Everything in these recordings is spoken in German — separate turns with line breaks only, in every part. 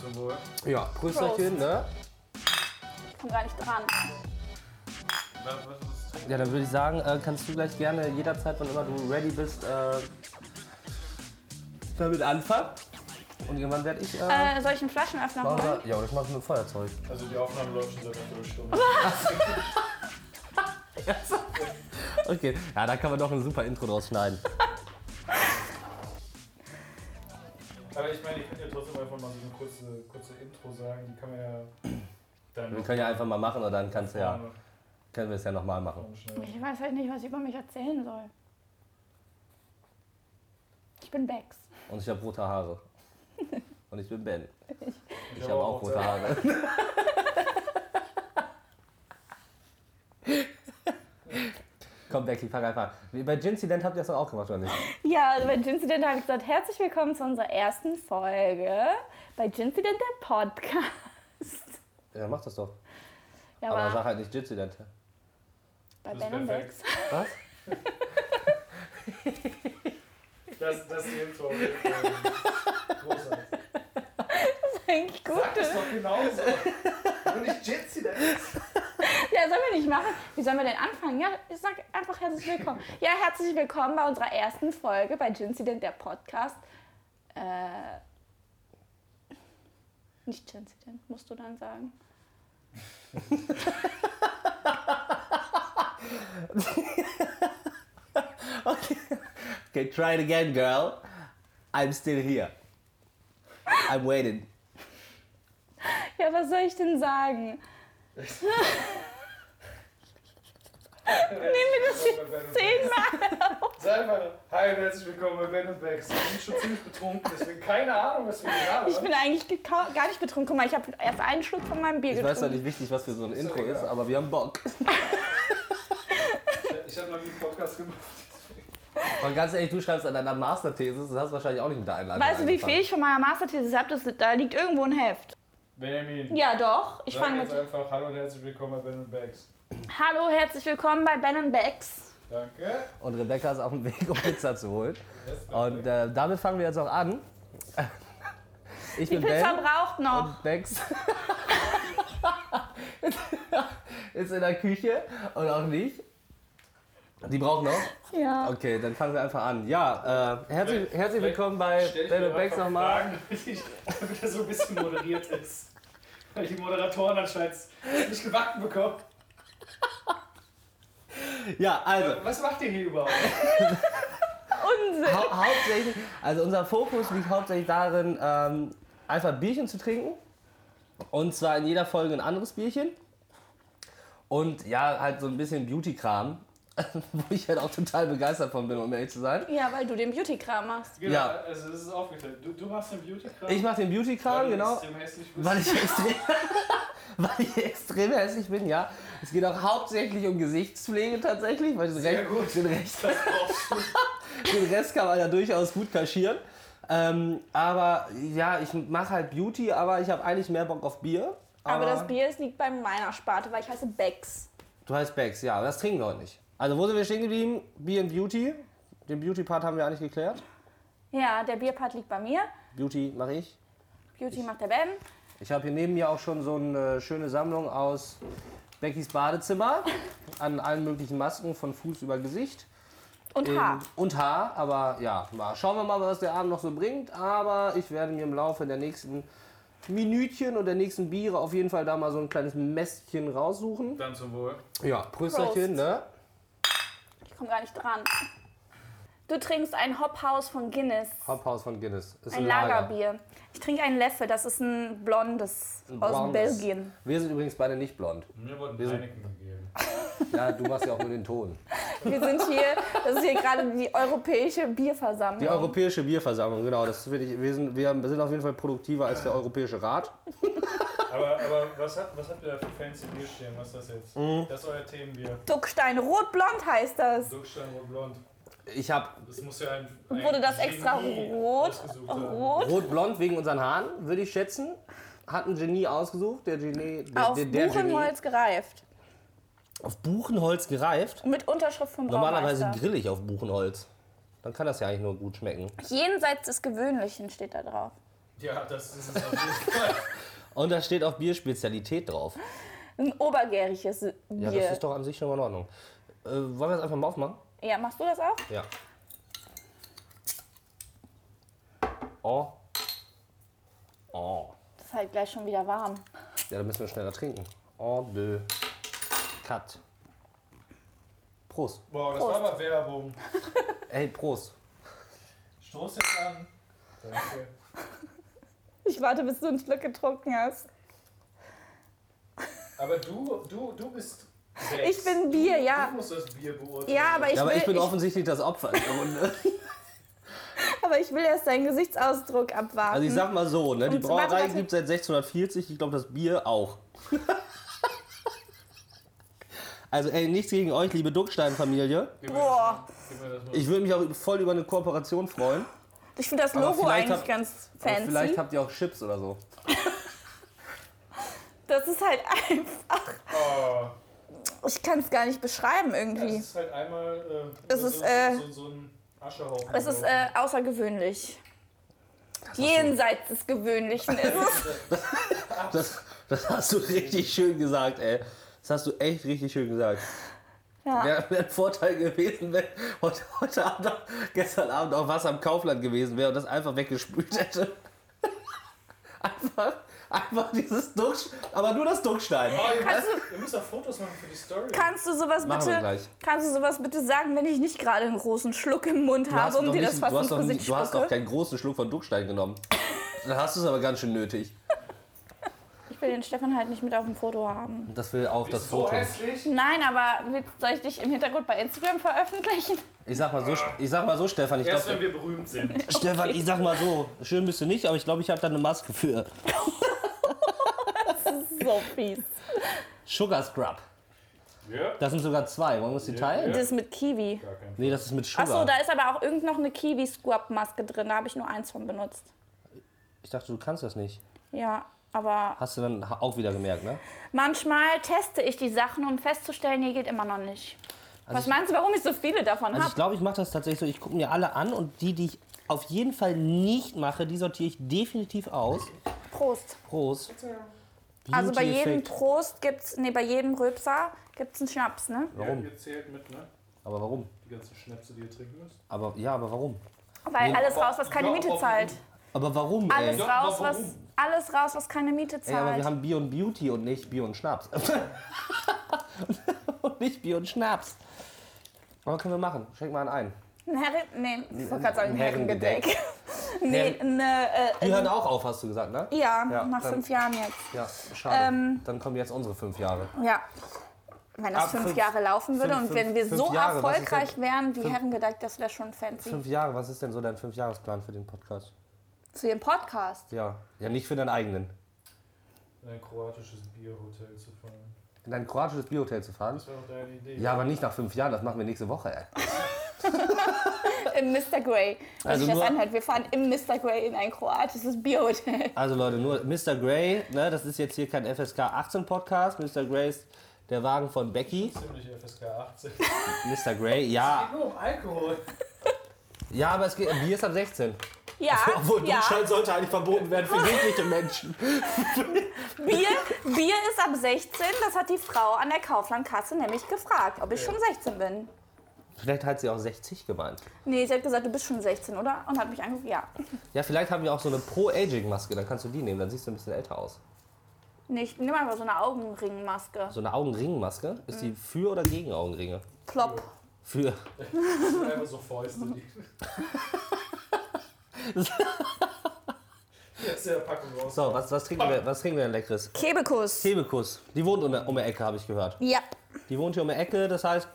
Zum Wohl.
Ja, Prösterchen, ne?
Ich komm gar nicht dran.
Was, was, was trinken?
Ja, dann würde ich sagen, äh, kannst du gleich gerne jederzeit, wann immer du ready bist, äh, damit anfangen. Und irgendwann werde ich. Äh,
Äh, soll ich einen Flaschenöffner holen?
Bowser- ja, oder ich mache mit dem Feuerzeug.
Also die Aufnahmen laufen schon seit einer Viertelstunde.
Okay, ja, da kann man doch ein super Intro draus schneiden.
Aber ich meine, ich könnte ja trotzdem einfach mal so eine kurze, kurze Intro sagen. Die kann man ja dann
Wir können ja einfach mal machen und dann kannst du ja,
noch
können wir es ja nochmal machen.
schneiden.
Ich weiß halt nicht, was ich über mich erzählen soll. Ich bin Bex.
Und ich habe rote Haare. Und ich bin Ben. Ich
hab
habe auch rote Haare. Komm, Becky, fang einfach. an. Bei Gincident habt ihr das doch auch gemacht, oder nicht?
Ja, also bei Gincident habe ich gesagt, herzlich willkommen zu unserer ersten Folge bei Gincident der Podcast.
Ja, mach das doch.
Ja,
Aber
aber
sag halt nicht Gincident.
bei
Das ist
Ben und Bex.
perfekt.
Was?
Das, das ist die Intro. Großartig.
Eigentlich gut.
Sag das doch genauso. Nur nicht Jitsi, das ist.
Ja, sollen wir nicht machen? Wie sollen wir denn anfangen? Ja, ich sag einfach herzlich willkommen. Ja, herzlich willkommen bei unserer ersten Folge bei Gincident, der Podcast. Äh, nicht Gincident, musst du dann sagen.
Okay, try it again, girl. I'm still here. I'm waiting.
Ja, was soll ich denn sagen?
Nehmen wir
das
jetzt
Zehnmal!
Sag einfach, hi und herzlich willkommen bei Ben und Bex. Ich bin schon ziemlich betrunken, deswegen keine Ahnung, was wir gerade
Ich bin eigentlich gekau- gar nicht betrunken. Guck mal, ich habe erst einen Schluck von meinem Bier
Ich weiß zwar
getrunken.
nicht wichtig, was für so ein Intro
egal.
ist, aber wir haben Bock.
Ich habe noch nie einen Podcast gemacht.
Und ganz ehrlich, du schreibst an deiner Masterthesis, das hast du wahrscheinlich auch nicht mit der Einladung
Weißt du, wie
angefangen.
viel ich von meiner Masterthesis habe? Das- Da liegt irgendwo ein Heft.
Benjamin,
Ja, doch. Ich
sag
fange
jetzt
mit.
einfach, hallo und herzlich willkommen bei Ben und Bex.
Hallo, herzlich willkommen bei Ben Becks.
Danke.
Und Rebecca ist auf dem Weg, um Pizza zu holen.
Das ist
Und
perfekt.
äh, damit fangen wir jetzt auch an. Ich
Die
bin
Pizza
Ben
braucht noch.
und Bex ist in der Küche und auch nicht. Die braucht noch?
Ja.
Okay, dann fangen wir einfach an. Ja, äh, herzlich, herzlich willkommen bei
Stell ich
Ben
mir
und Bex
einfach
nochmal.
Fragen, damit ich- damit er so ein bisschen moderiert ist. Weil die Moderatoren anscheinend nicht gebacken bekommen.
Ja, also,
Was macht ihr hier überhaupt?
Unsinn.
hau hauptsächlich, also unser Fokus liegt hauptsächlich darin, ähm, einfach Bierchen zu trinken. Und zwar in jeder Folge ein anderes Bierchen. Und ja, halt so ein bisschen Beauty-Kram, wo ich halt auch total begeistert von bin, um ehrlich zu sein.
Ja, weil du den Beauty-Kram machst.
Genau,
Ja.
also das ist aufgeteilt. Du, du machst den Beauty-Kram.
Ich mache den
weil
Beauty-Kram,
du
genau.
extrem hässlich bist.
Weil ich, extrem, weil ich extrem hässlich bin, ja. Es geht auch hauptsächlich um Gesichtspflege tatsächlich, weil den
Sehr
Rest, den Rest,
Das brauchst du.
den Rest kann man ja durchaus gut kaschieren. Ähm, aber ja, ich mache halt Beauty, aber ich habe eigentlich mehr Bock auf Bier.
Aber das Bier ist, liegt bei meiner Sparte, weil ich heiße Becks.
Du heißt Bags, ja, aber das trinken wir heute nicht. Also wo sind wir stehen geblieben? Bier und Beauty. Den Beauty-Part haben wir eigentlich geklärt.
Ja, der Bierpart liegt bei mir.
Beauty mache ich.
Beauty macht der Ben.
Ich habe hier neben mir auch schon so eine schöne Sammlung aus Beckys Badezimmer. An allen möglichen Masken, von Fuß über Gesicht.
Und Haar.
Ähm, Und Haar, aber ja, mal schauen wir mal, was der Abend noch so bringt. Aber ich werde mir im Laufe der nächsten Minütchen und der nächsten Biere auf jeden Fall da mal so ein kleines Mästchen raussuchen.
Dann zum Wohl.
Ja, Prösterchen,
Prost.
ne?
Ich komme gar nicht dran. Du trinkst ein Hophaus von Guinness.
Hophaus von Guinness. Ist
Ein Lagerbier. Ich trinke ein Leffe, das ist ein blondes
Ein
aus
blondes.
Belgien.
Wir sind übrigens beide nicht blond.
Mir wurden Heineken gegeben.
Ja, du machst ja auch nur den Ton.
Wir sind hier, das ist hier gerade die europäische
Die
Bierversammlung.
Europäische Bierversammlung, genau. Das finde ich, wir, sind, wir sind auf jeden Fall produktiver als der Europäische Rat.
Aber, aber was, habt, was habt ihr da für fancy Bier stehen? Was ist das jetzt?
Mhm.
Das ist euer Themenbier.
Duckstein Rotblond heißt das.
Duckstein rot blond.
Ich habe
Das muss ja ein. ein
Wurde das extra
Genie
rot?
ausgesucht haben.
Rot?
rot-blond wegen unseren Haaren, würde ich schätzen. Hat ein Genie ausgesucht, der Genie. Der,
Auf
der, der
Buchenholz gereift.
Genie. Auf Buchenholz gereift.
Mit Unterschrift vom
Normalerweise
Braumeister.
grill ich auf Buchenholz. Dann kann das ja eigentlich nur gut schmecken.
Jenseits des Gewöhnlichen steht da drauf.
Ja, das ist es auf jeden Fall.
Und da steht auch Bierspezialität drauf.
Ein obergäriges
Ja,
Bier.
das ist doch an sich schon mal in Ordnung. Äh, wollen wir das einfach mal aufmachen?
Ja, machst du das auch?
Ja. Oh. Oh.
Das ist halt gleich schon wieder warm.
Ja, dann müssen wir schneller trinken. Oh, de. Cut. Prost.
Wow, das war aber Werbung.
Ey, Prost.
Stoß jetzt an. Danke.
Ich warte, bis du einen Schluck getrunken hast.
Aber du, du, du bist. Rex.
Ich bin Bier,
Du
ja.
musst das Bier beurteilen.
Ja, aber ich,
ja, aber
will,
ich bin offensichtlich das Opfer in der Runde.
aber ich will erst deinen Gesichtsausdruck abwarten.
Also ich sag mal so, ne, die
Und warte,
Brauerei
warte.
gibt seit 1640, ich glaube das Bier auch. Also ey, nichts gegen euch, liebe Duckstein-Familie.
Gib mir das mal.
Boah,
Gib mir das mal.
Ich würde mich auch voll über eine Kooperation freuen.
ich finde das
Aber
Logo
vielleicht
eigentlich
hab-
ganz
Aber vielleicht
fancy.
habt ihr auch Chips oder so.
Das ist halt einfach.
Oh,
Ich kann es gar nicht beschreiben
das
irgendwie.
ist halt einmal. Äh,
Es
so,
ist,
so,
äh,
so, so ein Aschehaufen.
Es ist äh, außergewöhnlich. Jenseits des Gewöhnlichen ist es.
Das, das hast du richtig schön gesagt, ey. Das hast du echt richtig schön gesagt.
Ja.
Wäre wär ein Vorteil gewesen, wenn heute, heute Abend, noch- gestern Abend auch was am Kaufland gewesen wäre und das einfach weggespült hätte. Einfach, einfach dieses Ducksch, aber nur das Duckstein.
Oh, ihr,
Kannst
müsst, ihr müsst doch Fotos machen für die Story.
Kannst du sowas
Machen wir
bitte,
gleich.
kannst du sowas bitte sagen, wenn ich nicht gerade einen großen Schluck im Mund
Du hast
habe, um
doch
dir
nicht-
das fast
du hast
ins
doch
Gesicht
nicht- Du hast doch
spucke?
keinen großen Schluck von Duckstein genommen. Dann hast du es aber ganz schön nötig.
Ich will den Stefan halt nicht mit auf dem Foto haben.
Das will auch das
ist so
Foto.
hässlich.
Nein, aber willst- soll ich dich im Hintergrund bei Instagram veröffentlichen?
Ich sag mal so, ich sag mal so Stefan, ich
Erst
glaube,
wenn wir berühmt sind.
Stefan, ich sag mal so, schön bist du nicht, aber ich glaube, ich habe da eine Maske für.
So fies.
Sugar Scrub.
Ja.
Das sind sogar zwei. Wollen wir uns die teilen?
Das mit Kiwi.
Gar kein
Nee, das ist mit Sugar.
Achso, da ist aber auch irgend noch eine Kiwi-Squab-Maske drin. Da habe ich nur eins von benutzt.
ich dachte, du kannst das nicht.
Ja, aber
Hast du dann ha- auch wieder gemerkt, ne?
manchmal teste ich die Sachen, um festzustellen, hier geht immer noch nicht. Was meinst du, warum ich so viele davon
Also ich
habe?
glaube, ich mache das tatsächlich so. Ich gucke mir alle an und die, die ich auf jeden Fall nicht mache, die sortiere ich definitiv aus.
Prost.
Prost.
Also bei jedem
Beauty-Effekt.
Prost gibt's, nee, bei jedem Röpser gibt's einen Schnaps, ne?
Warum?
Warum?
Ihr zählt mit, ne?
Aber warum?
Die ganzen Schnäpse, die ihr trinken müsst.
Aber ja, aber warum?
Weil
Nee,
alles raus, was keine
ja,
oh,
Miete
aber-
zahlt.
Aber warum,
Alles
ey?
Ja, aber
raus, was,
warum?
alles raus, was keine Miete
ey? Aber wir
zahlt.
haben Bier und Beauty und nicht Bier und Schnaps. und nicht Bier und Schnaps. Aber können wir machen. Schenk mal einen ein.
Ein Herren, nee, ich wollte gerade sagen,
Ein
ein
Herrengedeck.
Herrengedeck. nee, ne, äh,
Die hören auch auf, hast du gesagt, ne?
ja,
Ja,
nach
dann-
fünf Jahren jetzt.
Ja, schade. Dann kommen jetzt unsere fünf Jahre.
Ja. Wenn das
Ab
fünf,
fünf-
Jahre laufen würde
fünf-
und wenn wir
fünf
so
Jahre, was ist
erfolgreich wären wie Herrengedeck, das wäre schon fancy.
Fünf Jahre, was ist denn so dein Fünfjahresplan für den Podcast?
Zu dem Podcast.
Ja, ja nicht für deinen eigenen.
In ein kroatisches Bierhotel zu fahren.
In ein kroatisches Bierhotel zu fahren?
Das war doch deine Idee.
Ja, aber nicht nach fünf Jahren, das machen wir nächste Woche, ey.
Im Mr. Äh, Grey. Wenn
Also
also ich das
nur-
anhört, wir fahren im Mr. Grey in ein kroatisches Bierhotel.
Also Leute, nur Mr. Grey, ne, das ist jetzt hier kein FSK 18 Podcast. Mr. Grey ist der Wagen von Becky.
Ziemlich FSK 18.
Mr. Grey, ja.
Nur um Alkohol.
Ja, aber es geht, Bier ist ab 16.
Ja,
Obwohl
ja.
Dummschein sollte eigentlich verboten werden für jegliche Menschen.
Bier, Bier ist ab 16. Das hat die Frau an der Kauflandkasse nämlich gefragt, ob ich schon 16 bin.
Vielleicht hat sie auch 60 gemeint.
Nee, sie hat gesagt, du bist schon 16, oder? Und hat mich angeguckt, ja.
Ja, vielleicht haben wir auch so eine Pro-Aging-Maske, dann kannst du die nehmen, dann siehst du ein bisschen älter aus.
Nee, ich nehme einfach so eine Augenringmaske.
So eine Augenringmaske, ist
Mhm.
die für oder gegen Augenringe?
Plopp.
Für.
Das sind einfach so Fäuste. Die Jetzt der Packung raus.
So, was, was, trinken, wir, was trinken wir denn leckeres?
Kebekus.
Kebekus. Die wohnt um, der- um der Ecke, habe ich gehört.
Ja.
Die wohnt hier um der Ecke, das heißt,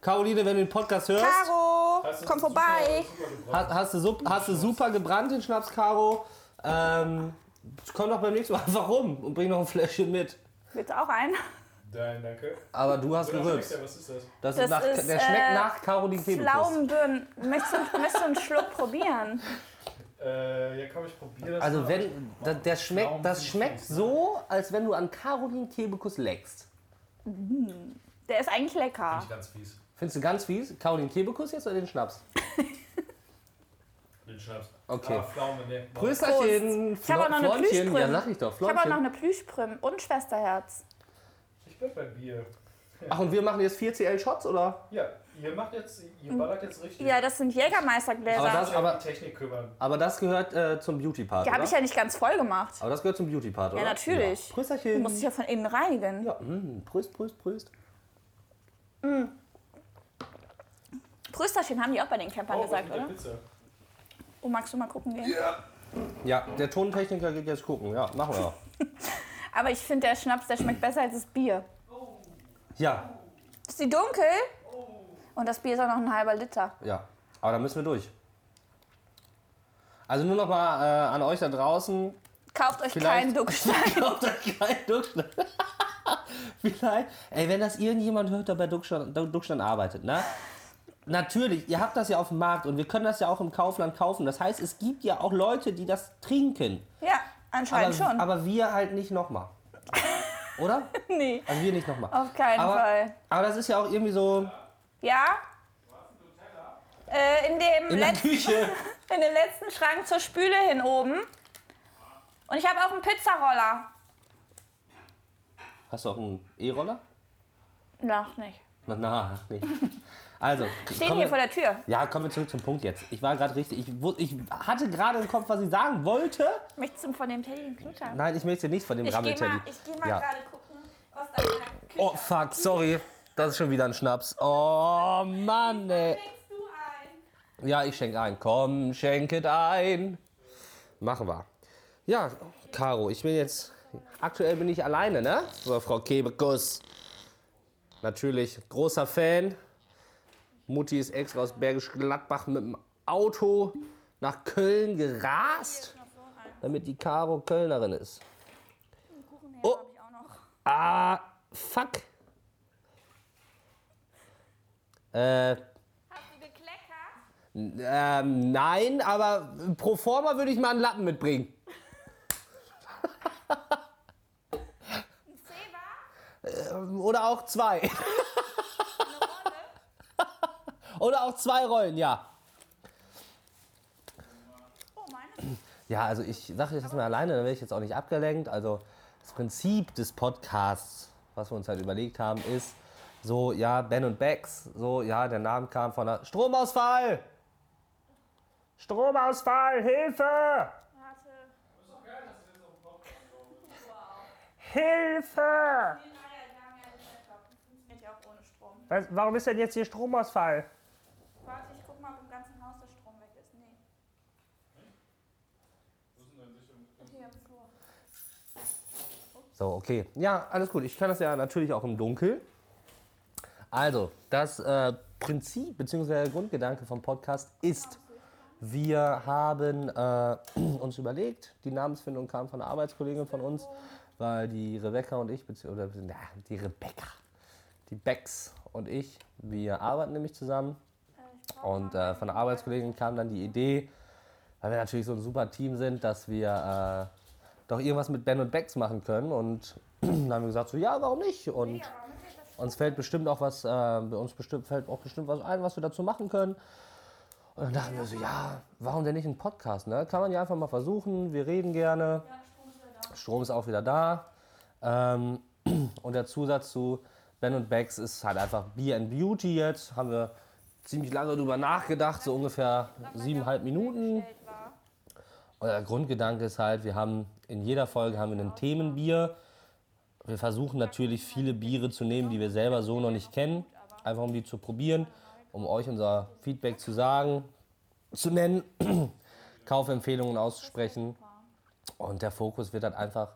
Caroline, wenn du den Podcast hörst,
Caro,
Hast du
komm
super-
vorbei.
super gebracht.
hast, hast, du, sup- hast du super gebrannt den Schnaps, Caro. Ähm, komm doch beim nächsten Mal einfach rum und bring noch ein Fläschchen mit.
Willst du auch ein?
Nein, danke.
Aber du hast
Oder schmeckt
gerülpst.
der, Was ist das?
Das ist
Das
nach,
ist,
der schmeckt
äh,
nach Caroline Kebekus.
Pflaumenbirnen. Möchtest du, möchtest du einen Schluck probieren?
Äh, ja, komm, ich probiere das.
Also
mal.
wenn, da, der schmeckt, das schmeckt so, als wenn du an Caroline Kebekus leckst.
Der ist eigentlich lecker.
Nicht ganz fies.
Findest du ganz fies? Caroline Kebekus jetzt oder den Schnaps?
Den
den Schnaps.
Okay.
Ah, Pflaume, ne.
Prösterchen,
Ich hab auch noch eine
Florchen, ja
Plüschbrille.
sag ich doch,
Ich habe auch noch
Florchen.
eine Plüschprüm und Schwesterherz.
Ich bleib bei Bier.
Ach, und wir machen jetzt 4CL Shots, oder?
Ja, ihr macht jetzt, ihr ballert jetzt richtig.
Mhm. Ja, das sind
Aber
Jägermeistergläser.
das-
das aber die Technik kümmern.
Aber das gehört äh, zum Beauty-Part,
Die habe
oder?
ich ja nicht ganz voll gemacht.
Aber das gehört zum Beauty-Part, oder?
natürlich.
Ja. Prösterchen.
Muss ich ja von innen reinigen.
ja, mm, Pröst, Pröst, Pröst.
Prösterchen haben die auch bei den Campern
Oh, was
gesagt,
mit der
oder?
Pizza?
Oh, magst du mal gucken gehen?
Ja, der Tontechniker geht jetzt gucken. Ja, machen wir.
Aber ich finde, der Schnaps, der schmeckt besser als das Bier.
Ja,
Ist die dunkel? Und das Bier ist auch noch ein halber Liter.
ja. Aber da müssen wir durch. Also nur noch mal äh, an euch da draußen.
Kauft euch
Vielleicht-
keinen Duckstein.
Glaubt da kein Duckstein. Vielleicht. Ey, wenn das irgendjemand hört, der bei Duckstein, der Duckstein arbeitet, ne? Natürlich, ihr habt das ja auf dem Markt und wir können das ja auch im Kaufland kaufen. Das heißt, es gibt ja auch Leute, die das trinken.
Ja,
Aber,
anscheinend schon.
aber wir halt nicht nochmal. Oder?
nee,
Also wir nicht nochmal.
auf keinen
aber,
Fall.
Aber das ist ja auch irgendwie so
Ja? Äh, in, dem
in der
letzten,
Küche.
in dem letzten Schrank zur Spüle hin oben. Und ich habe auch einen Pizzaroller.
Hast du auch einen E-Roller?
Lach nicht.
Na, na, nee. Also,
Stehen
kommen
hier
wir-
vor der Tür.
ja, kommen wir zurück zum Punkt jetzt. Ich war gerade richtig. Ich, wus- ich hatte gerade im Kopf, was ich sagen wollte.
Möchtest du von dem Teddy einen Knutscher?
Nein, ich möchte nichts von dem
Ich gehe
Rammelteddy.
mal, ich geh mal
Ja.
gerade gucken, was da in der Küche
Oh, fuck, sorry. Das ist schon wieder ein Schnaps. Oh, Mann, ey.
Denkst du ein?
Ja, ich schenke ein. Komm, schenket ein. Machen wir. Ja, Caro, ich bin jetzt. Aktuell bin ich alleine, ne? So, Frau Kebekus. Natürlich großer Fan. Mutti ist extra aus Bergisch Gladbach mit dem Auto nach Köln gerast, damit die Caro Kölnerin ist.
Kuchen
Oh.
habe ich auch noch.
Ah, fuck. Äh,
Hast du gekleckert?
Ähm, nein, aber pro forma würde ich mal einen Lappen mitbringen.
Ein Zebra?
Ähm, Oder auch zwei.
Eine Rolle?
Oder auch zwei Rollen, ja.
Oh, meine?
Ja, also ich sage jetzt mal alleine, dann werde ich jetzt auch nicht abgelenkt. Also das Prinzip des Podcasts, was wir uns halt überlegt haben, ist so, ja, Ben und Bex, so, ja, der Name kam von einer Stromausfall! Stromausfall, Hilfe!
Warte.
Hilfe!
Nee, naja, wir haben ja den Laptop. Das funktioniert ja auch ohne Strom.
Was, warum ist denn jetzt hier Stromausfall?
Warte, ich guck mal, ob im ganzen Haus der Strom weg ist. Nee. Hier im Flur.
So, okay. Ja, alles gut. Ich kann das ja natürlich auch im Dunkeln. Also, das äh, Prinzip bzw. der Grundgedanke vom Podcast ist, wir haben äh, uns überlegt, die Namensfindung kam von einer Arbeitskollegin von uns, weil die Rebecca und ich, bezieh- oder na, die Rebecca, die Becks und ich, wir arbeiten nämlich zusammen. Und äh, von der Arbeitskollegin kam dann die Idee, weil wir natürlich so ein super Team sind, dass wir äh, doch irgendwas mit Ben und Becks machen können. Und dann haben wir gesagt, so ja, warum nicht? Und uns fällt bestimmt auch was, äh, bei uns bestimmt, fällt auch bestimmt was ein, was wir dazu machen können. Und dann dachten wir so, ja, warum denn nicht ein Podcast? Ne? Kann man ja einfach mal versuchen. Wir reden gerne. Strom ist auch wieder da. Ähm, und der Zusatz zu Ben und Becks ist halt einfach Beer and Beauty jetzt. Haben wir ziemlich lange drüber nachgedacht, so ungefähr siebeneinhalb Minuten. Und der Grundgedanke ist halt, wir haben in jeder Folge haben wir ein Themenbier. Wir versuchen natürlich viele Biere zu nehmen, die wir selber so noch nicht kennen, einfach um die zu probieren, um euch unser Feedback zu sagen, zu nennen, Kaufempfehlungen auszusprechen. Und der Fokus wird halt einfach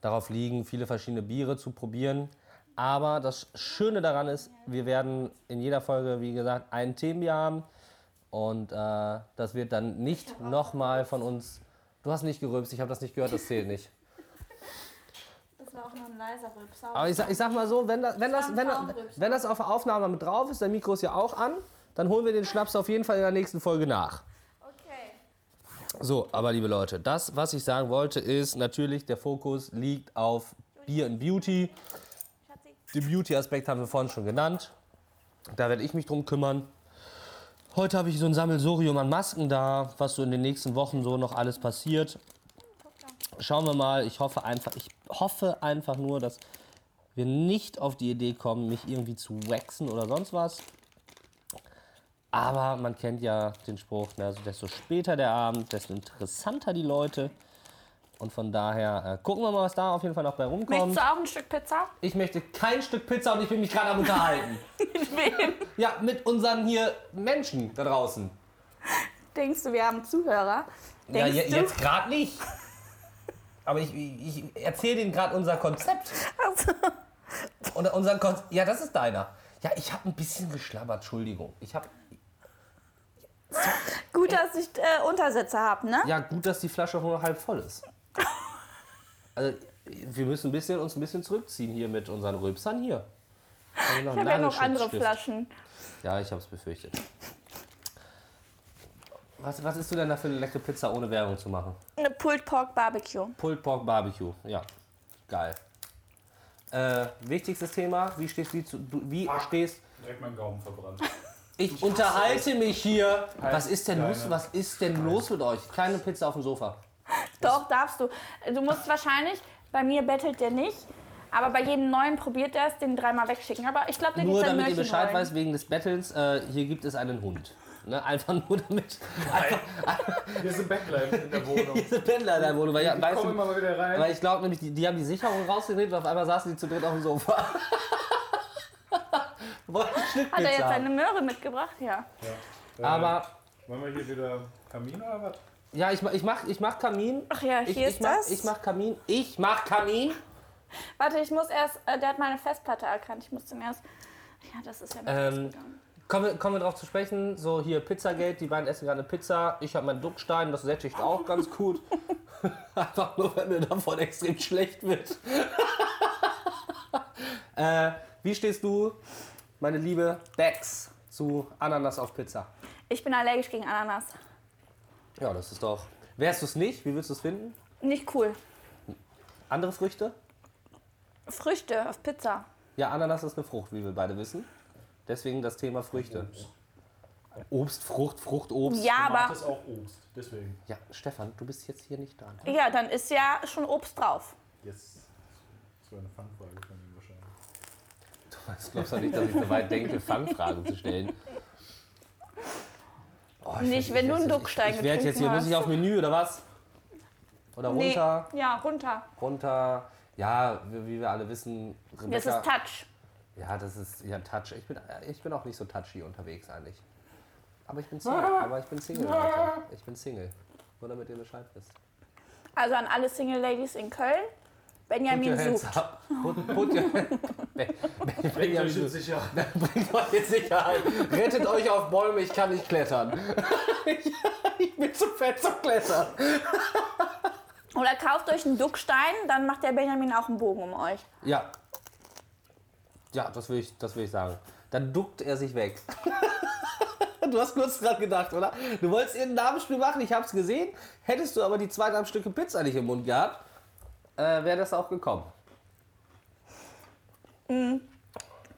darauf liegen, viele verschiedene Biere zu probieren. Aber das Schöne daran ist, wir werden in jeder Folge, wie gesagt, ein Themenbier haben. Und äh, das wird dann nicht nochmal von uns. Du hast nicht gerülpst, ich habe das nicht gehört, das zählt nicht.
Das war auch nur ein leiser Rülpser.
Aber ich sag, ich sag mal so, wenn das, wenn, das, wenn, das, wenn das auf der Aufnahme mit drauf ist, dein Mikro ist ja auch an, dann holen wir den Schnaps auf jeden Fall in der nächsten Folge nach.
Okay.
So, aber liebe Leute, das, was ich sagen wollte, ist natürlich, der Fokus liegt auf Beer and Beauty.
Schatzi.
Den Beauty-Aspekt haben wir vorhin schon genannt. Da werde ich mich drum kümmern. Heute habe ich so ein Sammelsurium an Masken da, was so in den nächsten Wochen so noch alles passiert. Schauen wir mal. Ich hoffe einfach, ich hoffe einfach nur, dass wir nicht auf die Idee kommen, mich irgendwie zu waxen oder sonst was. Aber man kennt ja den Spruch, ne, also desto später der Abend, desto interessanter die Leute. Und von daher äh, gucken wir mal, was da auf jeden Fall noch bei rumkommt.
Möchtest du auch ein Stück Pizza?
Ich möchte kein Stück Pizza und ich will mich gerade am unterhalten.
Mit wem?
ja, mit unseren hier Menschen da draußen.
Denkst du, wir haben Zuhörer?
Ja,
Denkst
je,
du?
jetzt gerade nicht. Aber ich, ich ich erzähle denen gerade unser Konzept.
Also,
Und unser Kon ja, das ist deiner. Ja, ich habe ein bisschen geschlabbert, Entschuldigung. Ich habe
gut, dass ich äh, Untersätze habe, ne?
ja gut, dass die Flasche auch nur noch halb voll ist. Also wir müssen ein bisschen, uns ein bisschen zurückziehen hier mit unseren Rülpsern hier.
ich habe ja noch andere Flaschen.
Ja, ich habe es befürchtet. Was, was isst du denn da für eine leckere Pizza, ohne Werbung zu machen?
Eine Pulled Pork Barbecue.
Pulled Pork Barbecue, ja. Geil. Äh, wichtigstes Thema, wie stehst wie zu, du, wie stehst
Direkt meinen Gaumen verbrannt.
Ich, unterhalte mich hier.
Halt
Was ist denn los?
deine-
Was ist denn los mit euch? Kleine Pizza auf dem Sofa.
Doch, darfst du. Du musst wahrscheinlich, bei mir bettelt der nicht, aber bei jedem neuen probiert er es, den dreimal wegschicken. Aber ich glaube, der
Nur
geht sein
damit ihr
Möhrchen
Bescheid
rollen.
weiß, wegen des Battles, äh, hier gibt es einen Hund. Ne? Einfach nur damit.
Hier sind Backlight in der Wohnung.
Diese Pendler da wohnen. Weil, ja,
Ich
weißt
komme
du,
immer mal wieder rein.
weil ich glaube nämlich, die, die haben die Sicherung rausgedreht und auf einmal saßen die zu dritt auf dem Sofa. Wollten ein Stück
Hat er jetzt
Pizza. haben.
seine Möhre mitgebracht? Ja.
Ja. Äh,
Aber
Wollen wir hier wieder Kamin oder was?
ja, ich, ma- ich mach, ich mach Kamin.
Ach ja,
Ich,
hier
ich,
ist
mach,
das.
ich mach Kamin. Ich mach Kamin.
Warte, ich muss erst, äh, der hat meine Festplatte erkannt. Ich muss den erst. Ja, das ist ja nicht
Ähm,
rausgegangen.
Kommen wir, kommen wir drauf zu sprechen. So, hier Pizzagate, die beiden essen gerade eine Pizza. Ich habe meinen Duckstein, das sättigt auch ganz gut. Einfach nur, wenn mir davon extrem schlecht wird. äh, wie stehst du, meine liebe Bex, zu Ananas auf Pizza?
Ich bin allergisch gegen Ananas.
Ja, das ist doch. Wärst du es nicht? Wie würdest du es finden?
Nicht cool.
Andere Früchte?
Früchte auf Pizza.
Ja, Ananas ist eine Frucht, wie wir beide wissen. Deswegen das Thema Früchte. Obst, Frucht, Frucht, Obst.
Ja,
Macht
aber.
das auch Obst. Deswegen.
ja, Stefan, du bist jetzt hier nicht dran.
Ja, dann ist ja schon Obst drauf.
Jetzt. Das war eine Fangfrage von ihm wahrscheinlich.
Ich glaubst doch nicht, dass ich so weit denke, Fangfragen zu stellen. Oh, ich
Nicht, wenn du einen Duckstein
Ich, ich werde jetzt
getrunken
hier, muss ich
hast.
auf Menü oder was? Oder runter,
Nee. Ja, runter.
runter. Ja, wie, wie wir alle wissen,
Das
Rebecca.
ist Touch.
ja, das ist ja Touch. Ich bin, äh, ich bin auch nicht so touchy unterwegs eigentlich. Aber ich bin Single. Aber ich bin Single, Leute. Ich bin Single. Nur damit ihr Bescheid wisst.
Also an alle Single Ladies in Köln.
Put your
Benjamin
hands
sucht.
up. Put, put your hands. Benjamin,
sind
sucht.
sicher.
Bringt euch in Sicherheit. Rettet euch auf Bäume, ich kann nicht klettern. ich bin zu fett zum Klettern.
Oder kauft euch einen Duckstein, dann macht der Benjamin auch einen Bogen um euch.
Ja. Ja, das will ich, das will ich sagen. Dann duckt er sich weg. du hast kurz dran gedacht, oder? Du wolltest ihr ein Namensspiel machen, ich hab's gesehen. Hättest du aber die zweieinhalb Stücke Pizza nicht im Mund gehabt, äh, wäre das auch gekommen. Wir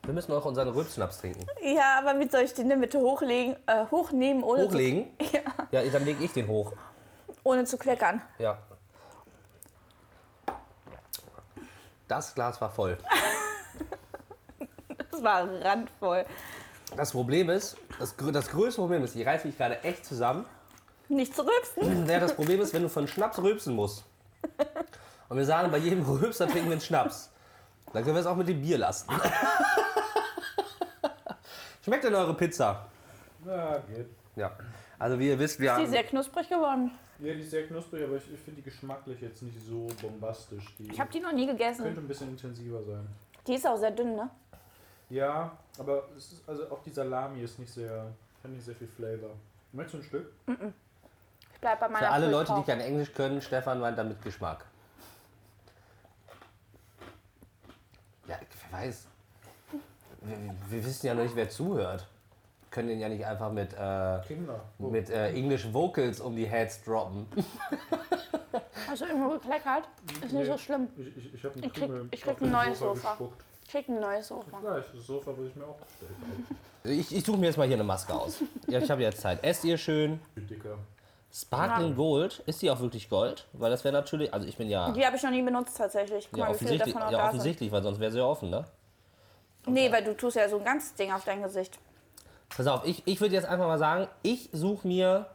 müssen auch unseren Rülpsschnaps trinken.
Ja, aber wie soll ich den denn bitte hochlegen, äh, hochnehmen, ohne,
Hochlegen? Ja, dann leg ich den hoch.
Zu, ohne zu kleckern?
Ja. Das Glas war voll.
Das war randvoll.
Das Problem ist, das, grö- das größte Problem ist, ich reiße mich gerade echt zusammen.
Nicht zu rülpsen.
Ja, das Problem ist, wenn du von Schnaps rülpsen musst. Und wir sagen, bei jedem Rülpser trinken wir einen Schnaps. Dann können wir es auch mit dem Bier lassen. Schmeckt denn eure Pizza?
Na, geht.
Ja. Also wie ihr wisst, wir
Ist die
haben...
sehr knusprig geworden.
Ja, die ist sehr knusprig, aber ich, ich finde die geschmacklich jetzt nicht so bombastisch. Die
Ich habe die noch nie gegessen.
könnte ein bisschen intensiver sein.
Die ist auch sehr dünn, ne?
Ja, aber es ist, also auch die Salami ist nicht sehr, hat nicht sehr viel Flavor. Möchtest du ein Stück?
Ich bleib bei meiner
Für alle
Pulled
Leute, die
Pork.
kein Englisch können, Stefan meint damit Geschmack. Ja, wer weiß. Wir, wir wissen ja noch nicht, wer zuhört. Wir können den ja nicht einfach mit, äh,
Kinder. Oh.
mit äh, English Vocals um die Heads droppen.
Hast du Also irgendwo gekleckert? Ist nicht
Nee.
so schlimm.
Ich, ich, ich habe einen
Ich krieg-
Krümel
ich krieg
auf
ein
den
neues Sofa.
gespuckt.
krieg ein neues Sofa.
Ja, ist das Sofa, was ich mir auch bestellt habe.
Ich, ich suche mir jetzt mal hier eine Maske aus. Ja, ich habe jetzt Zeit. Esst ihr schön.
Viel dicker.
Sparkling Gold. Ist die auch wirklich Gold? Weil das wäre natürlich. Also ich bin ja.
Die habe ich noch nie benutzt tatsächlich. Guck
Ja,
mal, wie viele
offensichtlich,
davon auch
ja,
da sind.
offensichtlich, weil sonst wäre sie ja offen, ne?
Nee, weil du tust ja so ein ganzes Ding auf dein Gesicht.
Pass auf, ich, ich würde jetzt einfach mal sagen, ich suche mir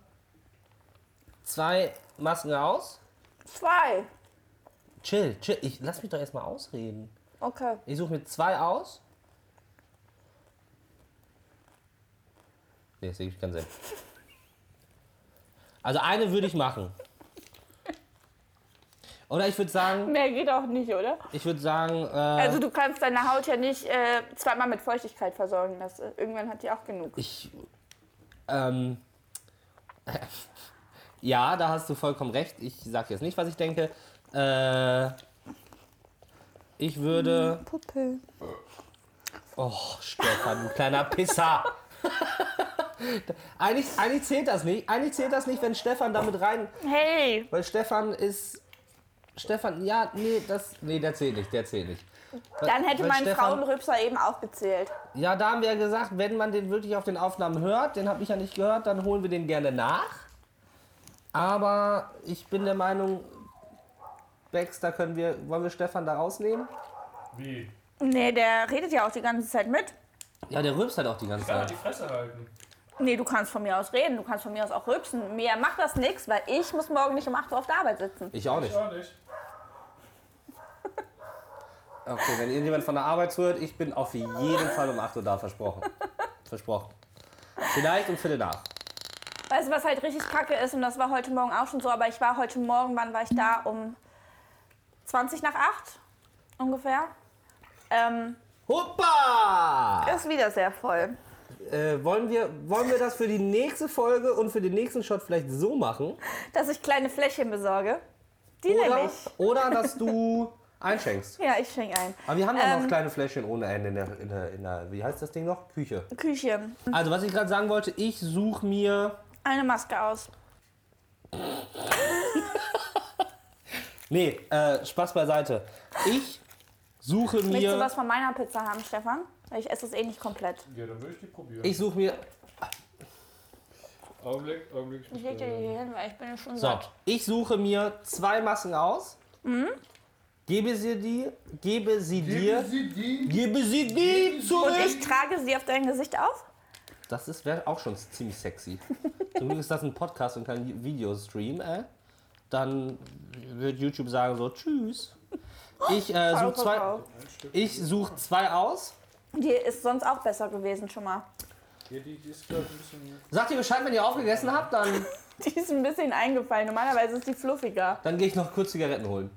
zwei Masken aus.
Zwei.
Chill, chill. Ich lass mich doch erstmal ausreden.
Okay.
Ich suche mir zwei aus. Nee, das ergibt keinen Sinn. Also eine würde ich machen. Oder ich würde sagen,
Mehr geht auch nicht, oder?
ich würde sagen, äh,
Also du kannst deine Haut ja nicht äh, zweimal mit Feuchtigkeit versorgen. Das, äh, irgendwann hat die auch genug.
ich, ähm, ja, da hast du vollkommen recht. Ich sage jetzt nicht, was ich denke. Äh, ich würde,
Puppe.
oh, Stefan, du kleiner Pisser. eigentlich, eigentlich zählt das nicht. Eigentlich zählt das nicht, wenn Stefan damit rein,
Hey,
Weil Stefan ist. Stefan, ja, nee, das. Nee, der zählt nicht, der zählt nicht. Weil-
dann hätte
weil
mein
Stefan-
Frauenrübser eben auch gezählt.
Ja, da haben wir ja gesagt, wenn man den wirklich auf den Aufnahmen hört, den habe ich ja nicht gehört, dann holen wir den gerne nach. Aber ich bin der Meinung, Baxter können wir. Wollen wir Stefan da rausnehmen?
Wie?
Nee, der redet ja auch die ganze Zeit mit.
Ja, der rülpst halt auch die ganze
Ja,
Zeit.
die Fresse halten.
Nee, du kannst von mir aus reden, du kannst von mir aus auch rübsen. Mir macht das nichts, weil ich muss morgen nicht um 8 Uhr auf der Arbeit sitzen.
Ich auch
Ich
nicht.
auch nicht.
Okay, wenn irgendjemand von der Arbeit hört, ich bin auf jeden Fall um 8 Uhr da, versprochen. Versprochen. Vielleicht um Viertel nach.
Weißt du, was halt richtig kacke ist, und das war heute Morgen auch schon so, aber ich war heute Morgen, wann war ich da? Um 20 nach 8 ungefähr. Ähm,
Hoppa!
ist wieder sehr voll.
Äh, wollen, wir, wollen wir das für die nächste Folge und für den nächsten Shot vielleicht so machen?
Dass ich kleine Fläschchen besorge. Die nehme
Oder,
ich.
oder dass du einschenkst.
Ja, ich schenke ein.
Aber wir haben ja noch
Ähm.
kleine Fläschchen ohne Ende in der, in, der, in der, wie heißt das Ding noch? Küche.
Küche.
Also was ich gerade sagen wollte, ich suche mir...
Eine Maske aus.
Nee, äh, Spaß beiseite. Ich suche
Willst du
mir...
was von meiner Pizza haben, Stefan? Weil ich esse es eh nicht komplett.
Ja, dann würde ich die probieren.
Ich suche mir...
Augenblick, Augenblick.
Ich leg dir die hier hin, weil ich bin ja schon
So,
satt.
ich suche mir zwei Massen aus.
Mhm.
Gebe sie dir... Gebe sie dir...
Sie die?
Gebe sie dir
Und
zurück!
ich trage sie auf dein Gesicht auf?
Das ist- wäre auch schon ziemlich sexy. Zum Glück ist das ein Podcast und kein Videostream, äh? Dann wird YouTube sagen so, tschüss. Ich äh, suche zwei, ich such zwei aus.
Die ist sonst auch besser gewesen schon mal.
Ja, die, die ist, glaube ich, ein bisschen.
Sagt ihr Bescheid, wenn ihr aufgegessen habt, dann,
Die ist ein bisschen eingefallen. Normalerweise ist die fluffiger.
dann gehe ich noch kurz Zigaretten holen.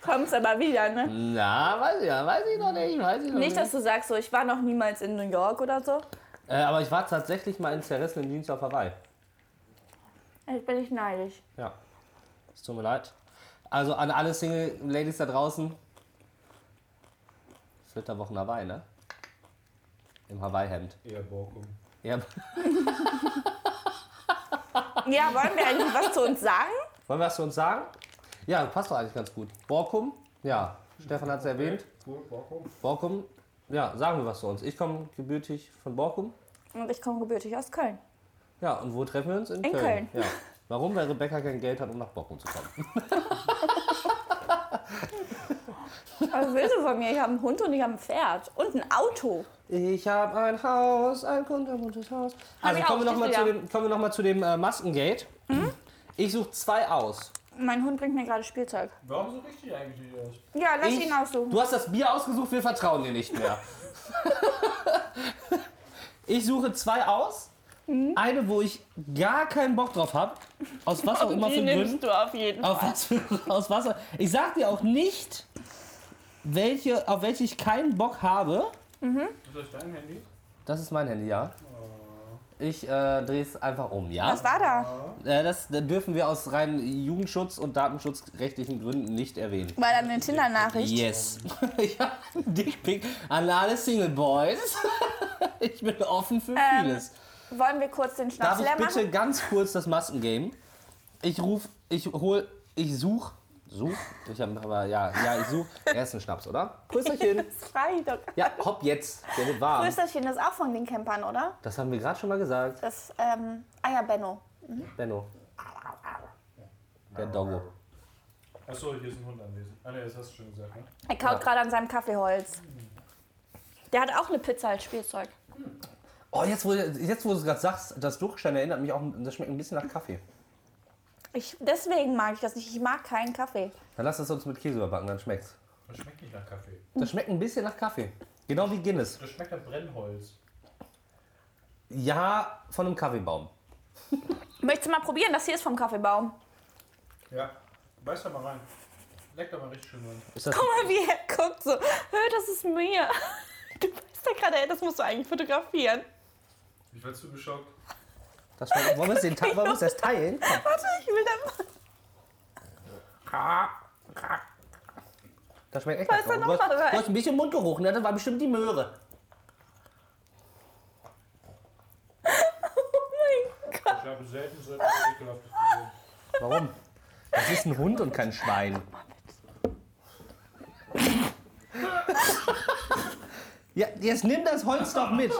Kommt's aber wieder,
Mhm.
ne?
Na, weiß ich ja, weiß ich noch nicht, weiß ich noch
Nicht,
nicht.
dass du sagst so, ich war noch niemals in New York oder so.
Äh, aber ich war tatsächlich mal in zerrissenen Jeans auf Hawaii.
Jetzt bin ich neidisch.
Ja. Es tut mir leid. Also an alle Single-Ladies da draußen. Flitterwochen Hawaii, ne? Im Hawaii-Hemd.
Eher Borkum.
Ja.
Ja, wollen wir eigentlich was zu uns sagen?
Wollen wir was zu uns sagen? Ja, passt doch eigentlich ganz gut. Borkum, ja, Stefan hat es erwähnt.
Cool, Borkum.
Borkum, ja, sagen wir was zu uns. Ich komme gebürtig von Borkum.
Und ich komme gebürtig aus Köln.
Ja, und wo treffen wir uns? In,
In
Köln. Ja. Warum? Weil Rebecca kein Geld hat, um nach Borkum zu kommen.
Was willst du Also, von mir? Ich habe einen Hund und ich habe ein Pferd. Und ein Auto.
Ich habe ein Haus, ein kuntermuntes Haus. Also
ich auch,
kommen wir nochmal
steht
zu
da.
dem, kommen wir noch mal zu dem äh, Maskengate. Ich suche zwei aus.
Mein Hund bringt mir gerade Spielzeug.
Warum so richtig eigentlich die aus?
Ja, lass
Ich-
ihn aussuchen.
Du hast das Bier ausgesucht, wir vertrauen dir nicht mehr. ich suche zwei aus. Eine, wo ich gar keinen Bock drauf habe. Aus was auch immer Ah. für Gründen.
du auf jeden
Auf was für, aus was, ich sag dir auch nicht, welche, auf welche ich keinen Bock habe.
Ist das dein Handy?
Das ist mein Handy, ja. Ich äh, drehe es einfach um, ja.
Was war da?
Äh, das äh, dürfen wir aus rein Jugendschutz- und datenschutzrechtlichen Gründen nicht erwähnen.
War da eine Tinder-Nachricht?
Yes. ja, Dickpick an alle Single Boys. ich bin offen für
Ähm,
vieles.
Wollen wir kurz den Schnaps
Darf ich
leer
bitte
machen?
ganz kurz das Maskengame? Ich ruf, ich hol, ich such, suche. Ich habe aber, ja, ja, ich suche. Erst einen Schnaps, oder? Prösterchen.
Das frage ich doch.
Ja, hopp jetzt. Der wird warm.
Prösterchen ist auch von den Campern, oder?
Das haben wir gerade schon mal gesagt.
Das, ähm, ah ja, Benno.
Benno. Der Doggo.
Achso, hier ist ein Hund anwesend. Ah, ne, das hast du schon gesagt, ne?
Er kaut gerade an seinem Kaffeeholz.
Der hat auch eine Pizza als Spielzeug.
Oh, jetzt wo, jetzt, wo du es gerade sagst, das Durchstein erinnert mich auch, das schmeckt ein bisschen nach Kaffee.
Ich, deswegen mag ich das nicht. Ich mag keinen Kaffee.
Dann lass es uns mit Käse überbacken, dann schmeckt's.
Das schmeckt nicht nach Kaffee.
Das schmeckt ein bisschen nach Kaffee. Genau wie Guinness.
Das schmeckt nach Brennholz.
Ja, von einem Kaffeebaum.
Möchtest du mal probieren? Das hier ist vom Kaffeebaum.
Ja. Beiß da mal rein. Leck da mal richtig schön rein.
Ist das,
Guck mal, wie er guckt so. Hör, das ist mir. Du weißt ja gerade, ey, das musst du eigentlich fotografieren.
Ich war zu geschockt.
das schmeckt, wollen wir es den Teil- wollen wir es erst teilen? Komm.
Warte, ich will da mal.
Das schmeckt echt
Da ist
nach
er noch
Kaffee.
mal
Du hast-
rein.
Du hast ein bisschen Mundgeruch, ne? Das war bestimmt die Möhre.
Ich habe selten so etwas ekelhaftes gesehen.
Warum? Das ist ein Hund und kein Schwein. Ja, jetzt nimm das Holz doch mit.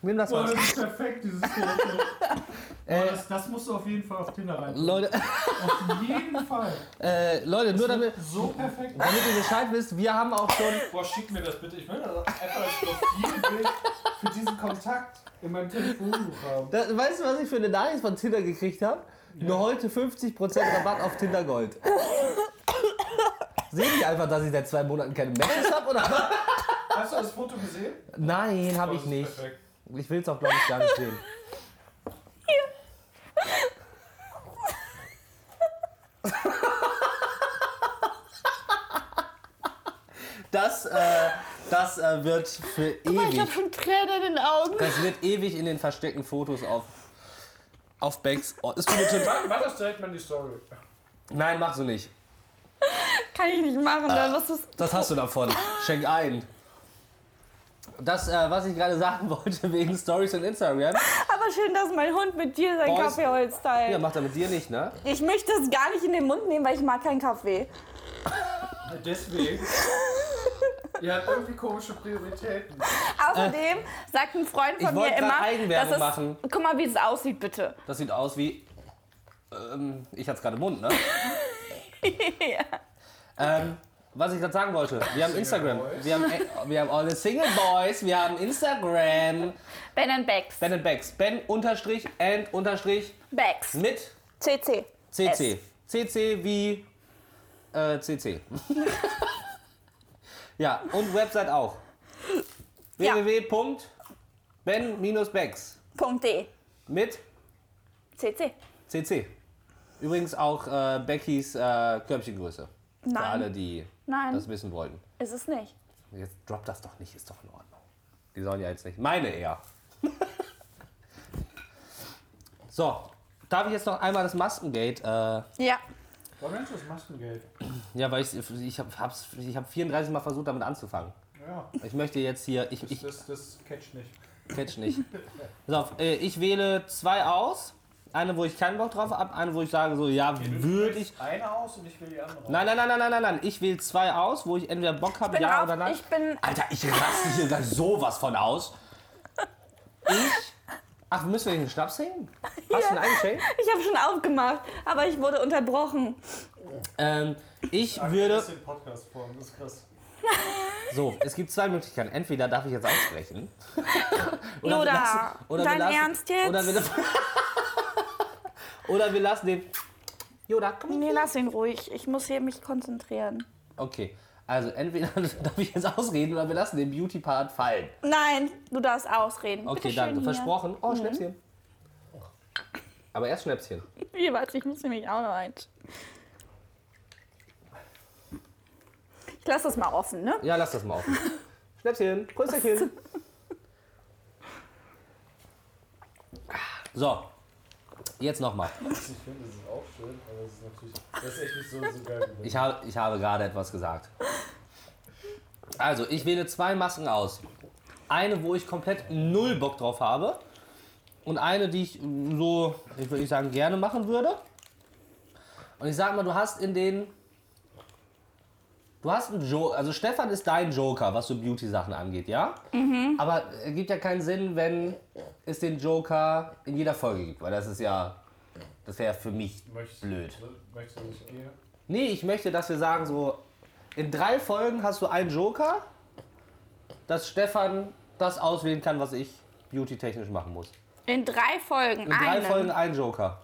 Nimm das Holz.
ist perfekt, dieses Foto. das, das musst du auf jeden Fall auf Tinder rein.
Leute,
Auf jeden Fall.
äh, Leute, nur damit,
So perfekt.
damit ihr Bescheid wisst, wir haben auch schon.
Boah, schick mir das bitte. Ich will das einfach als Profilbild für diesen Kontakt in meinem Telefonbuch haben.
Da, weißt du, was ich für eine Nachricht von Tinder gekriegt habe? Nur heute 50% Rabatt auf Tinder Gold. Sehen die einfach, dass ich seit zwei Monaten keine Matches habe? Oder?
Hast du das Foto gesehen?
Nein, habe
Oh,
ich
das ist
nicht.
perfekt.
Ich will es auch, glaube ich, gar nicht sehen. Das, äh, das äh, wird für
Ich
ewig,
habe schon Tränen in den Augen.
das wird ewig in den versteckten Fotos auf, auf Banks. Oh, ist gut, schon-
Mach, mach das direkt mal in die Story.
Nein, mach so nicht.
Kann ich nicht machen, dann was ist.
Das hast du davon. Schenk ein. Das, äh, was ich gerade sagen wollte wegen Stories und Instagram.
Aber schön, dass mein Hund mit dir sein
Boys.
Kaffeeholz
Ja,
teilt.
macht er mit dir nicht, ne?
Ich möchte das gar nicht in den Mund nehmen, weil ich mag keinen Kaffee.
Deswegen. Ihr habt irgendwie komische Prioritäten.
Außerdem sagt ein Freund
Äh, ich
von
wollte
mir
grad
immer,
Eigenwerbung
dass es,
machen.
guck mal, wie es aussieht, bitte.
Das sieht aus wie. Ähm, ich hatte es gerade im Mund, ne? ähm, was ich gerade sagen wollte, wir haben Instagram.
Boys.
Wir haben, äh, wir haben alle Single Boys, wir haben Instagram.
Ben and Becks.
Ben and Becks. Ben unterstrich and unterstrich
Becks.
mit
CC.
CC. CC wie äh, CC. ja, und Website auch.
Ja.
www.ben-becks
Punkt D.
mit
CC.
CC. Übrigens auch äh, Beckys äh, Körbchengröße. Für alle,
Nein,
die das
nein,
wissen wollten.
ist es nicht.
Jetzt drop das doch nicht, ist doch in Ordnung. Die sollen ja jetzt nicht. Meine eher. so, darf ich jetzt noch einmal das Maskengate äh,
Ja.
Warum nennst du das Maskengeld?
Ja, weil ich, ich habe hab's, ich hab 34 Mal versucht, damit anzufangen.
Ja,
Ich möchte jetzt hier, ich, ich
das, das catch nicht.
catch nicht. Pass auf, äh, ich wähle zwei aus. Eine, wo ich keinen Bock drauf habe, eine, wo ich sage so, ja, würde ich.
Eine aus und ich will die andere
Nein, nein, nein, nein, nein, nein, nein. Ich wähle zwei aus, wo ich entweder Bock habe,
Bin
ja
auf,
oder nein.
ich bin.
Alter, ich raste hier gleich sowas von aus. Ich. Ach, müssen wir den Schnaps hängen? Hast du einen eingeschenkt?
Ich habe schon aufgemacht, aber ich wurde unterbrochen.
Ähm, ich
Ich
würde.
in Podcast-Form, das ist krass.
So, es gibt zwei Möglichkeiten. Entweder darf ich jetzt aussprechen. wir
Loda,
lassen-
dein Ernst jetzt?
Oder wir, oder wir lassen den. Joda, komm
Nee, lass ihn ruhig. Ich muss hier mich konzentrieren.
Okay, also entweder darf ich jetzt ausreden oder wir lassen den Beauty-Part fallen.
Nein, du darfst ausreden.
Okay,
Bitte schön
danke.
hier.
Versprochen. Oh, Schnäpschen. Aber erst Schnäpschen.
Hier, warte, ich muss nämlich auch noch eins. Ich lasse das mal offen, ne?
Ja, lass das mal offen. Schnäpschen, Prösterchen. So, jetzt nochmal.
Also Ich finde, das ist auch schön, aber das ist natürlich. Das ist echt nicht so, so geil. gewesen.
Ich habe, ich habe gerade etwas gesagt. Also, ich wähle zwei Masken aus. Eine, wo ich komplett null Bock drauf habe. Und eine, die ich mm, so, ich würde nicht sagen, gerne machen würde. Und ich sag mal, du hast in den Du hast einen Joker, also Stefan ist dein Joker, was so Beauty-Sachen angeht, ja? Aber es gibt ja keinen Sinn, wenn es den Joker in jeder Folge gibt, weil das ist ja, das wäre für mich
Möchtest,
blöd.
Möchtest du nicht gehen?
Nee, ich möchte, dass wir sagen, so, in drei Folgen hast du einen Joker, dass Stefan das auswählen kann, was ich beauty-technisch machen muss.
In drei Folgen.
In drei
einen.
Folgen ein Joker.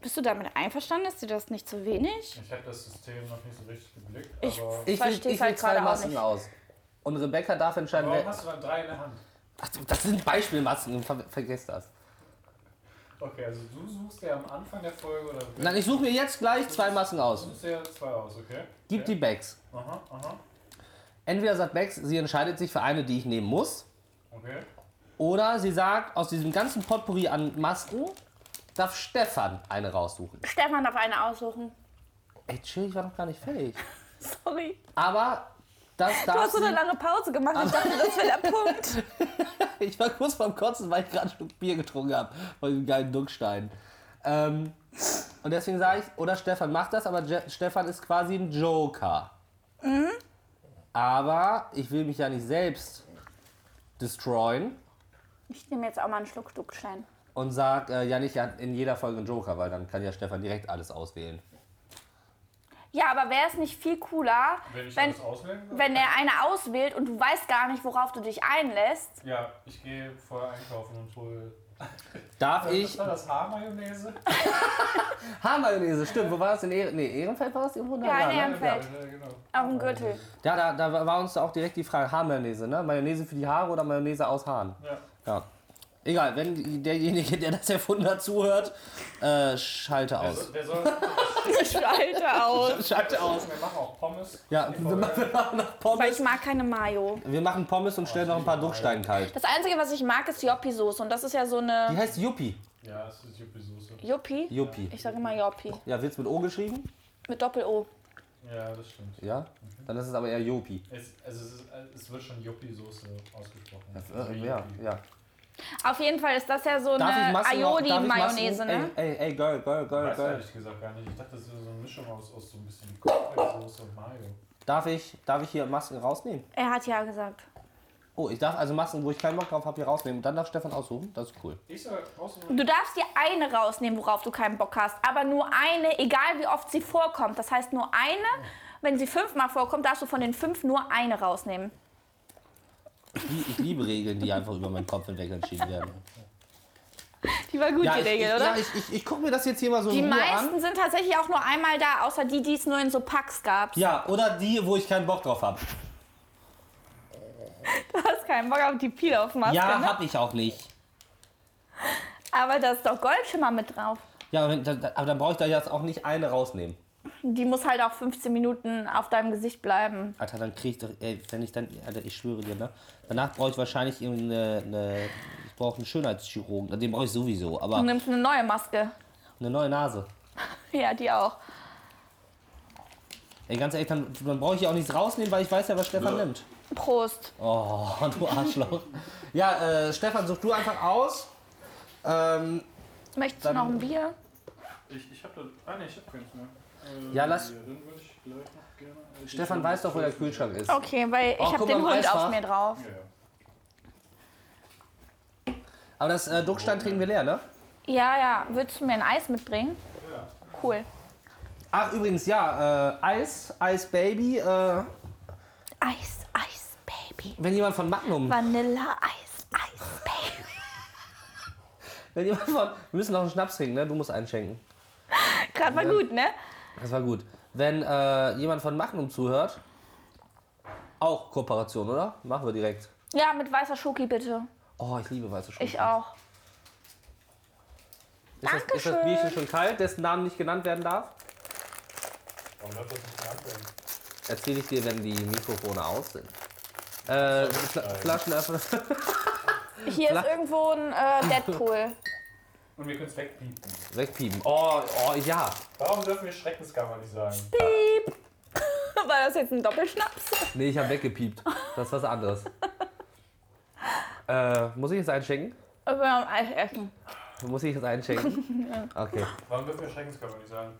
Bist du damit einverstanden? Ist dir das nicht zu wenig?
Ich habe das System noch nicht so richtig geblickt,
Ich-
aber...
Ich will,
Versteh's
ich will
halt
zwei
gerade auch
Masken
nicht.
aus. Und Rebecca darf entscheiden,
Warum
wer.
hast du dann drei in der Hand?
Ach, das sind Beispielmasken, ver vergiss das.
Okay, also du suchst ja am Anfang der Folge oder...
Nein, ich suche mir jetzt gleich zwei Masken
Du
aus.
suchst ja zwei aus, okay?
Gib die
okay.
Bags.
Aha, aha,
Entweder sagt Bags, sie entscheidet sich für eine, die ich nehmen muss.
okay.
Oder sie sagt, aus diesem ganzen Potpourri an Masken darf Stefan eine raussuchen.
Stefan darf eine aussuchen.
Ey, chill, ich war noch gar nicht fertig.
Sorry.
Aber das
Du
darf
hast so eine
sie,
lange Pause gemacht. Ich dachte, das wäre der Punkt.
Ich war kurz beim Kotzen, weil ich gerade ein Stück Bier getrunken habe. Von dem geilen Duckstein. Ähm, und deswegen sage ich, oder Stefan macht das, aber Je Stefan ist quasi ein Joker.
Mhm.
Aber ich will mich ja nicht selbst destroyen
Ich nehme jetzt auch mal einen Schluck Duckstein.
und sage, äh, ja nicht ja, in jeder Folge einen Joker, weil dann kann ja Stefan direkt alles auswählen.
Ja, aber wäre es nicht viel cooler,
Wenn ich
wenn,
alles auswählen darf?
wenn er eine auswählt und du weißt gar nicht, worauf du dich einlässt?
Ja, ich gehe vorher einkaufen und hole...
Darf
Was
ich.
war das? Haarmayonnaise?
Haarmayonnaise, stimmt. Wo war das? In Ehren nee, Ehrenfeld war das irgendwo? Da?
Ja, in
ne?
Ehren- Ehrenfeld.
Ja, genau.
Auf dem Gürtel.
ja da, da war uns auch direkt die Frage: Haarmayonnaise, ne? Mayonnaise für die Haare oder Mayonnaise aus Haaren?
Ja.
Ja. Egal, wenn derjenige, der das erfunden hat, zuhört, äh, schalte aus.
Also, wer soll... Ich
Ich schalte aus.
Schalte aus.
Wir machen auch Pommes.
Ja,
Die
wir
Folge.
machen noch
Weil
Pommes.
ich mag keine Mayo.
Wir machen Pommes und stellen noch ein paar Ducksteine kalt.
Das Einzige, was ich mag, ist Joppi-Soße. Und das ist ja so
Die
eine...
heißt Yuppie.
Ja, es ist Juppie-Soße.
Joppi?
Yuppie.
Ich sage immer Joppi.
Ja, wird's mit O geschrieben?
Mit Doppel-O.
Ja, das stimmt.
Ja. Dann ist es aber eher Yuppie.
Es, also es, ist, es wird schon Juppie-Soße ausgesprochen. Also
Äh, ja,
Yuppie.
ja.
Auf jeden Fall ist das ja so
Darf ich
eine
Masken noch- darf ich Masken-
Aioli-Mayonnaise, ne?
Ey, ey, ey, girl, girl,
Ich
girl,
weiß
girl.
ehrlich gesagt gar nicht. Ich dachte, das ist so eine Mischung aus, aus so ein bisschen Cocktailsoße und Mayo.
Darf ich, darf ich hier Masken rausnehmen?
Er hat ja gesagt.
Oh, ich darf also Masken, wo ich keinen Bock drauf habe, hier rausnehmen. Und dann darf Stefan aussuchen. Das ist cool.
Ich soll rausnehmen.
Du darfst dir eine rausnehmen, worauf du keinen Bock hast. Aber nur eine, egal wie oft sie vorkommt. Das heißt, nur eine, wenn sie fünfmal vorkommt, darfst du von den fünf nur eine rausnehmen.
Ich, lie- ich liebe Regeln, die einfach über meinen Kopf hinweg entschieden werden.
Die war gut
Ja, ich, ich,
geregelt,
ja,
oder?
ich, ich, ich gucke mir das jetzt hier mal so
Die
in Ruhe an.
meisten sind tatsächlich auch nur einmal da, außer die, die es nur in so Packs gab.
Ja, oder die, wo ich keinen Bock drauf habe.
Du hast keinen Bock auf die Peel-Off-Maske,
Ja,
ne?
hab ich auch nicht.
Aber da ist doch Goldschimmer mit drauf.
Ja, aber wenn- dann- dann- aber dann brauche ich da jetzt auch nicht eine rausnehmen.
Die muss halt auch 15 Minuten auf deinem Gesicht bleiben.
Alter, dann krieg ich doch, ey, wenn ich dann, Alter, ich schwöre dir, ne? Danach brauche ich wahrscheinlich irgendeine, eine, ich brauche einen Schönheitschirurgen. Den brauche ich sowieso,
Du
aber
nimmst eine neue Maske.
eine neue Nase.
Ja, die auch.
Ey, ganz ehrlich, dann, dann brauche ich ja auch nichts rausnehmen, weil ich weiß ja, was Stefan nimmt.
Prost.
Oh, du Arschloch. Ja, äh, Stefan, such du einfach aus. Ähm,
Möchtest
Dann-
du noch ein Bier?
Ich, ich hab da. Ah ne, ich hab keins mehr. Äh,
Ja, lass-
Dann würde ich gleich noch gerne. Ich
Stefan weiß doch, wo der Kühlschrank ist.
Okay, weil ich
Ach,
habe
Oh, guck
den
mal, im
Hund
Eisfach.
auf mir drauf.
Ja, ja.
Aber das äh, Duckstein trinken wir leer, ne?
Ja, ja. Würdest du mir ein Eis mitbringen?
Ja.
Cool.
Ach, übrigens, ja, äh, Eis, Eis Baby. Äh,
Eis, Eis, Baby.
wenn jemand von Magnum.
Vanilleeis, Eis, Baby.
Wenn jemand von, wir müssen noch einen Schnaps trinken, ne? Du musst einschenken.
Gerade war gut, ne?
Das war gut. Wenn äh, jemand von Magnum zuhört, auch Kooperation, oder? Machen wir direkt.
Ja, mit weißer Schoki bitte.
Oh, ich liebe weiße Schokolade.
Ich auch.
Ist das, ist das
Dankeschön.
Bierchen schon kalt, dessen Namen nicht genannt werden darf?
Warum läuft das nicht anfangen?
Erzähle ich dir, wenn die Mikrofone aus sind. Äh, Fla Flaschenöffner.
Hier ist irgendwo ein äh, Deadpool.
Und wir können es wegpiepen.
Wegpiepen. Oh, oh, ja.
Warum dürfen wir Schreckenskammer nicht sagen?
War das jetzt ein Doppelschnaps?
Nee, ich habe weggepiept. Das ist was anderes. äh, muss ich jetzt einschenken?
Aber am Eis essen.
Muss ich jetzt einschenken? Okay.
Warum dürfen wir Schreckenskammer nicht sagen?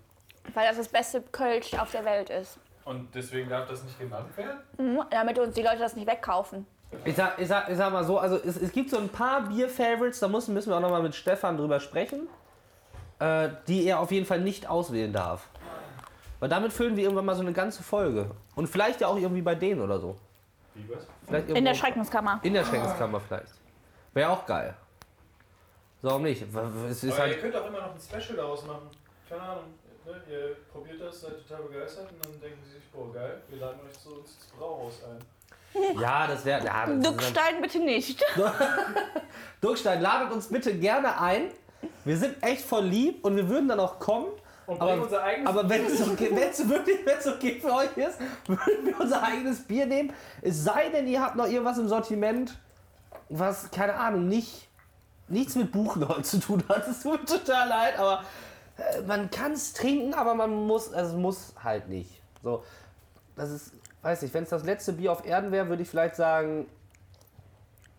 Weil das das beste Kölsch auf der Welt ist.
Und deswegen darf das nicht genannt werden?
Mhm, damit uns die Leute das nicht wegkaufen.
Ich sag, ich, sag, ich sag mal so, also es, es gibt so ein paar Bier-Favorites, da müssen, müssen wir auch nochmal mit Stefan drüber sprechen, äh, die er auf jeden Fall nicht auswählen darf. Weil damit füllen wir irgendwann mal so eine ganze Folge. Und vielleicht ja auch irgendwie bei denen oder so.
Wie was?
Vielleicht
In
irgendwo-
der Schreckenskammer.
In der Schreckenskammer vielleicht. Wäre auch geil. So, warum nicht? W- w- Es ist
Aber ihr
halt,
könnt auch immer noch ein Special daraus machen. Keine Ahnung. Ne? Ihr probiert das, seid total begeistert und dann denken sie sich, boah geil, wir laden euch zu uns ins Brauhaus ein.
ja, das wäre. Ja, das ist dann-
Duckstein bitte nicht.
Duckstein, ladet uns bitte gerne ein. Wir sind echt voll lieb und wir würden dann auch kommen.
Und
Aber-
bringen unser eigenes
Aber wenn es okay, wenn's wirklich wenn's okay für euch ist, würden wir unser eigenes Bier nehmen. Es sei denn, ihr habt noch irgendwas im Sortiment, was, keine Ahnung, nicht, nichts mit Buchenholz zu tun hat. Es tut mir total leid, aber äh, man kann es trinken, aber man muss, also es muss halt nicht. So, das ist, weiß nicht, wenn es das letzte Bier auf Erden wäre, würde ich vielleicht sagen,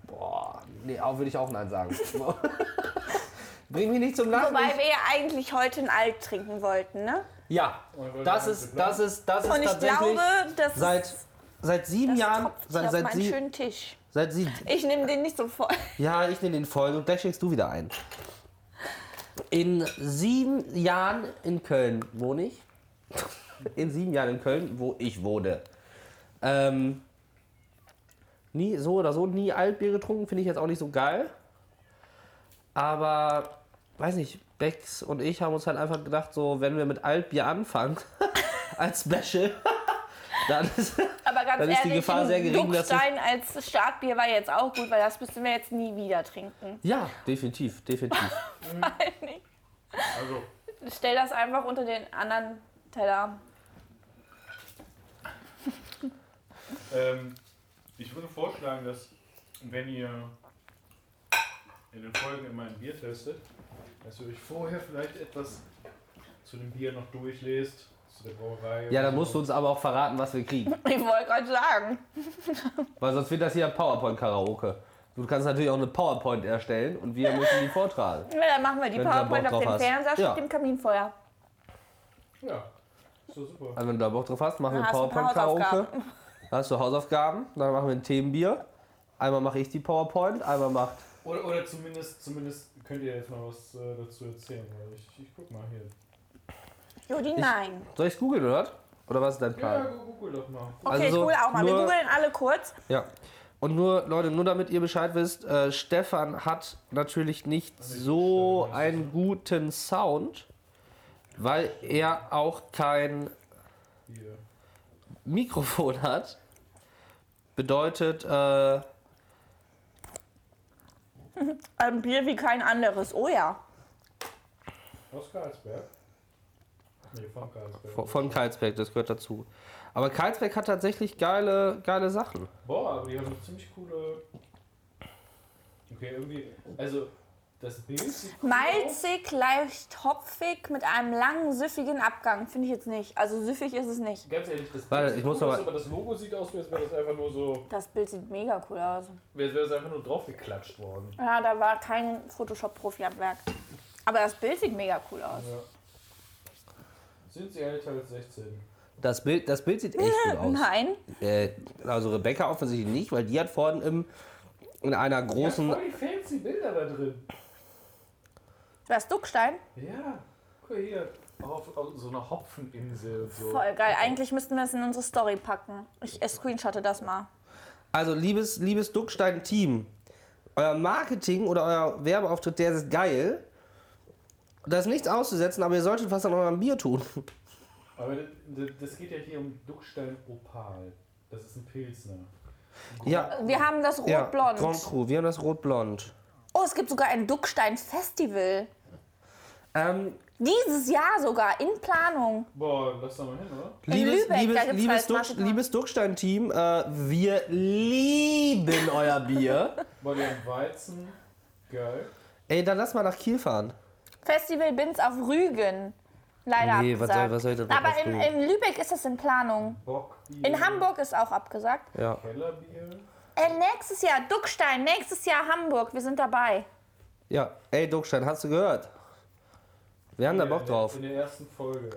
boah, nee, auch würde ich auch nein sagen. Bring mich nicht zum Lachen.
Wobei
ich-
wir ja eigentlich heute ein Alt trinken wollten, ne?
ja,
Und
das ist, das ist, das ist
Und ich
tatsächlich
glaube, dass
seit seit sieben
das
Jahren,
tropft
seit
auf
seit,
meinen
sie,
schönen Tisch.
seit sie,
Ich nehme den nicht so voll.
ja, ich nehme den voll und gleich schickst du wieder ein. In sieben Jahren in Köln wohne ich. In sieben Jahren in Köln, wo ich wohne. Ähm, nie so oder so nie Altbier getrunken, finde ich jetzt auch nicht so geil. Aber weiß nicht, Bex und ich haben uns halt einfach gedacht, so wenn wir mit Altbier anfangen als Special, dann ist
Aber ganz
Dann ist die
ehrlich,
Gefahr sehr gering, dass es-
Duckstein als Startbier war jetzt auch gut, weil das müssen wir jetzt nie wieder trinken.
ja definitiv, definitiv.
Also,
Stell das einfach unter den anderen Teller.
ähm, ich würde vorschlagen, dass wenn ihr in den Folgen immer ein Bier testet, dass ihr euch vorher vielleicht etwas zu dem Bier noch durchlest, zu der Brauerei.
Ja,
oder
dann musst du uns aber auch verraten, was wir kriegen.
Ich wollte gerade sagen.
Weil sonst wird das hier ein PowerPoint-Karaoke. Du kannst natürlich auch eine PowerPoint erstellen und wir müssen die vortragen.
Ja, dann machen wir die
Wenn du da
PowerPoint
Bock
auf den
drauf hast.
Fernseher statt
Ja.
dem Kaminfeuer.
Ja, so super.
Also wenn du da Bock drauf hast, machen wir
Dann hast du ein paar
PowerPoint-Karaoke.
Hausaufgaben.
Dann hast du Hausaufgaben, dann machen wir ein Themenbier. Einmal mache ich die PowerPoint, einmal macht.
Oder, oder zumindest, zumindest könnt ihr jetzt mal was äh, dazu erzählen. Weil ich, ich guck mal hier.
Jodi, nein.
Soll ich es googeln, oder? was? Oder was ist dein
Ja,
Plan?
gu- google doch mal.
also
Okay, ich hole auch mal. Wir
nur-
googeln alle kurz.
Ja. Und nur, Leute, nur damit ihr Bescheid wisst, äh, Stefan hat natürlich nicht so einen guten Sound, weil er auch kein
Hier.
Mikrofon hat, bedeutet, äh,
Ein Bier wie kein anderes. Oh ja.
Aus Karlsberg? Nee, von Karlsberg.
von- von Karlsberg, das gehört dazu. Aber Karlsberg hat tatsächlich geile, geile Sachen.
Boah, aber die haben eine ziemlich coole. Okay, irgendwie. Also, das Bild sieht cool aus.
Malzig, leicht hopfig mit einem langen, süffigen Abgang. Finde ich jetzt nicht. Also süffig ist es nicht.
Ganz ehrlich, das Bild
Warte, ich
sieht
muss
cool
noch
aus,
mal-
aber das Logo sieht aus, als wäre das einfach nur so.
Das Bild sieht mega cool aus.
Als wäre das einfach nur draufgeklatscht worden.
Ja, da war kein Photoshop-Profi am Werk. Aber das Bild sieht mega cool aus.
Ja. Sind sie älter als 16?
Das Bild, das Bild sieht echt gut aus.
Nein.
Äh, also Rebecca offensichtlich nicht, weil die hat vorhin im, in einer
Ja,
großen...
voll die fancy Bilder da drin.
Das Duckstein.
Ja, guck mal hier. Auf, auf so einer Hopfeninsel und so.
Voll geil. Eigentlich müssten wir es in unsere Story packen. Ich ich screenshotte das mal.
Also liebes, liebes Duckstein-Team, euer Marketing oder euer Werbeauftritt, der ist geil. Da ist nichts auszusetzen, aber ihr solltet was an eurem Bier tun.
Aber d- d- das geht ja hier um Duckstein Opal. Das ist ein Pilsner.
Ja,
Wir haben das
ja
Rotblond.
Grand Cru, wir haben das Rotblond.
oh, es gibt sogar ein Duckstein-Festival.
Ähm,
Dieses Jahr sogar, in Planung.
Boah, lass da mal hin, oder?
In
Liebes,
Lübeck,
liebes,
da gibt's
liebes,
halt
Duck,
Marketing.
liebes Duckstein-Team, äh, wir lieben euer Bier.
Boah, die haben Weizen. Geil.
Ey, dann lass mal nach Kiel fahren.
Festival Bins auf Rügen. Leider
Nee, was
abgesagt.
soll- was soll ich denn
Aber
auf
in,
Rügen?
in Lübeck ist das in Planung.
Bockbier.
In Hamburg ist auch abgesagt.
Ja.
Kellerbier.
Äh, nächstes Jahr Duckstein, nächstes Jahr Hamburg. Wir sind dabei.
Ja, ey, Duckstein, hast du gehört? Wir haben da
Ja,
Bock
in der-
drauf.
In der ersten Folge.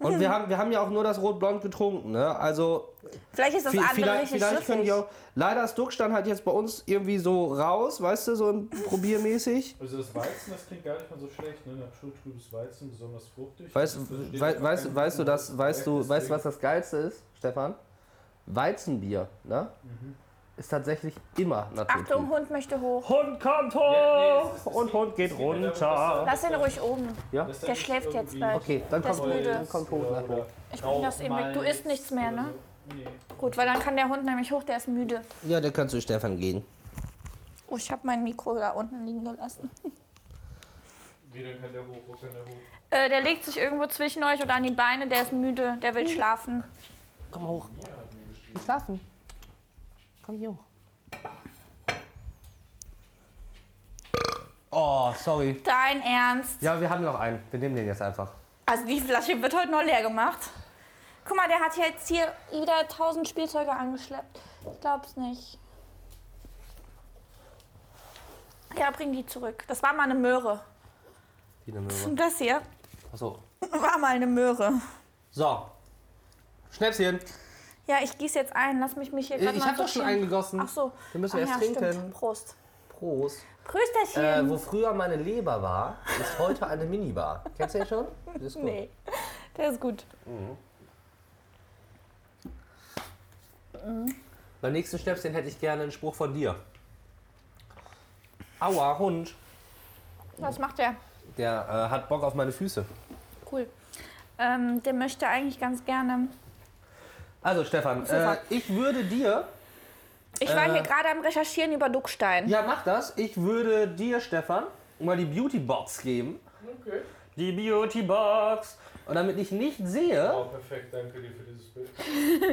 Und wir haben, wir haben ja auch nur das Rot-Blond getrunken, ne? Also
Vielleicht ist das
vi-
andere
vielleicht,
richtig
vielleicht können die
schlüssig.
auch. Leider ist Duckstand halt jetzt bei uns irgendwie so raus, weißt du, so ein probiermäßig.
Also das Weizen, das klingt gar nicht mal so schlecht, ne? Naturtrübes Weißen, besonders fruchtig.
Weißt,
Das steht
wei-
auf
weißt,
keinem
weißt du, das, weißt du, weißt du, was
Deswegen-
das Geilste ist, Stefan? Weizenbier, ne?
Mhm.
Ist tatsächlich immer natürlich.
Achtung, Hund möchte hoch.
Hund kommt
Ja, nee, es ist- es geht- es geht ja darum, dass
Lass ihn ruhig oben.
Ja?
Dass da
Der
nicht
schläft jetzt
irgendwie
bald.
Okay, dann
Der ist
kommt,
müde.
dann kommt Hund nach oben.
Ich
Oh
bring das eben weg. Du isst nichts mehr, ne? Gut, weil dann kann der Hund nämlich hoch, der ist müde.
Ja, dann kannst du Stefan gehen.
Oh, ich habe mein Mikro da unten liegen gelassen.
Wieder kann der hoch, wo kann der hoch?
Äh, der legt sich irgendwo zwischen euch oder an die Beine, der ist müde, der will schlafen.
Komm hoch. Schlafen. Komm hier hoch. Oh, sorry.
Dein Ernst?
Ja, wir haben noch einen. Wir nehmen den jetzt einfach.
Also die Flasche wird heute noch leer gemacht. Guck mal, der hat jetzt hier wieder tausend Spielzeuge angeschleppt. Ich glaub's nicht. Ja, bring die zurück. Das war mal eine Möhre.
Die nehmen wir.
Und das hier
Achso.
war mal eine Möhre.
So. Schnäpschen.
Ja, ich gieße jetzt ein. Lass mich mich hier gerade
ich
mal
habe doch schon
sortieren.
eingegossen.
Ach so.
Wir müssen
Ach
erst
ja, stimmt.
trinken.
Prost.
Prost.
Prösterchen.
Äh, wo früher meine Leber war, ist heute eine Minibar. Kennst du den schon? Das ist gut.
Nee, der ist gut.
Beim nächsten Schnäpschen hätte ich gerne einen Spruch von dir. Aua, Hund.
Was macht der?
Der äh, hat Bock auf meine Füße.
Cool. Ähm, der möchte eigentlich ganz gerne.
Also, Stefan, äh,
Stefan.
ich würde dir
Ich war
Äh.
hier gerade am Recherchieren über Duckstein.
Ja, mach das. Ich würde dir, Stefan, mal die Beauty Box geben.
Okay.
Die Beauty Box. Und damit ich nicht sehe.
Oh, perfekt, danke dir für dieses Bild.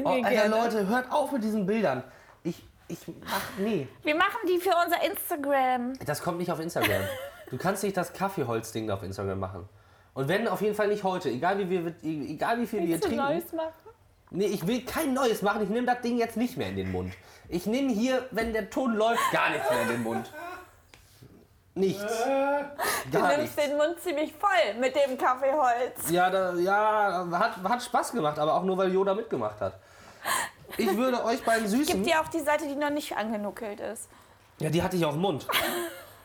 Oh, Alter, Leute, hört auf mit diesen Bildern. Ich, ich, ach nee.
Wir machen die für unser Instagram.
Das kommt nicht auf Instagram. Du kannst nicht das Kaffeeholz-Ding auf Instagram machen. Und wenn, auf jeden Fall nicht heute. Egal wie, wir, egal wie viel wir trinken.
machen?
Nee, ich will kein neues machen. Ich nehme das Ding jetzt nicht mehr in den Mund. Ich nehme hier, wenn der Ton läuft, gar nichts mehr in den Mund. Nichts.
Du
Äh.
Gar nichts. Mhm.
nimmst den Mund ziemlich voll mit dem Kaffeeholz.
Ja, da, ja hat, hat Spaß gemacht, aber auch nur, weil Yoda mitgemacht hat. Ich würde euch beiden
Gib
Süßen...
dir auch die Seite, die noch nicht angenuckelt ist.
ja, die hatte ich auch im Mund.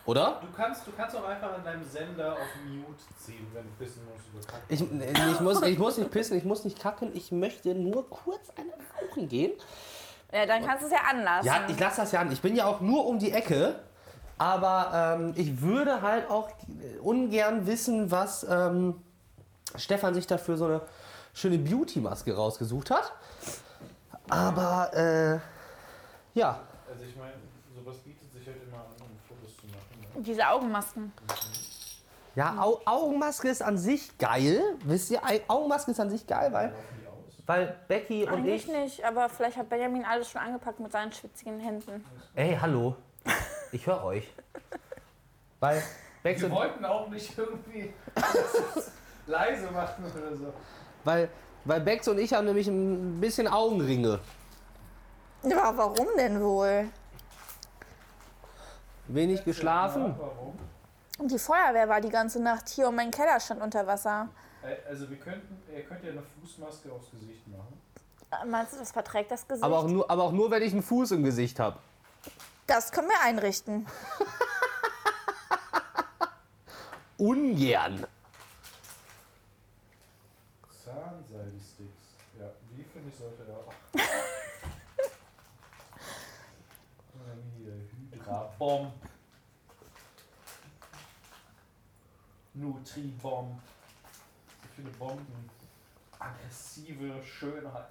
Oder?
Du kannst, du kannst auch einfach an deinem Sender auf Mute ziehen, wenn du wissen musst, du kannst.
Ich, ich, muss, ich muss nicht pissen, ich muss nicht kacken, ich möchte nur kurz eine rauchen gehen.
Ja, dann kannst du es ja anlassen.
Ja, ich lasse das ja an. Ich bin ja auch nur um die Ecke. Aber ähm, ich würde halt auch ungern wissen, was ähm, Stefan sich dafür so eine schöne Beauty-Maske rausgesucht hat. Aber äh, ja,
Also ich meine, sowas bietet sich halt immer an, um Fotos zu machen. Ne?
Diese Augenmasken.
Ja, Au Augenmaske ist an sich geil. Wisst ihr, Ei- Augenmaske ist an sich geil, weil,
Laufen die aus?
weil Becky und
Eigentlich
ich.
nicht, aber vielleicht hat Benjamin alles schon angepackt mit seinen schwitzigen Händen.
Ey, hallo. Ich höre euch. Weil Becky,
Wir
und,
wollten auch nicht irgendwie leise machen oder so.
weil, weil Bex und ich haben nämlich ein bisschen Augenringe.
Ja, warum denn wohl?
Wenig geschlafen.
Warum?
Und die Feuerwehr war die ganze Nacht hier und mein Keller stand unter Wasser.
Äh, Also wir könnten, ihr könnt ja eine Fußmaske aufs Gesicht machen.
Äh, Meinst du, das verträgt das Gesicht?
Aber auch, nur, aber auch nur, wenn ich einen Fuß im Gesicht habe.
das können wir einrichten.
Ungern.
Zahnseidensticks. Ja, die finde ich sollte da auch. Und dann hier Hydrabomb. Nutribomb. So viele Bomben. Aggressive Schönheit.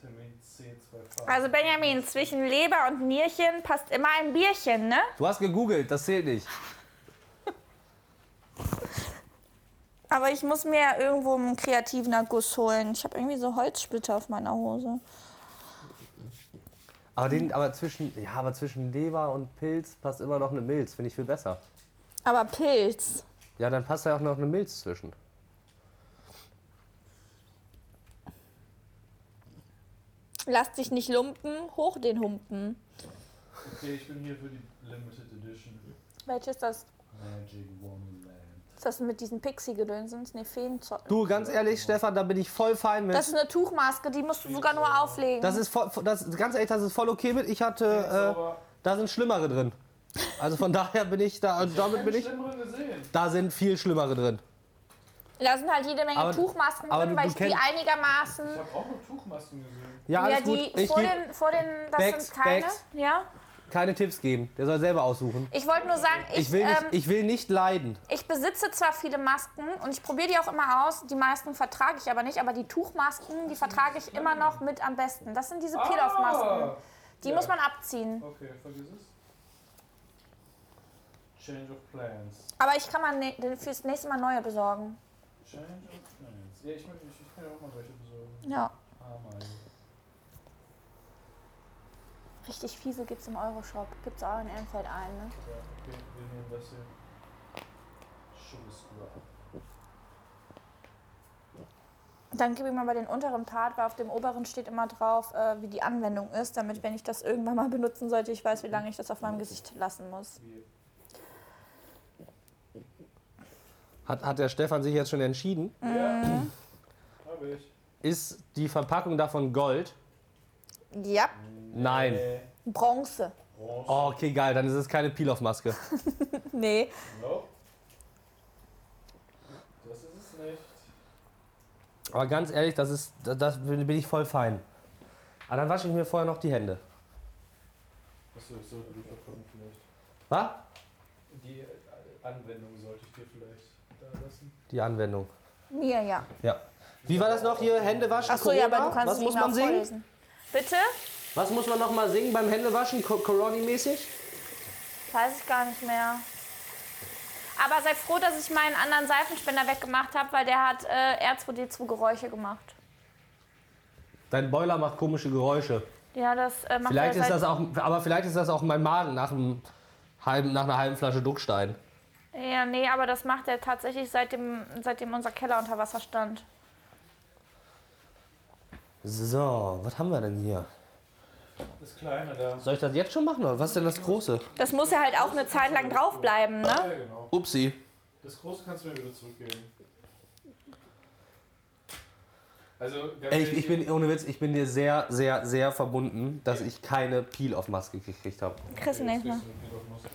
Vitamin C, 2
Also Benjamin, zwischen Leber und Nierchen passt immer ein Bierchen, ne?
Du hast gegoogelt, das zählt nicht.
Aber ich muss mir irgendwo einen kreativen Guss holen. Ich habe irgendwie so Holzsplitter auf meiner Hose.
Aber, den, aber, zwischen, ja, aber zwischen Leber und Pilz passt immer noch eine Milz. Finde ich viel besser.
Aber Pilz.
Ja, dann passt da auch noch eine Milz zwischen.
Lass dich nicht lumpen, hoch den Humpen.
Okay, ich bin hier für die Limited Edition
Welches ist das?
Magic Womanland.
Ist das mit diesen Pixie-Gedönsens? Ne, Feenzotten.
Du, ganz ehrlich, Stefan, da bin ich voll fein mit.
Das ist eine Tuchmaske, die musst du sogar nur auflegen.
Das ist voll, das, ganz ehrlich, das ist voll okay mit. Ich hatte, äh,
Aber
da sind schlimmere drin. Also von daher bin ich da, und damit bin ich,
Schlimmeren gesehen.
da sind viel schlimmere drin.
da sind halt jede Menge
Aber-
Tuchmasken
aber
drin,
du-
weil
du
ich die
kennst-
Ich
einigermaßen.
habe auch nur Tuchmasken gesehen.
Ja,
Ja,
alles
die
gut. Ich
vor,
geb
den, vor den. Das
Bags,
sind keine.
Bags.
Ja.
keine Tipps geben. Der soll selber aussuchen.
Ich wollte nur sagen, ich,
Ich will,
ähm,
nicht, ich will nicht leiden.
Ich besitze zwar viele Masken und ich probiere die auch immer aus, die meisten vertrage ich aber nicht, aber die Tuchmasken, die vertrage ich immer noch mit am besten. Das sind diese Peel-Off-Masken.
Ah,
Die
ja.
muss man abziehen.
Okay, vergiss es. Change of plans.
Aber ich kann mir ne fürs nächste Mal neue besorgen.
Change of plans. Ja, ich, möchte- ich, ich kann ja auch mal welche besorgen. Ah,
Ja.
Ameise.
Richtig fiese gibt's im Euroshop. Gibt's auch in Ehrenfeld ein, ne?
Ja, okay, wir nehmen das hier. Schuhe
Dann gebe ich mal bei den unteren Part, weil auf dem oberen steht immer drauf, äh, wie die Anwendung ist, damit wenn ich das irgendwann mal benutzen sollte, ich weiß, wie lange ich das auf meinem Gesicht lassen muss.
Hat, hat der Stefan sich jetzt schon entschieden?
Ja, hab ich.
Ist die Verpackung davon Gold?
Ja,
Nein.
Äh,
Bronze.
Bronze.
Oh, okay, geil. Dann ist es keine Peel-Off-Maske.
Nee,
No. Das ist es nicht.
Aber ganz ehrlich, das ist, da- das bin bin ich voll fein. Aber dann wasche ich mir vorher noch die Hände.
Achso, ich sollte die verpacken vielleicht.
Was?
Die äh, Anwendung sollte ich dir vielleicht da lassen.
Die Anwendung.
mir ja.
Wie war das noch hier? Hände waschen?
Achso, ja, aber
Corona?
du kannst
Was
es
muss
nicht mehr
man singen?
vorlesen. Bitte?
Was muss man noch mal singen beim Händewaschen? Co- Corona-mäßig?
Weiß ich gar nicht mehr. Aber seid froh, dass ich meinen anderen Seifenspender weggemacht habe, weil der hat äh, R2D2 Geräusche gemacht.
Dein Boiler macht komische Geräusche.
Ja, das äh, macht
Vielleicht
er
ist
seit-
das auch, aber vielleicht ist das auch mein Magen nach, einem halben, nach einer halben Flasche Duckstein.
Ja, nee, aber das macht er tatsächlich seitdem, seitdem unser Keller unter Wasser stand.
So, was haben wir denn hier?
Das kleine da.
Soll ich das jetzt schon machen oder was ist denn das große?
Das muss ja halt auch eine Zeit lang draufbleiben, ne?
Ja, genau.
Upsi.
Das große kannst du mir wieder zurückgeben. Also, ganz
Ey, ich, ich
ehrlich,
bin ohne Witz, ich bin dir sehr, sehr, sehr verbunden, dass ich keine Peel-Off-Maske gekriegt habe.
Chris,
jetzt
nächstes Mal.
kriegst du die doch noch.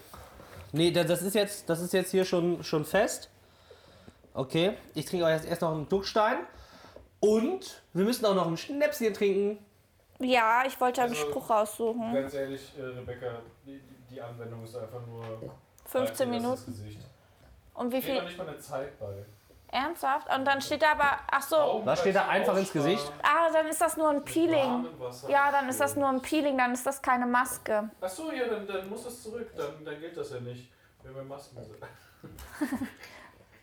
Nee, da- das ist jetzt, das ist jetzt hier schon, schon fest. Okay, ich trinke auch jetzt erst noch einen Duckstein. Und wir müssen auch noch ein Schnäpschen trinken.
Ja, ich wollte einen
Also,
Spruch raussuchen.
Ganz ehrlich, äh, Rebecca, die, die Anwendung ist einfach nur.
15
Halt dir das
Minuten.
ins Gesicht.
Und wie
Steht doch
viel?
nicht mal eine Zeit bei.
Ernsthaft? Und dann steht da aber. Ach so.
Was steht da einfach ins Gesicht?
Ah, dann ist das nur ein Peeling. Ja, dann ist das nur ein Peeling, dann ist das keine Maske.
Achso, ja, dann, dann muss das zurück. Dann, dann gilt das ja nicht. Wenn wir Masken sind.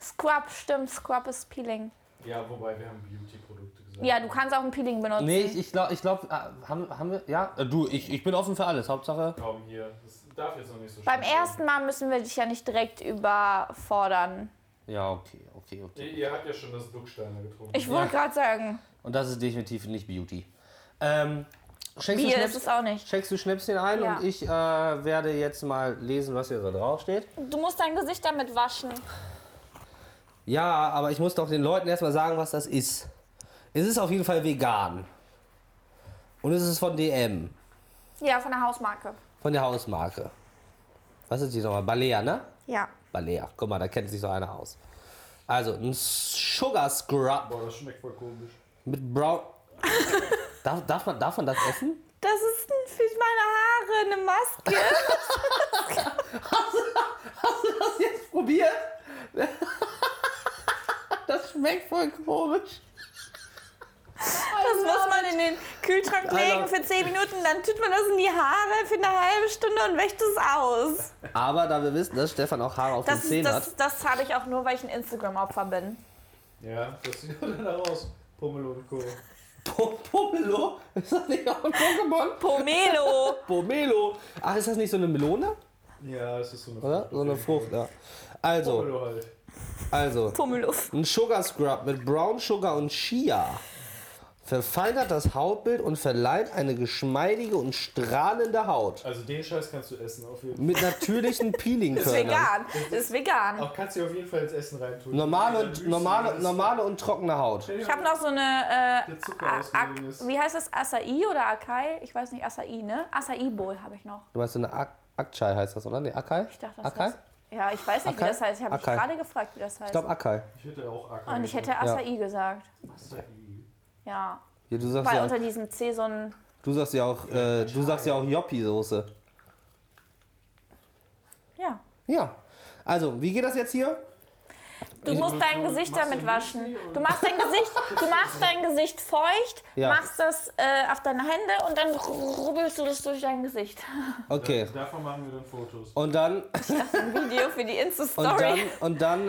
Scrub, stimmt, Scrub ist Peeling.
Ja, wobei wir haben Beauty-Produkte gesagt.
Ja, du kannst auch ein Peeling benutzen.
Nee, ich, ich glaube, ich glaub, ah, haben, haben wir, ja, Äh, du, ich, ich bin offen für alles. Hauptsache,
Kaum hier. Das darf jetzt noch nicht so
Beim
schlimm sein.
ersten Mal müssen wir dich ja nicht direkt überfordern.
ja, okay, okay, okay.
Ihr, ihr habt ja schon das Ducksteiner getrunken.
Ich wollte gerade sagen,
Und das ist definitiv nicht Beauty. Ähm, schenkst, du
Bier ist es
Schnaps,
auch nicht.
schenkst du Schnäpschen ein
Ja.
und ich äh, werde jetzt mal lesen, was hier so draufsteht.
Du musst dein Gesicht damit waschen.
Ja, aber ich muss doch den Leuten erstmal sagen, was das ist. Es ist auf jeden Fall vegan. Und es ist von DM,
Ja, von der Hausmarke.
von der Hausmarke. Was ist die nochmal? Balea, ne?
Ja.
Balea. Guck mal, da kennt sich so einer aus. Also, ein Sugar Scrub
Boah, das schmeckt voll komisch.
mit Brown. darf, darf, man, darf man das essen?
Das ist ein- für meine Haare eine Maske.
das jetzt probiert? Das schmeckt voll komisch.
Das muss man in den Kühlschrank legen
Oh Alter.
für 10 Minuten. Dann tut man das in die Haare für eine halbe Stunde und wäscht es aus.
Aber da wir wissen, dass Stefan auch Haare auf den
Das, ist-
Zähnen
das,
hat.
das habe ich auch nur, weil ich ein Instagram-Opfer bin.
Ja, das sieht dann da raus. Pummel und Co.
Po- Pomelo? Ist das nicht auch ein Pokémon?
Pomelo.
Pomelo. Ach, ist das nicht so eine Melone?
Ja, es ist so eine
Oder? So eine Frucht, ja. Also,
Pummel halt.
also.
Pomelo.
Ein Sugar Scrub mit Brown Sugar und Chia. verfeinert das Hautbild und verleiht eine geschmeidige und strahlende Haut.
Also den Scheiß kannst du essen. Auf jeden
Mit natürlichen
Ist
Peelingkörnern.
vegan. Ist vegan.
Auch kannst du dir auf jeden Fall ins Essen reintun.
Normale
Dieser
und,
Müsli,
normale,
das-
normale und trockene Haut.
Ich habe noch so eine. Äh,
Der Zucker
A-
ausgegangen
Ak-
ist.
wie heißt das? Acai oder Akai? Ich weiß nicht, Acai, ne? Acai Bowl habe ich noch.
Du meinst so eine Ak Akchai heißt das, oder? Nee, Akai?
Ich dachte, das
Akai?
heißt. Ja, ich weiß nicht,
Acai?
wie das heißt. Ich habe mich
Acai.
gerade gefragt, wie das heißt.
Ich glaube Akai.
Ich hätte auch Acker.
Und ich hätte Acai gesagt.
gesagt.
E.
Acai.
Ja.
Ja, du sagst
Weil
ja,
unter diesem C so ein.
du sagst ja auch, äh, du sagst ja auch Joppi-Soße.
Ja.
Ja. Also, wie geht das jetzt hier?
Du musst dein Gesicht damit waschen. Du machst dein Gesicht, du machst dein Gesicht feucht,
Ja.
machst das äh, auf deine Hände und dann rubbelst du das durch dein Gesicht.
Okay.
Davon machen wir dann Fotos.
Und dann,
Video für die
und dann,
Insta-Story.
und dann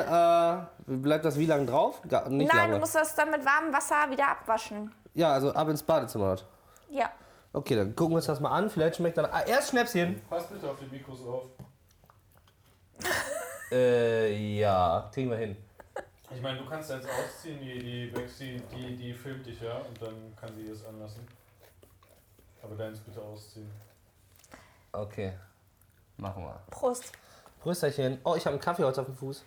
äh, bleibt das wie lange drauf? Gar, nicht
Nein, du
lange.
musst das dann mit warmem Wasser wieder abwaschen.
Ja, also ab ins Badezimmer. dort.
Ja.
Okay, dann gucken wir uns das mal an. Vielleicht schmeckt dann. Ah, erst Schnäpschen.
Pass bitte auf die Mikros auf.
Äh, ja. Kriegen wir hin.
Ich meine, du kannst eins ausziehen, die, die Bexi, die, die filmt dich ja und dann kann sie es anlassen. Aber deins bitte ausziehen.
Okay. Machen wir.
Prost.
Prösterchen. Oh, ich habe ein Kaffeeholz auf dem Fuß.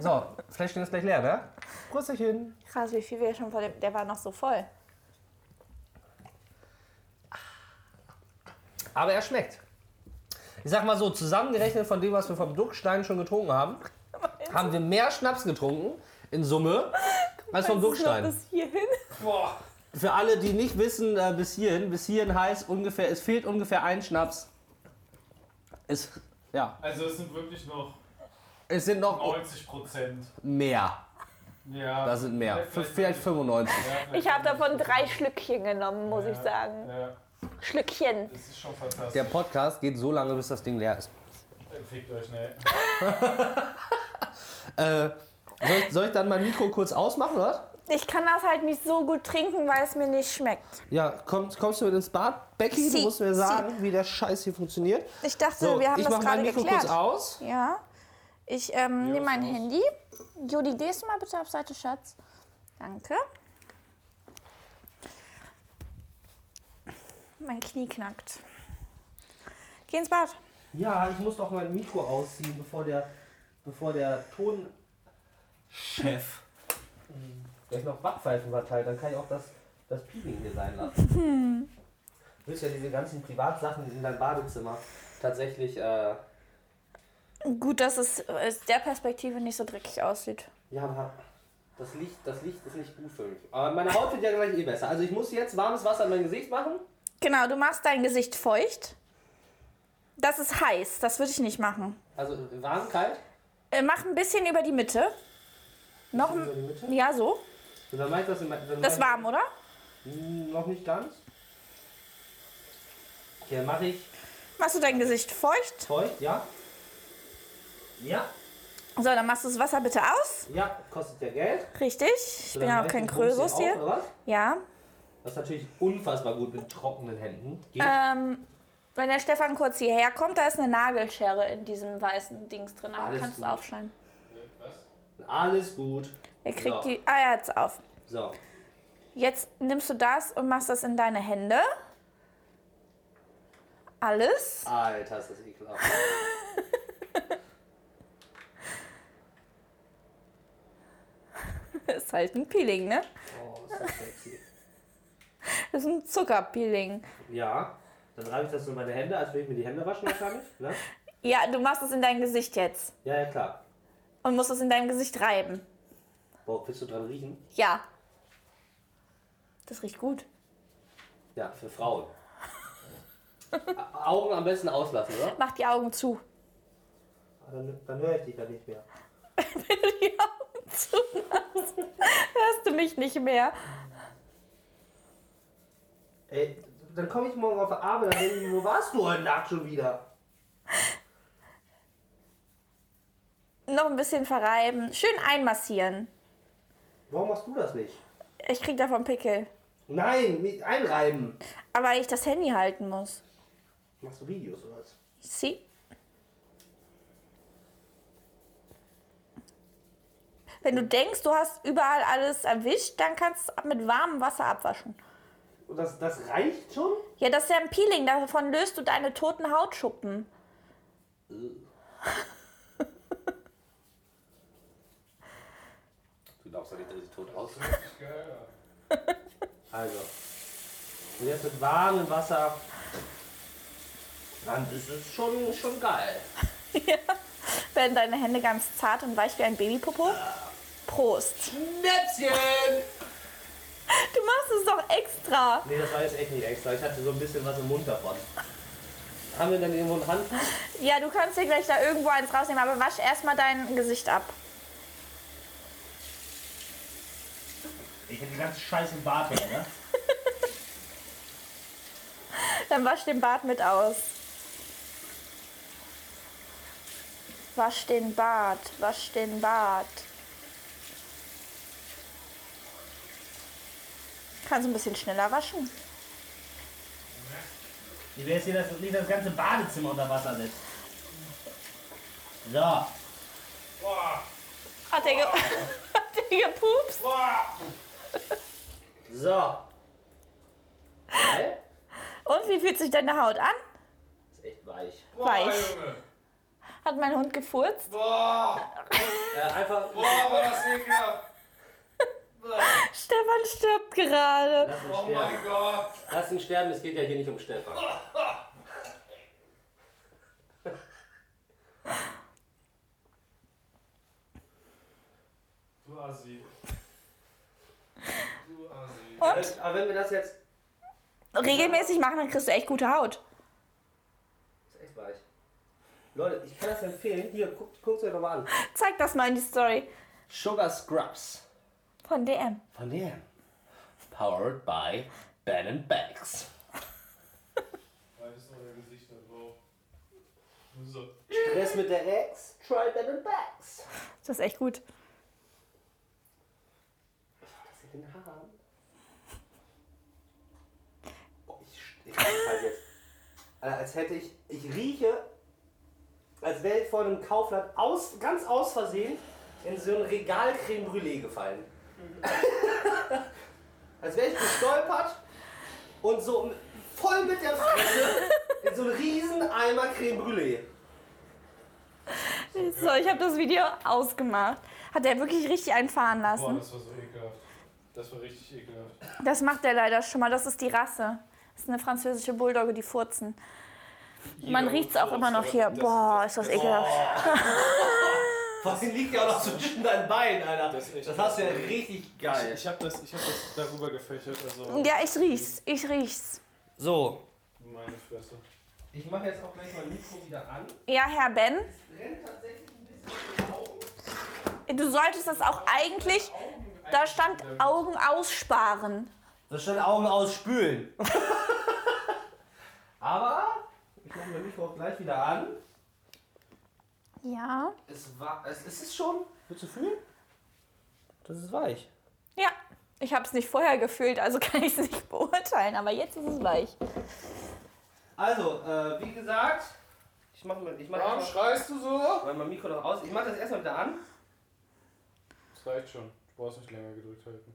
So, Fläschchen ist gleich leer, ne? Prösterchen.
Krass, wie viel wir schon vor dem. Der war noch so voll.
Aber er schmeckt. Ich sag mal so, zusammengerechnet von dem, was wir vom Duckstein schon getrunken haben, haben wir mehr Schnaps getrunken in Summe als vom Duckstein.
Bis hierhin.
Boah.
Für alle, die nicht wissen, äh, bis hierhin, bis hierhin heißt ungefähr, es fehlt ungefähr ein Schnaps. Es, ja,
Also es sind wirklich noch
es sind noch
90 Prozent.
mehr.
Ja.
Da sind mehr. F- Vielleicht
ja,
95.
vielleicht
Ich habe
nicht.
davon drei Schlückchen genommen, muss ich
Ja,
sagen.
Ja,
Schlückchen.
das ist schon fantastisch.
Der Podcast geht so lange, bis das Ding leer ist.
Fickt euch, ne?
Äh, soll, ich, soll ich dann mein Mikro kurz ausmachen, oder?
Ich kann das halt nicht so gut trinken, weil es mir nicht schmeckt.
Ja, kommst, kommst du mit ins Bad, Becky? Du
Sie-
musst mir sagen, wie der Scheiß hier funktioniert.
Ich dachte,
So,
wir haben
ich
das
mache mein
gerade
Mikro
geklärt.
kurz aus.
Ja. Ich ähm, nehme mein
aus.
Handy. Jodi, gehst du mal bitte auf Seite, Schatz? Danke. Mein Knie knackt. Geh ins Bad.
Ja, ich muss doch mein Mikro ausziehen, bevor der, bevor der Tonchef gleich noch Backpfeifen verteilt. Dann kann ich auch das, das Peeling hier sein lassen.
Hm.
Du willst ja diese ganzen Privatsachen in dein Badezimmer tatsächlich, äh,
Gut, dass es äh, aus der Perspektive nicht so dreckig aussieht.
ja, aber das Licht, das Licht ist nicht gut für mich. Aber meine Haut wird ja gleich eh besser. Also ich muss jetzt warmes Wasser in mein Gesicht machen.
Genau, du machst dein Gesicht feucht. Das ist heiß, das würde ich nicht machen.
Also warm, kalt,
Äh, mach ein bisschen über die Mitte. Noch
über
ein.
die Mitte.
Ja, so.
Und dann mache ich das in mein, dann
Das
mach
warm, oder?
ich, Hm, Noch nicht ganz. Hier mache ich
Machst du dein Gesicht feucht.
Feucht, ja. Ja,
So, dann machst du das Wasser bitte aus.
ja, kostet ja Geld.
Richtig. Ich bin
Dann
ja auch
reicht
kein
der Bums
Krösus
hier auch,
hier.
oder was?
Ja.
Das ist natürlich unfassbar gut mit trockenen Händen. Geht.
Ähm, wenn der Stefan kurz hierher kommt, da ist eine Nagelschere in diesem weißen Dings drin. Aber
Alles
kannst du
gut.
aufschneiden.
Alles gut.
Er kriegt
So.
die. Ah ja, jetzt auf.
So.
Jetzt nimmst du das und machst das in deine Hände. Alles.
Alter, ist das ekelhaft.
Ist halt ein Peeling, ne?
Oh, ist das sexy.
Das ist ein Zuckerpeeling.
Ja. Dann reibe ich das nur in meine Hände, als würde ich mir die Hände waschen wahrscheinlich. Ne?
Ja, du machst es in dein Gesicht jetzt.
Ja, ja, klar.
Und musst es in deinem Gesicht reiben.
Boah, willst du dran riechen?
Ja. Das riecht gut.
Ja, für Frauen. A- Augen am besten auslassen, oder?
Mach die Augen zu.
Ah, Dann, dann höre ich dich ja nicht mehr.
die Augen zu machst, hörst du mich nicht mehr.
Ey, dann komme ich morgen auf die Arbeit, dann denke ich, mir, wo warst du heute Nacht schon wieder?
Noch ein bisschen verreiben. Schön einmassieren.
Warum machst du das nicht?
Ich krieg davon Pickel.
Nein, nicht einreiben.
Aber weil ich das Handy halten muss.
Machst du Videos oder was?
Sie? Wenn du denkst, du hast überall alles erwischt, dann kannst du es mit warmem Wasser abwaschen.
Und das, das reicht schon?
Ja, das ist ja ein Peeling, davon löst du deine toten Hautschuppen.
Du glaubst doch nicht, dass ich tot aussehe. Also. Und jetzt mit warmem Wasser. Dann ist es schon, schon geil.
Werden deine Hände ganz zart und weich wie ein Babypopo? Prost.
Schnäppchen!
Du machst es doch extra.
Nee, das war jetzt echt nicht extra. Ich hatte so ein bisschen was im Mund davon. Haben wir dann irgendwo ein Handtuch?
Ja, du kannst dir gleich da irgendwo eins rausnehmen, aber wasch erstmal dein Gesicht ab.
Ich hätte die ganze Scheiße im Bart hängen, ne?
Dann wasch den Bart mit aus. Wasch den Bart, wasch den Bart. Kannst du ein bisschen schneller waschen?
Wie wäre es hier, dass das nicht das ganze Badezimmer unter Wasser setzt? So.
Hat der, ge hat der gepupst?
So. Geil.
Und wie fühlt sich deine Haut an?
Ist echt weich.
Weich. Hat mein Hund gefurzt?
Äh, einfach.
Stefan stirbt gerade.
Lass ihn sterben. Lass ihn sterben, es geht ja hier nicht um Stefan.
Du Assi. Du Assi.
Und?
Also, Aber wenn wir das jetzt.
Regelmäßig machen, dann kriegst du echt gute Haut.
Ist echt weich. Leute, ich kann das empfehlen. Hier, guckt guckt euch doch mal an.
Zeig das mal in die Story
Sugar Scrubs.
von DM.
Von DM. Powered by Ben and Bags.
Weil das ist euer Gesicht da drauf. So.
Stress mit der Ex? Try Ben and Bags.
Das ist echt gut.
Das in den Haaren. Oh, ich stehe halt jetzt. Alter, als hätte ich. Ich rieche, als wäre ich vor einem Kaufland aus, ganz aus Versehen in so ein Regal Creme Brûlée gefallen. Mhm. als wäre ich gestolpert und so voll mit der Fresse in so einen riesen Eimer Creme Brûlée.
So, ich habe das Video ausgemacht. Hat er wirklich richtig einfahren
Boah,
lassen?
das war so ekelhaft. Das war richtig ekelhaft.
Das macht er leider schon mal. Das ist die Rasse. Das ist eine französische Bulldogge, die furzen. Man
Jeder
riecht's auch
Hund
immer noch
furzt,
hier.
aber das-
Boah, ist das ekelhaft.
Was liegt ja auch noch zwischen deinen Beinen, Alter.
Das ist echt
Das hast du ja richtig geil.
Ich, ich hab das, ich hab das darüber gefächert, also
Ja, ich riech's. Ich riech's.
So,
meine Fresse.
Ich mache jetzt auch gleich mein Mikro wieder an.
Ja, Herr Ben? Du solltest das auch eigentlich. Da stand Augen aussparen.
Da stand Augen ausspülen. Aber ich mache mein Mikro auch gleich wieder an.
Ja.
Es war. Es es ist schon. Willst du fühlen? Das ist weich.
Ja. Ich hab's nicht vorher gefühlt, also kann ich's nicht beurteilen. Aber jetzt ist es weich.
Also, äh, wie gesagt, ich mache ich mach
Warum
einfach-
schreist du so?
weil mein Mikro noch aus. Ich mache das erstmal wieder an.
Das reicht schon. Du brauchst nicht länger gedrückt halten.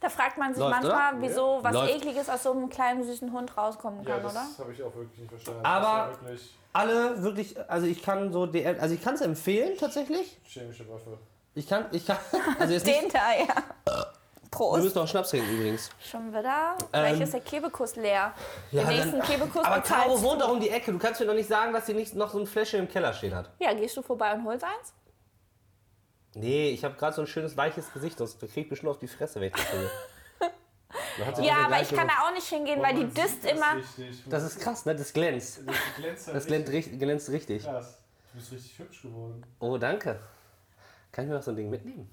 Da fragt man sich
Läuft,
manchmal, wieso was
Läuft.
Ekliges aus so einem kleinen süßen Hund rauskommen
Ja,
kann, oder?
das habe ich auch wirklich nicht verstanden.
Aber-
das ist ja wirklich
alle wirklich, also ich kann so DM, also ich kann es empfehlen tatsächlich.
chemische Waffe.
Ich kann, ich kann, also jetzt nicht,
Den da, ja.
wir
Prost.
müssen noch Schnaps trinken übrigens.
Schon wieder? Vielleicht ist der Kebekus leer.
Ähm, Ja,
Den nächsten
dann,
Kebekus
aber
bezahlst
Caro
du.
wohnt auch um die Ecke, du kannst mir doch nicht sagen, dass sie nicht noch so ein Fläschchen im Keller stehen hat.
Ja, gehst du vorbei und holst eins?
Nee, ich habe gerade so ein schönes weiches Gesicht, sonst krieg ich bestimmt auf die Fresse, wenn ich das trinke. Dann hat sie
Ja,
diese
aber ich
gleiche- Oh
kann da auch nicht hingehen, weil die
Man sieht
disst
Oh das
immer.
Richtig.
Das ist krass, ne? Das glänzt.
Das glänzt
Das glänzt, richt- glänzt richtig.
Krass. Du bist richtig hübsch geworden.
Oh, danke. Kann ich mir noch so ein Ding mitnehmen?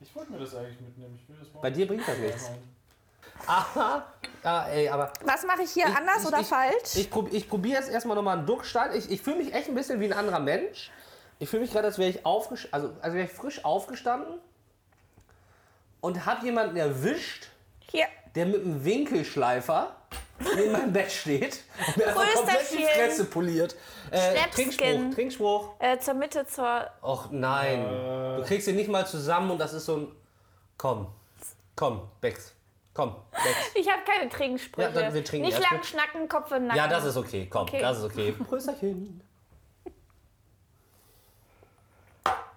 Ich wollte mir das eigentlich mitnehmen. Ich will das morgen
Bei dir bringt das nichts. Aha. Ah, ey, aber
Was mache ich hier
Ich-
anders
ich-
oder
ich-
falsch?
ich, prob, ich probiere jetzt erstmal nochmal einen Duckstein. Ich, ich fühle mich echt ein bisschen wie ein anderer Mensch. Ich fühle mich gerade, als wäre ich, aufges- also, als wär ich frisch aufgestanden und habe jemanden erwischt,
hier.
der mit einem Winkelschleifer neben meinem Bett steht und mir einfach
Größter
komplett die
Film.
Fresse poliert. Äh,
Schnäpskin.
Trinkspruch, Trinkspruch.
Äh, zur Mitte, zur.
Och nein. Du kriegst ihn nicht mal zusammen und das ist so ein. Komm. Komm, Bex. Komm, Bex.
Ich habe keine Trinkensprüche.
Ja, dann wir trinken
Nicht
erst
lang
mal.
schnacken, Kopf im Nacken.
Ja, das ist okay. Komm,
Okay.
das ist okay. Prösterchen.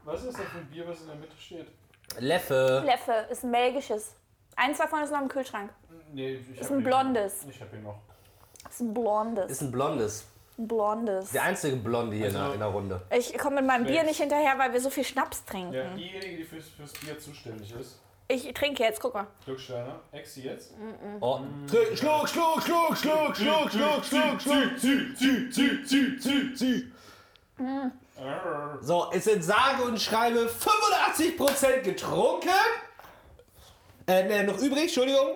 Was ist das für ein Bier, was in der Mitte steht?
Leffe.
Leffe ist ein belgisches. Eins davon ist noch im Kühlschrank.
Nee, ich
Ist ein blondes.
Ich hab ihn noch.
Ist ein blondes.
Ist ein blondes.
Ein blondes.
Der einzige Blonde hier in der- in der Runde.
Ich komme mit meinem Bier
Schlecht.
nicht hinterher, weil wir so viel Schnaps trinken.
Ja, diejenige, die fürs, fürs Bier zuständig ist.
Ich trinke jetzt, guck mal.
Glücksteiner. Exi jetzt.
Mhm.
Oh. Trink- Schluck, schluck, schluck, schluck, schluck, schluck, schluck, schluck.
Arr.
So, es sind sage und schreibe 85% getrunken. Äh, ne, noch übrig, Entschuldigung.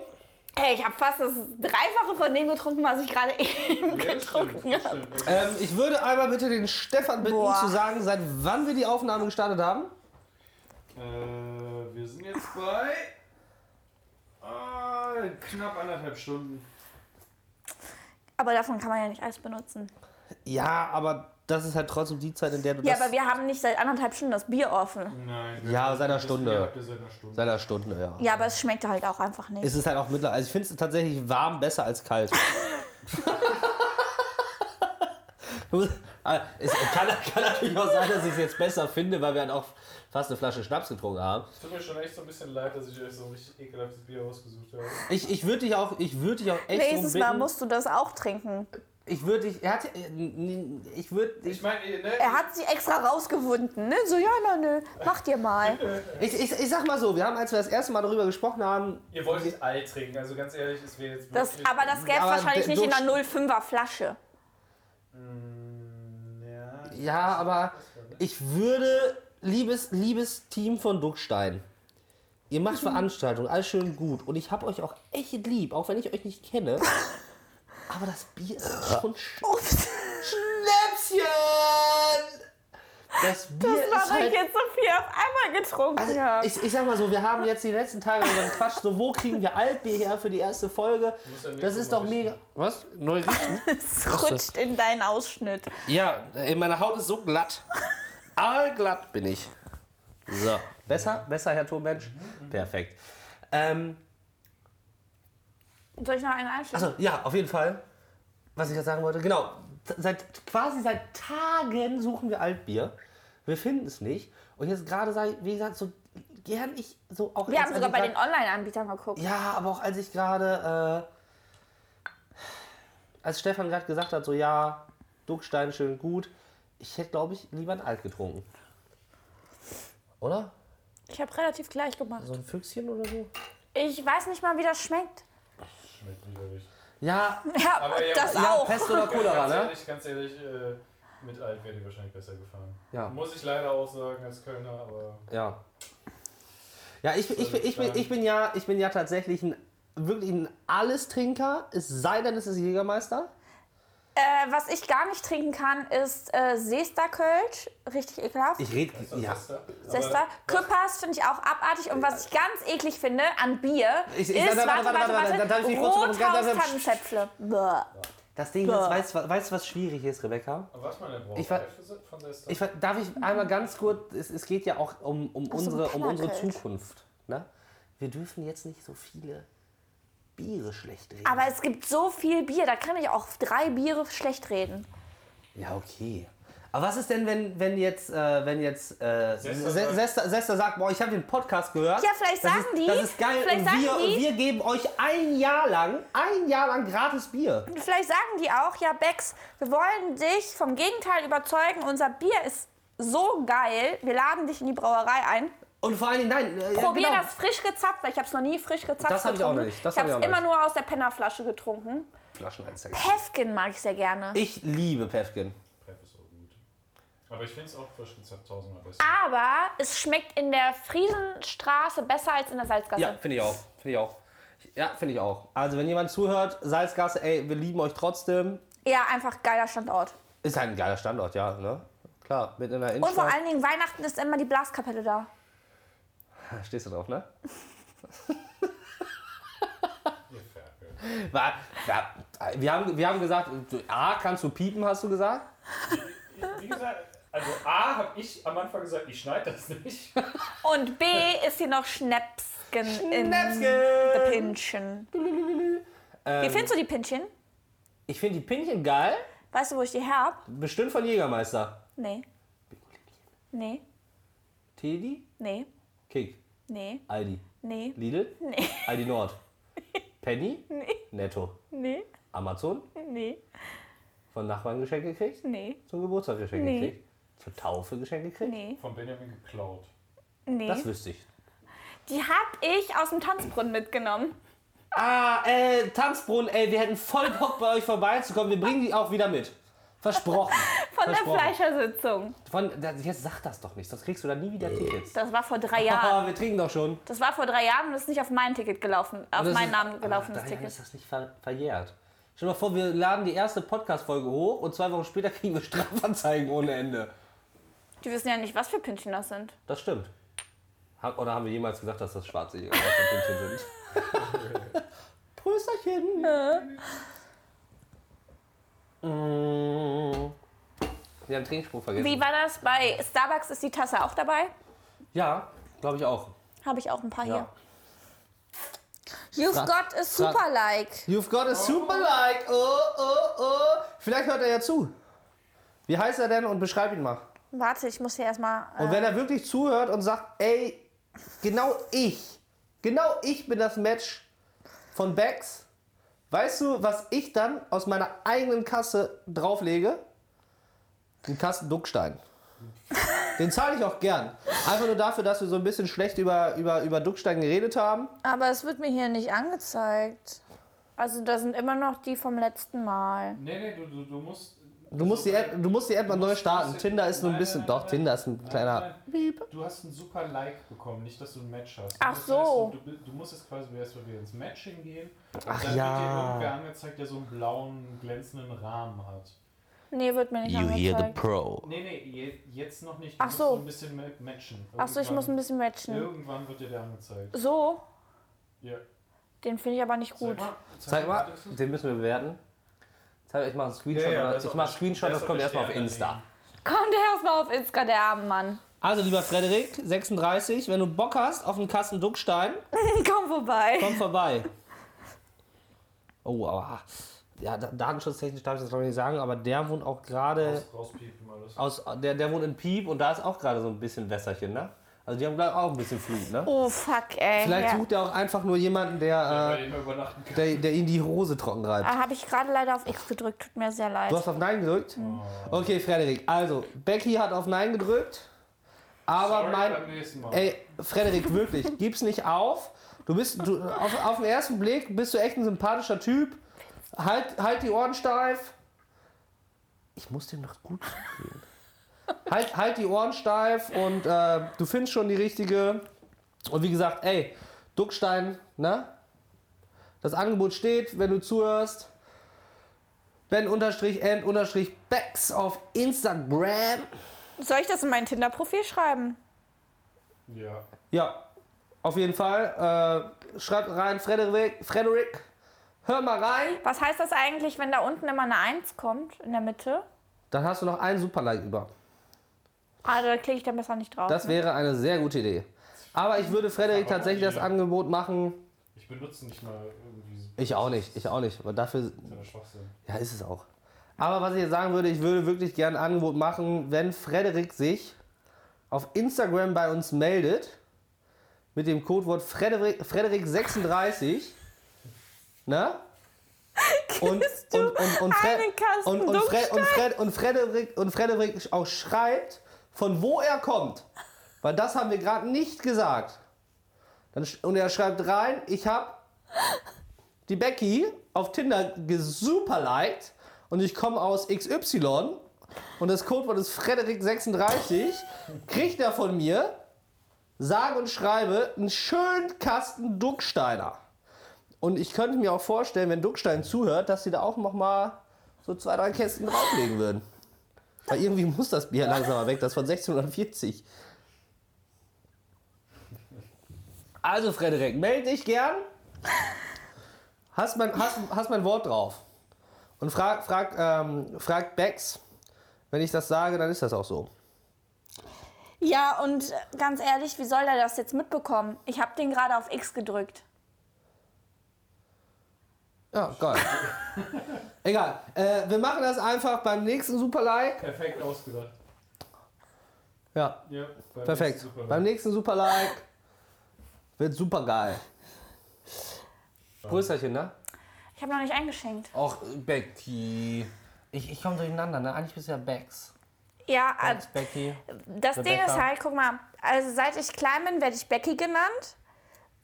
Hey, ich habe fast das Dreifache von dem getrunken, was ich gerade eben
Ja, das stimmt,
getrunken
das
habe.
stimmt.
Ähm, ich würde einmal bitte den Stefan bitten,
Boah.
zu sagen, seit wann wir die Aufnahme gestartet haben.
Äh, wir sind jetzt bei äh, knapp anderthalb Stunden.
Aber davon kann man ja nicht alles benutzen.
Ja, aber das ist halt trotzdem die Zeit, in der du
Ja,
das...
aber wir haben nicht seit anderthalb Stunden das Bier offen.
Nein.
Ja,
das-
seit einer
das
Stunde.
Bier habt ihr Seit einer Stunde.
Seit einer Stunde, ja.
Ja, aber es schmeckt halt auch einfach nicht.
Es ist halt auch mittlerweile... Also ich finde es tatsächlich warm besser als kalt. Ah, es kann, kann natürlich auch sein, dass ich es jetzt besser finde, weil wir dann auch fast eine Flasche Schnaps getrunken haben.
Es tut mir schon echt so ein bisschen leid, dass ich euch so ein richtig ekelhaftes Bier ausgesucht habe.
Ich, ich würde dich auch, ich würde dich auch echt
Nächstes
drum
Mal
bitten.
musst du das auch trinken.
ich würde dich, er hat, äh, ich würde,
Ich meine, ihr- ne?
Er hat sie extra rausgewunden, ne? So, ja, na, nö, mach dir mal.
ich, ich, ich sag mal so, wir haben, als wir das erste Mal darüber gesprochen haben,
Ihr wollt nicht all trinken, also ganz ehrlich, es wäre jetzt
Das,
wirklich-
aber das gäbe
Aber
wahrscheinlich
der-
nicht in
so-
einer 05er Flasche.
Mm, ja.
ja, aber ich würde, liebes, liebes Team von Duckstein, ihr macht Veranstaltungen, alles schön gut und ich hab euch auch echt lieb, auch wenn ich euch nicht kenne. Aber das Bier ist
Oh.
schon sch
Ups,
Schnäpschen! Das Bier
das
ist
war, weil
halt
ich jetzt so viel auf einmal getrunken
Also,
habe.
ich, ich sag mal so, wir haben jetzt die letzten Tage unseren Quatsch, so wo kriegen wir Altbier her für die erste Folge?
ja nicht
Das
so
ist doch
mal
mega. Was? Neu riechen?
Es rutscht in deinen Ausschnitt.
ja, ey, meine Haut ist so glatt. Allglatt bin ich. So. Besser? Besser, Herr Turmensch?
Mhm.
Perfekt. Ähm,
Soll ich noch einen einschütten?
also, ja, auf jeden Fall. Was ich jetzt sagen wollte, genau. t- Seit, quasi seit Tagen suchen wir Altbier. Wir finden es nicht. Und jetzt gerade sei, wie gesagt, so gern ich so auch
Wir
jetzt
haben sogar bei
angefangen-
den Online-Anbietern geguckt.
Ja, aber auch als ich gerade, äh, als Stefan gerade gesagt hat, so ja, Duckstein schön gut, ich hätte, glaube ich, lieber ein Alt getrunken. Oder?
Ich habe relativ gleich gemacht.
So ein Füchschen oder so?
Ich weiß nicht mal, wie das schmeckt.
Schmeckt widerlich.
Ja,
Ja,
Aber ja,
das
ja
auch.
Pest oder Cholera,
Ganz
ne?
ehrlich, ganz ehrlich, äh, mit alt wäre ihr wahrscheinlich besser gefahren.
Ja.
Muss ich leider auch sagen als Kölner, aber
Ja. Ja, ich, ich, ich, ich, bin, ich, bin, ja, ich bin ja tatsächlich ein, wirklich ein Allestrinker, es sei denn, es ist Jägermeister.
Äh, was ich gar nicht trinken kann, ist äh, Seesterkölsch. Richtig ekelhaft.
Ich rede,
ist das
ja.
Sester? Aber-
Sester. Küppers finde ich auch abartig. Und was ich ganz eklig finde an Bier,
Ich- ich-
ist,
warte, warte, warte, warte, darf ich mich kurz
warte,
unterbrechen? Ganz-
warte,
ganz-
Tannenzäpfle. Bäh.
Das Ding, jetzt, weißt du, weißt, du, was schwierig ist, Rebecca?
Aber was man denn braucht?
Ich war-
Elfe von Sester?
Ich, ver- darf ich einmal ganz kurz, es, es geht ja auch um, um,
so,
unsere, um unsere
Plakett.
Zukunft. Ne? Wir dürfen jetzt nicht so viele Biere schlecht reden.
Aber es gibt so viel Bier, da kann ich auch drei Biere schlecht reden.
ja, okay. Aber was ist denn, wenn, wenn jetzt, äh, wenn jetzt äh,
Sester
Se-
sagt-
Sester, Sester sagt, boah, ich habe den Podcast gehört.
Ja, vielleicht
das
sagen
ist,
die-
Das ist geil.
vielleicht
und wir,
sagen die-
wir geben euch ein Jahr lang, ein Jahr lang gratis Bier.
Vielleicht sagen die auch, ja, Bex, wir wollen dich vom Gegenteil überzeugen. Unser Bier ist so geil. Wir laden dich in die Brauerei ein.
Und vor allen Dingen, nein, äh, ja,
Probier
genau.
das frisch gezapft, weil ich habe es noch nie frisch gezapft
Das hab ich auch
getrunken.
nicht, das
ich
hab
habe
ich
es
auch
immer
nicht.
nur aus der Pennerflasche getrunken.
Flaschenanzeige.
Hefkin mag ich sehr gerne.
Ich liebe Pefkin.
Prep ist auch gut. Aber ich finde es auch frisch gezapft tausendmal besser.
Ah! Aber es schmeckt in der Friesenstraße besser als in der Salzgasse.
Ja, finde ich auch. Finde ich auch. Ja, finde ich auch. Also, wenn jemand zuhört, Salzgasse, ey, wir lieben euch trotzdem.
Ja, einfach geiler Standort.
Ist halt ein geiler Standort, ja, ne? Klar, mitten in der
Und vor
Innenstadt.
allen Dingen Weihnachten ist immer die Blaskapelle da.
Stehst du drauf, ne?
Ihr Ferkel.
War, ja, Wir haben, wir haben gesagt, du- A, kannst du piepen, hast du gesagt?
Wie gesagt, also A habe ich am Anfang gesagt, ich schneide das nicht.
Und B ist hier noch Schnäpsken, in the Pinchen.
Ähm.
Wie findest du die Pinchen?
Ich finde die Pinchen geil,
Weißt du, wo ich die herb?
bestimmt von Jägermeister.
Nee. Nee,
Teddy,
nee,
Kick,
nee,
Aldi,
nee,
Lidl,
nee,
Aldi Nord, Penny,
nee,
Netto,
nee,
Amazon,
nee,
von Nachbarn Geschenk gekriegt,
nee,
zum Geburtstag Geschenk
Nee.
gekriegt, zur Taufe Geschenk gekriegt.
nee,
Von Benjamin geklaut.
nee.
Das wüsste ich.
Die hab ich aus dem Tanzbrunnen mitgenommen.
Ah, äh, Tanzbrunnen, ey, wir hätten voll Bock bei euch vorbeizukommen. Wir bringen die auch wieder mit. Versprochen.
Von der
Versprochen.
Fleischersitzung.
Von, da- jetzt sag das doch nicht, sonst kriegst du da nie wieder Tickets.
Das war vor drei Jahren.
Haha, wir trinken doch schon.
Das war vor drei Jahren und ist nicht auf mein Ticket gelaufen, auf
Das
meinen
ist-
Namen
aber
gelaufenes
daher
Ticket.
ist das nicht ver verjährt. Stell dir mal vor, wir laden die erste Podcast-Folge hoch und zwei Wochen später kriegen wir Strafanzeigen ohne Ende.
Die wissen ja nicht, was für Pinchen das sind.
Das stimmt. Ha- Oder haben wir jemals gesagt, dass das schwarze Jägermeisterpünktchen sind? Prösterchen. Mm. Wir haben Trinkspruch vergessen.
Wie war das? Bei Starbucks ist die Tasse auch dabei.
Ja, glaube ich auch.
Habe ich auch ein paar
Ja.
hier. You've
Frag-
got a super
frag-
like.
You've got a super like. Oh, oh, oh. Vielleicht hört er ja zu. Wie heißt er denn und beschreib ihn mal.
Warte, ich muss hier erstmal.
Und wenn er wirklich zuhört und sagt, ey, genau ich, genau ich bin das Match von Becks, weißt du, was ich dann aus meiner eigenen Kasse drauflege? Einen Kasten Duckstein. Den zahle ich auch gern. Einfach nur dafür, dass wir so ein bisschen schlecht über, über, über Duckstein geredet haben.
Aber es wird mir hier nicht angezeigt. Also da sind immer noch die vom letzten Mal.
Nee, nee, du, du, du musst.
Du musst die App, du musst die App mal neu starten. Tinder ist so ein bisschen. Doch, Tinder ist ein kleiner.
Du hast ein super Like bekommen, nicht dass du ein Match hast.
Ach
das
so.
Heißt, du, du, du musst jetzt quasi erst mal wieder ins Matching gehen. Und dann
Ach
wird dir
ja.
irgendwer angezeigt, der so einen blauen, glänzenden Rahmen hat.
Nee, wird mir nicht angezeigt.
pro.
Nee, nee, je, jetzt noch nicht. Du
Ach
musst
so.
ein bisschen ma- matchen.
Achso, ich
Irgendwann-
muss ein bisschen matchen.
Irgendwann wird dir der angezeigt.
So,
Ja.
den finde ich aber nicht gut.
Zeig mal.
Zeig mal,
das ist-
den müssen wir bewerten. Zeig, ich mache einen Screenshot,
Ja, ja,
oder-
das ist
ich
auch
mache
der-
Screenshot,
der ist
das
auch
kommt
der
erstmal auf
Stern
Insta.
Kommt erstmal auf Insta, der arme Mann.
Also, lieber Frederik, 36, wenn du Bock hast auf einen Kasten Duckstein,
Komm vorbei.
komm vorbei. Oh, aua. Ja, da- datenschutztechnisch darf ich das glaube ich nicht sagen, aber der wohnt auch gerade
Raus- Rauspiepen alles.
aus, der, der wohnt in Piep und da ist auch gerade so ein bisschen Wässerchen, ne? Also die haben glaube ich auch ein bisschen Flut, ne?
Oh, fuck, ey.
Vielleicht
ja.
sucht er auch einfach nur jemanden,
Bei
der,
dem er übernachten
äh,
kann.
der, der ihm die Hose trocken reibt.
Ah, Habe ich gerade leider auf X gedrückt, tut mir sehr leid.
Du hast auf Nein gedrückt? Okay, Frederik, also, Becky hat auf Nein gedrückt, aber
Sorry,
mein...
beim nächsten Mal.
Ey, Frederik, wirklich, gib's nicht auf. Du bist, du, auf, auf den ersten Blick bist du echt ein sympathischer Typ. Halt, halt die Ohren steif. Ich muss dem noch gut gehen. Halt, halt die Ohren steif und äh, du findest schon die richtige. Und wie gesagt, ey, Duckstein, ne? Das Angebot steht, wenn du zuhörst. Ben unterstrich end unterstrich Becks auf Instagram.
Soll ich das in mein Tinder-Profil schreiben?
Ja.
Ja, auf jeden Fall. Äh, schreibt rein, Frederik, Frederik, hör mal rein.
Was heißt das eigentlich, wenn da unten immer eine 1 kommt, in der Mitte?
Dann hast du noch einen Superlike über.
Ah, da klicke ich dann besser nicht drauf.
Das
ne?
wäre eine sehr gute Idee. Aber ich würde Frederik tatsächlich das Angebot machen.
Ich benutze nicht mal irgendwie so
Ich auch nicht, ich auch nicht. Aber dafür,
einen Schwachsinn.
ja, ist es auch. Aber was ich jetzt sagen würde, ich würde wirklich gerne ein Angebot machen, wenn Frederik sich auf Instagram bei uns meldet mit dem Codewort Frederik, Frederik36. Ne? Und, und, und, und, Fre
einen Kasten
und, und, Fre und, Fred und, Frederik, und Frederik auch schreibt, von wo er kommt. Weil das haben wir gerade nicht gesagt. Dann, sch- und er schreibt rein, ich habe die Becky auf Tinder gesuperliked und ich komme aus XY und das Codewort ist Frederik36, kriegt er von mir, sage und schreibe, einen schönen Kasten Ducksteiner. Und ich könnte mir auch vorstellen, wenn Duckstein zuhört, dass sie da auch noch mal so zwei, drei Kästen drauflegen würden. Weil irgendwie muss das Bier langsam mal weg, das von 1640. Also, Frederik, melde dich gern. Hast mein, hast, hast mein Wort drauf. Und fragt frag, ähm, frag Bex, wenn ich das sage, dann ist das auch so.
Ja, und äh, ganz ehrlich, wie soll er das jetzt mitbekommen? Ich habe den gerade auf X gedrückt.
Ja, geil. Egal. Äh, wir machen das einfach beim nächsten Super-Like.
Perfekt ausgedacht.
Ja,
Ja, beim
perfekt.
nächsten Superman.
beim nächsten Super-Like wird super geil. Größerchen, ne?
Ich habe noch nicht eingeschenkt.
Och, Becky. Ich, ich komme durcheinander, ne? Eigentlich bist du ja Bex.
Ja, äh,
Becky.
das Ding ist
Rebecca.
halt, guck mal, also seit ich klein bin, werde ich Becky genannt.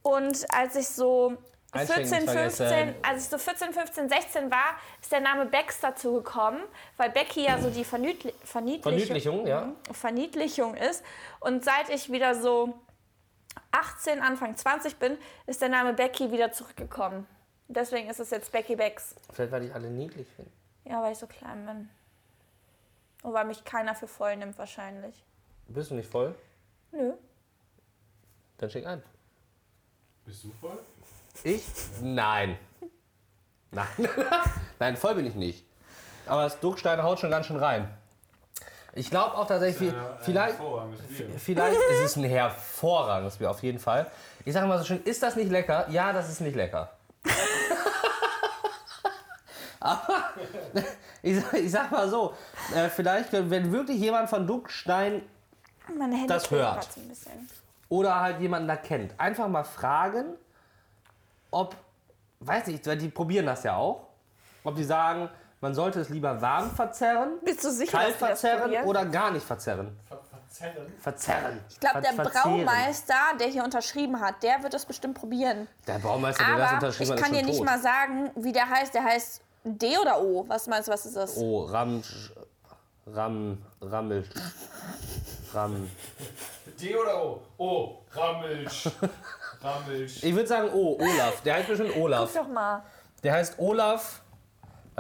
Und als ich so 14,
Einschenken
15,
vergessen.
als ich so 14, 15, 16 war, ist der Name Bex dazu gekommen, weil Becky ja so die Vernütli Verniedlichung,
Verniedlichung, ja.
Verniedlichung ist. Und seit ich wieder so 18, Anfang 20 bin, ist der Name Becky wieder zurückgekommen. Deswegen ist es jetzt Becky Becks.
Vielleicht, weil ich alle niedlich finde.
Ja, weil ich so klein bin. Und weil mich keiner für voll nimmt wahrscheinlich.
Bist du nicht voll?
Nö.
Dann schick ein.
Bist du voll?
Ich? Nein. Nein. Nein, voll bin ich nicht. Aber das Duckstein haut schon ganz schön rein. Ich glaube auch tatsächlich,
Ja, ein
vielleicht,
hervorragendes Bier.
Vielleicht ist es ein hervorragendes Bier, auf jeden Fall. Ich sage mal so schön, ist das nicht lecker? Ah, Ja, das ist nicht lecker. Aber ich, sag- ich sag mal so, äh, vielleicht, wenn- wenn wirklich jemand von Duckstein
Meine Hände
Das
kleben
hört.
grad so ein bisschen.
oder halt jemanden da kennt, einfach mal fragen, ob, weiß nicht, weil die probieren das ja auch, ob die sagen, man sollte es lieber warm verzerren,
Bist du sicher,
kalt
dass du das
verzerren
probierst?
oder gar nicht verzerren.
Ver verzerren?
Verzerren.
Ich glaube, der
Verzehren.
Braumeister, der hier unterschrieben hat, der wird das bestimmt probieren.
Der Baumeister, der das
Aber
unterschrieben
ich
hat,
kann
ist
dir
schon
nicht
tot.
mal sagen, wie der heißt. Der heißt D oder O. Was meinst du, was ist das?
Oh, Ramsch. Ram. Rammel. Ram.
D oder O? O. Rammelsch. Rammelsch.
Ich würde sagen, oh, Olaf. Der heißt bestimmt
Guck
Olaf.
doch mal.
Der heißt Olaf.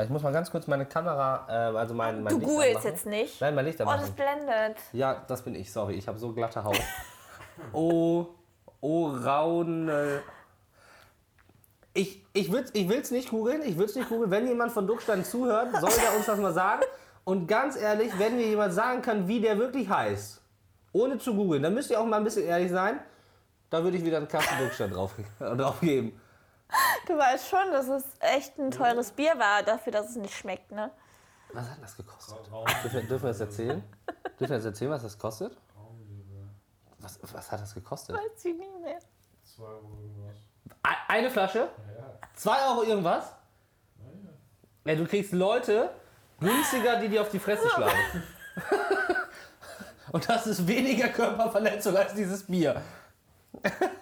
Ich muss mal ganz kurz meine Kamera, äh, also mein, mein
Du
Licht
googelst
anmachen.
jetzt nicht.
Nein, mein Licht
Oh, das
anmachen.
blendet.
ja, das bin ich, sorry. Ich habe so glatte Haut. oh, oh, Raunel. Ich, ich, würd's, ich will's nicht googeln, ich will's nicht googeln. Wenn jemand von Duckstein zuhört, soll der uns das mal sagen. Und ganz ehrlich, wenn mir jemand sagen kann, wie der wirklich heißt, ohne zu googeln, dann müsst ihr auch mal ein bisschen ehrlich sein. Da würde ich wieder einen Kasten Duckstein drauf, draufgeben.
Du weißt schon, dass es echt ein teures Bier war, dafür, dass es nicht schmeckt, ne?
Was hat das gekostet? Dürfen wir, dürfen wir das erzählen? Dürfen wir das erzählen, was das kostet? Was, was hat das gekostet?
Weiß ich nicht mehr.
Zwei Euro irgendwas.
E- Eine Flasche? Zwei Euro irgendwas? Ja, du kriegst Leute günstiger, die dir auf die Fresse schlagen. Und das ist weniger Körperverletzung als dieses Bier.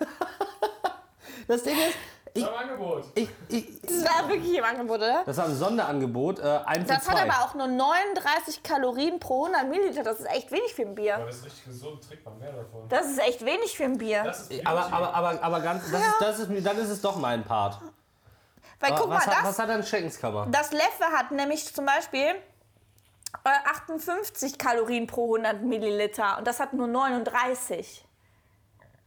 Das Ding ist,
Ich hab Angebot.
ich, ich,
Das war wirklich im Angebot, oder?
das war ein Sonderangebot, äh, ein für
Das hat
zwei.
aber auch nur 39 Kalorien pro 100 Milliliter. Das ist echt wenig für ein Bier.
Aber das ist richtig gesund, trinkt man mehr davon.
Das ist echt wenig für ein Bier.
Das ist
aber,
Beauty.
aber, aber, aber ganz, das ist, das ist, mir- dann ist es doch mein Part.
Weil guck mal,
was, hat,
das
was hat denn Schreckenskammer?
Das Leffe hat nämlich zum Beispiel äh, 58 Kalorien pro 100 Milliliter und das hat nur 39.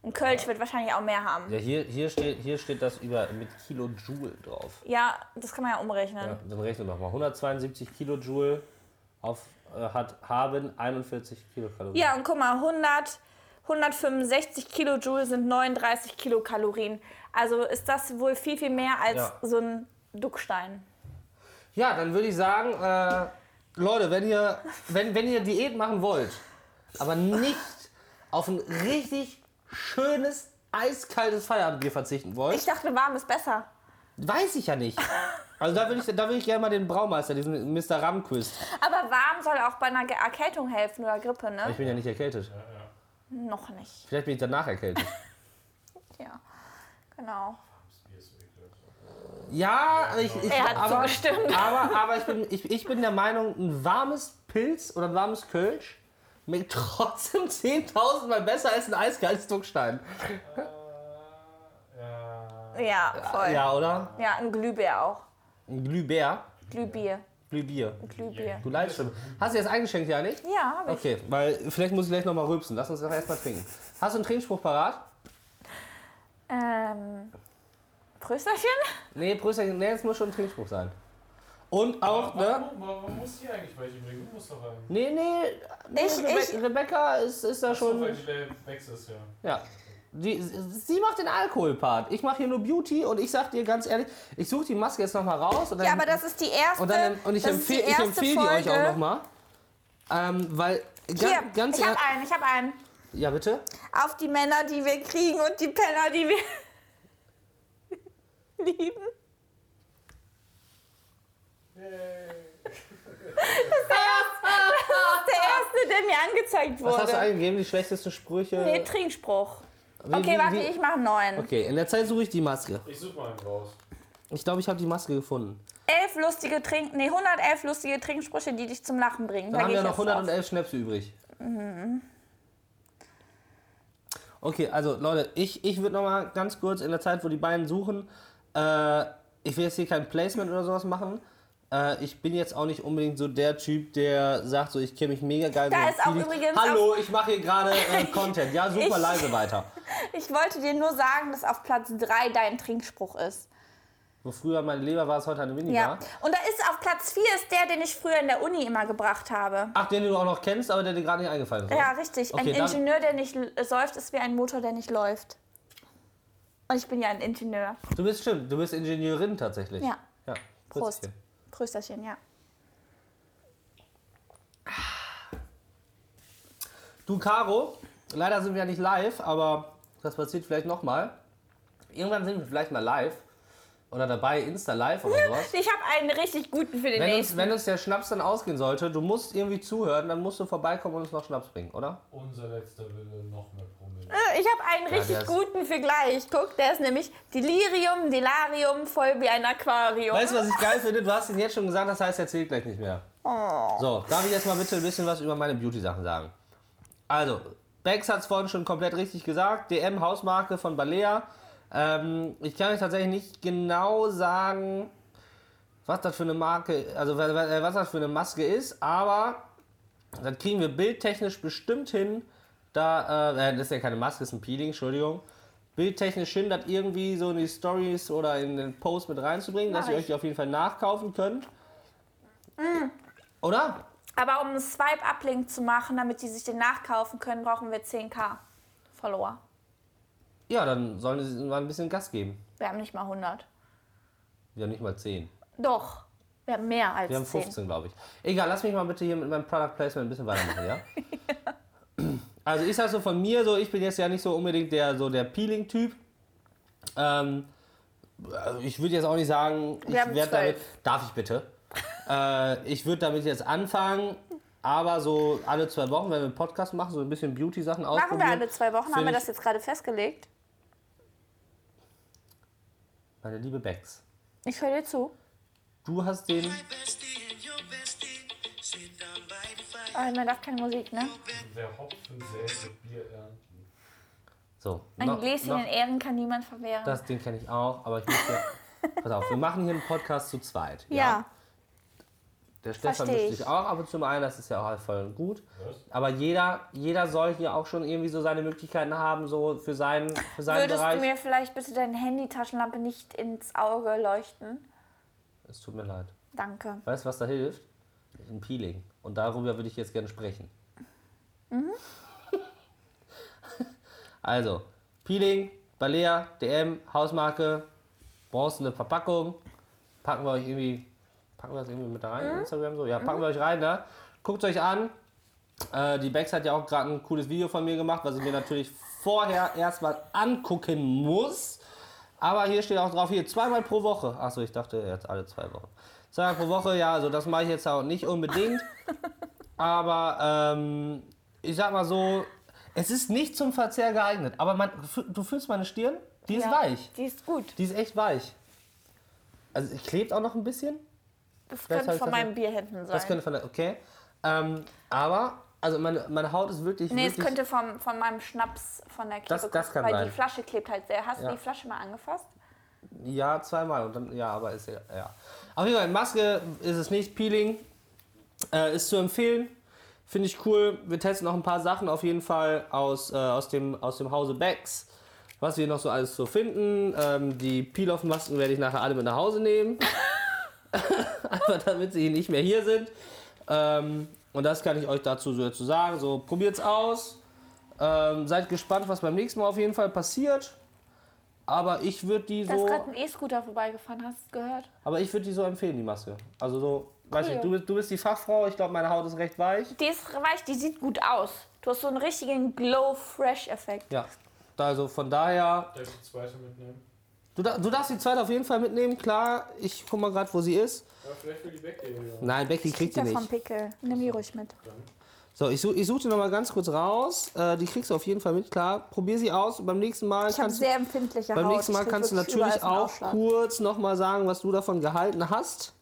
Ein Kölsch wird wahrscheinlich auch mehr haben.
Ja, hier, hier, steht, hier steht das über mit Kilojoule drauf.
Ja, das kann man ja umrechnen.
Ja, dann rechne nochmal. 172 Kilojoule auf, äh, hat, haben 41 Kilokalorien.
Ja, und guck mal, 100, 165 Kilojoule sind 39 Kilokalorien. Also ist das wohl viel, viel mehr als
Ja.
so ein Duckstein.
Ja, dann würde ich sagen, äh, Leute, wenn ihr, wenn, wenn ihr Diät machen wollt, aber nicht auf ein richtig schönes, eiskaltes Feierabendbier verzichten wollt,
Ich dachte, warm ist besser.
weiß ich ja nicht. Also da würde ich, da würde ich gerne mal den Braumeister, diesen Mr. Ramquist.
Aber warm soll auch bei einer Ge- Erkältung helfen oder Grippe, ne?
Ich bin ja nicht erkältet.
Noch nicht.
Vielleicht bin ich danach erkältet.
Ja, genau.
Ja, ich, ich,
Er hat
aber,
zugestimmt.
aber, aber ich, bin, ich, ich bin der Meinung, ein warmes Pilz oder ein warmes Kölsch schmeckt trotzdem 10.000 Mal besser als ein eiskaltes Duckstein.
Äh, Ja.
Ja, voll.
Ja, oder?
Ja, ein Glühbär auch.
Ein Glühbär.
Glühbier.
Glühbier.
Glühbier.
Du leidest schon. Hast du jetzt eingeschenkt, ja nicht?
Ja, aber
Okay, weil vielleicht muss ich gleich nochmal rülpsen. Lass uns doch erstmal trinken. Hast du einen Trinkspruch parat?
ich. Ähm. Prösterchen?
Nee, Brüssel, nee, es muss schon ein Trinkspruch sein.
Und auch, ne?
Warum, warum muss die eigentlich welche bringen? Du musst doch einen.
Nee, nee, nee
Ich-
Rebe
ich-
Rebecca ist, ist da
Achso,
schon.
weil die Le- Lex ist, ja.
Ja. Die, sie macht den Alkoholpart. Ich mache hier nur Beauty und ich sag dir ganz ehrlich, ich suche die Maske jetzt nochmal raus. Und dann,
Ja, aber das ist die erste.
und, dann, und ich
das ist die
empfehle ich
erste
empfehl die
Folge.
euch auch nochmal. Ähm, weil. ga-
Hier,
ganz
ich
ehr-
hab einen, ich hab einen.
Ja, bitte?
Auf die Männer, die wir kriegen und die Penner, die wir lieben.
Das ist der erste, der mir angezeigt
Was hast du
wurde.
eingegeben? Die schlechtesten Sprüche?
Nee, Trinkspruch.
Wie-
Okay,
wie-
warte,
wie-
ich mach einen neuen.
Okay, in der Zeit suche ich die Maske.
Ich suche mal einen raus.
Ich glaube, ich habe die Maske gefunden.
Elf lustige Trink, nee, 111 lustige Trinksprüche, die dich zum Lachen bringen.
Dann
Da
haben
geh
wir
ich
noch
jetzt drauf.
111 Schnäpse übrig. Okay, also Leute, ich, ich würde nochmal ganz kurz in der Zeit, wo die beiden suchen, äh, ich will jetzt hier kein Placement oder sowas machen. Äh, ich bin jetzt auch nicht unbedingt so der Typ, der sagt so, ich kenne mich mega geil.
Da
mit
ist auch
Felix.
übrigens
Hallo, ich mache hier gerade äh, Content. Ja, super
Ich-
leise weiter.
Ich wollte dir nur sagen, dass auf Platz 3 dein Trinkspruch ist.
Wo früher meine Leber war, ist heute eine Minibar.
Ja. Und da ist auf Platz 4 ist der, den ich früher in der Uni immer gebracht habe.
Ach, den du auch noch kennst, aber der dir gerade nicht eingefallen ist. oder?
Ja, richtig.
Okay,
ein
dann-
Ingenieur, der nicht l- äh, säuft, ist wie ein Motor, der nicht läuft. Und ich bin ja ein Ingenieur.
Du bist stimmt, du bist Ingenieurin tatsächlich.
Ja.
ja.
Prost.
Prösterchen.
Prösterchen, ja.
Du, Caro, leider sind wir ja nicht live, aber das passiert vielleicht nochmal. Irgendwann sind wir vielleicht mal live oder dabei, Insta live oder sowas.
Ich habe einen richtig guten für den
Wenn uns,
nächsten.
wenn uns der Schnaps dann ausgehen sollte, du musst irgendwie zuhören, dann musst du vorbeikommen und uns noch Schnaps bringen, oder?
Unser letzter Wille, noch mehr Promille.
Äh.
Ich habe einen richtig
der ist-
guten für gleich. Guck, der ist nämlich Delirium, Delarium, voll wie ein Aquarium.
Weißt du, was ich geil finde? Du hast ihn jetzt schon gesagt, das heißt, er zählt gleich nicht mehr. So, darf ich jetzt mal bitte ein bisschen was über meine Beauty-Sachen sagen? Also, Bex hat es vorhin schon komplett richtig gesagt. DM Hausmarke von Balea. Ähm, ich kann euch tatsächlich nicht genau sagen, was das für eine Marke, also wa- wa- äh, was das für eine Maske ist, aber dann kriegen wir bildtechnisch bestimmt hin, da, äh, äh, das ist ja keine Maske, das ist ein Peeling, Entschuldigung, bildtechnisch hin, das irgendwie so in die Stories oder in den Post mit reinzubringen, dass ihr euch die auf jeden Fall nachkaufen könnt. Oder?
Aber um einen Swipe-Uplink zu machen, damit die sich den nachkaufen können, brauchen wir 10k Follower.
Ja, dann sollen sie mal ein bisschen Gas geben.
Wir haben nicht mal 100.
Wir haben nicht mal 10.
Doch, wir haben mehr als
Wir haben
10.
15, glaube ich. Egal, lass mich mal bitte hier mit meinem Product Placement ein bisschen weitermachen, ja? Also ich sag so von mir, so ich bin jetzt ja nicht so unbedingt der so der Peeling-Typ. Ähm, also ich würde jetzt auch nicht sagen, ich
Wir haben
werde damit.
12.
Darf ich bitte? äh, ich würde damit jetzt anfangen, aber so alle zwei Wochen, wenn wir einen Podcast machen, so ein bisschen Beauty-Sachen ausprobieren.
Machen wir alle zwei Wochen, haben
Find
wir
ich-
das jetzt gerade festgelegt.
Meine liebe Bex,
Ich höre dir zu.
du hast den.
Aber Äh, man darf keine Musik, ne?
Der Hopfen säße Bier ernten.
So.
Ein
noch-
Gläschen
noch-
in Ehren kann niemand verwehren.
Das Ding kenne ich auch, aber ich muss ja. Pass auf, wir machen hier einen Podcast zu zweit.
ja.
Der Stefan
versteh
mischt
ich.
sich auch ab und zu mal ein, das ist ja auch halt voll gut.
Was?
Aber jeder, jeder soll hier auch schon irgendwie so seine Möglichkeiten haben, so für seinen, für seinen
Würdest
Bereich.
du mir vielleicht bitte deine Handytaschenlampe nicht ins Auge leuchten?
es tut mir leid.
Danke.
Weißt du, was da hilft? Ein Peeling. Und darüber würde ich jetzt gerne sprechen. also, Peeling, Balea, DM, Hausmarke, bronzene Verpackung. Packen wir euch irgendwie, packen wir das irgendwie mit da rein? Instagram so? Ja, packen wir euch rein, ne? Guckt euch an. Äh, die Bex hat ja auch gerade ein cooles Video von mir gemacht, was ich mir natürlich vorher erstmal angucken muss. Aber hier steht auch drauf, hier zweimal pro Woche. Achso, ich dachte jetzt alle zwei Wochen. Zweimal pro Woche, ja, also das mache ich jetzt auch nicht unbedingt. Aber ähm, ich sag mal so, es ist nicht zum Verzehr geeignet. Aber man, du fühlst meine Stirn? Die ist
Ja.
weich.
Die ist gut.
Die ist echt weich. Also es klebt auch noch ein bisschen.
Das
hab
könnte
ich
von
das
meinem Bier hinten sein.
Das könnte von der, okay. Ähm, aber, also meine, meine Haut ist wirklich,
nee, es
wirklich
könnte vom, von meinem Schnaps von der Kippe
Das- das
kommen,
kann
Weil
sein.
die Flasche klebt halt sehr. Hast
Ja.
du die Flasche mal angefasst?
Ja, zweimal und dann, ja, aber ist ja, ja. Auf jeden Fall, Maske ist es nicht, Peeling äh, ist zu empfehlen. Finde ich cool. Wir testen noch ein paar Sachen auf jeden Fall aus, äh, aus, dem, aus dem Hause Becks. Was wir noch so alles so finden. Ähm, die Peel-Off-Masken werde ich nachher alle mit nach Hause nehmen. Einfach damit sie nicht mehr hier sind. Ähm, und das kann ich euch dazu so zu sagen. So, probiert's aus. Ähm, seid gespannt, was beim nächsten Mal auf jeden Fall passiert. Aber ich würde die
Da ist
so.
gerade ein E-Scooter vorbeigefahren, hast du es gehört?
Aber ich würde die so empfehlen, die Maske. Also so, weiß
Cool.
nicht, du bist, du bist die Fachfrau, ich glaube, meine Haut ist recht weich.
Die ist weich, die sieht gut aus. Du hast so einen richtigen Glow-Fresh-Effekt.
Ja. Also von daher,
Darf ich die zweite mitnehmen?
du, da- du darfst die zweite auf jeden Fall mitnehmen, klar. Ich guck mal gerade, wo sie ist.
Ja, vielleicht will die weggehen. Ja.
Nein, Becky kriegt die
Ja, vom
nicht. Also
Pickel. Nimm die ruhig mit.
So, ich, such, ich suche die nochmal ganz kurz raus. Äh, die kriegst du auf jeden Fall mit, klar. Probier sie aus und beim nächsten Mal
Ich habe
kannst du.
sehr empfindliche Haut.
Beim nächsten Mal
Ich krieg
kannst du
wirklich überall
natürlich
so einen
auch
Ausschlag.
kurz nochmal sagen, was du davon gehalten hast.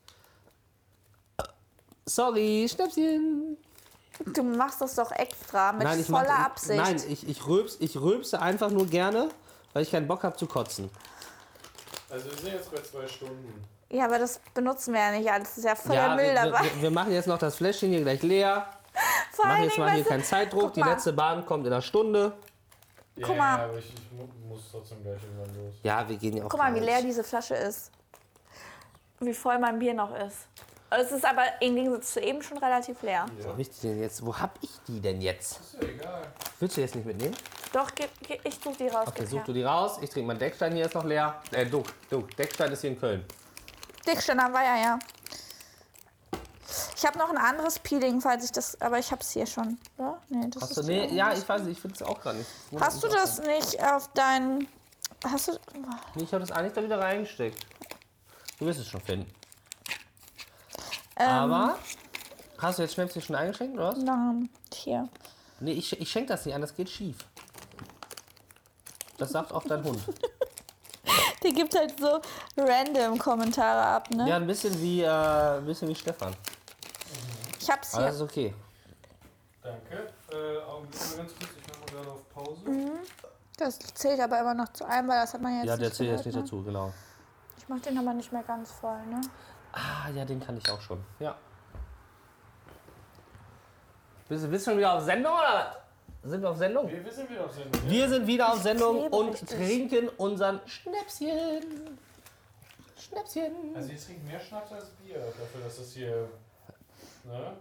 Sorry, Schnäpschen.
Du machst das doch extra mit
nein, ich mach-
voller Absicht.
Nein, ich, ich, rülps, ich rülpse einfach nur gerne, weil ich keinen Bock habe zu kotzen.
Also wir sind jetzt bei zwei Stunden.
Ja, aber das benutzen wir ja nicht alles. Das ist ja voller
Ja, wir,
Müll
wir,
dabei.
wir- wir machen jetzt noch das Fläschchen hier gleich leer.
Vor
Machen
allen
jetzt
Dingen,
mal hier
weißt du,
keinen Zeitdruck.
guck
Die
mal.
letzte Bahn kommt in einer Stunde.
Ja,
Guck mal.
ja, aber ich, ich mu- muss trotzdem gleich irgendwann los.
Ja, wir gehen ja auch.
Guck mal, wie
gleich.
leer diese Flasche ist.
Wie voll mein Bier noch ist. Es ist aber im Gegensatz zu eben schon relativ leer.
Wo hab ich die denn jetzt? Wo hab ich die denn jetzt?
Ist ja egal.
Willst du jetzt nicht mitnehmen?
Doch, gib- gib- ich such die raus.
Okay,
gib's
such
her.
du die raus. Ich trinke meinen Deckstein. Hier ist noch leer. Äh, du, du. Deckstein ist hier in Köln.
Dicksteiner war ja, ja. Ich habe noch ein anderes Peeling, falls ich das. Aber ich hab's hier schon. Ja? Nee, das
Hast
ist
du, nee, ja, ich weiß nicht. Ich finde es auch gar nicht.
Hast du das nicht auf deinen. Hast du.
Nee, ich habe das eigentlich da wieder reingesteckt. Du wirst es schon finden.
Ähm,
Aber. Hast du jetzt Schnäpschen schon eingeschenkt, oder was?
Nein, hier.
Nee, ich, sch- ich schenke das nicht an, das geht schief. Das sagt auch dein Hund.
Der gibt halt so random Kommentare ab, ne?
Ja, ein bisschen wie, äh, ein bisschen wie Stefan.
Ich hab's hier.
Aber das ist okay.
Danke. Äh, Augenblick mal ganz kurz, ich mache mal gerade auf
Mhm.
Pause.
Das zählt aber immer noch zu einem, weil das hat man jetzt
Ja, der
nicht
zählt jetzt
gehört,
nicht
ne?
dazu, genau.
Ich mach den aber nicht mehr ganz voll, ne?
Ah, ja, den kann ich auch schon. Ja. Bist, du- bist du schon wieder auf Sendung oder was? Sind wir auf Sendung?
Wir, wir sind wieder auf Sendung. ja?
Wir sind wieder auf Sendung
klebe
und
richtig.
trinken unseren Schnäpschen. Schnäpschen.
Also ihr trinkt mehr Schnaps als Bier, dafür, dass das hier... Ne?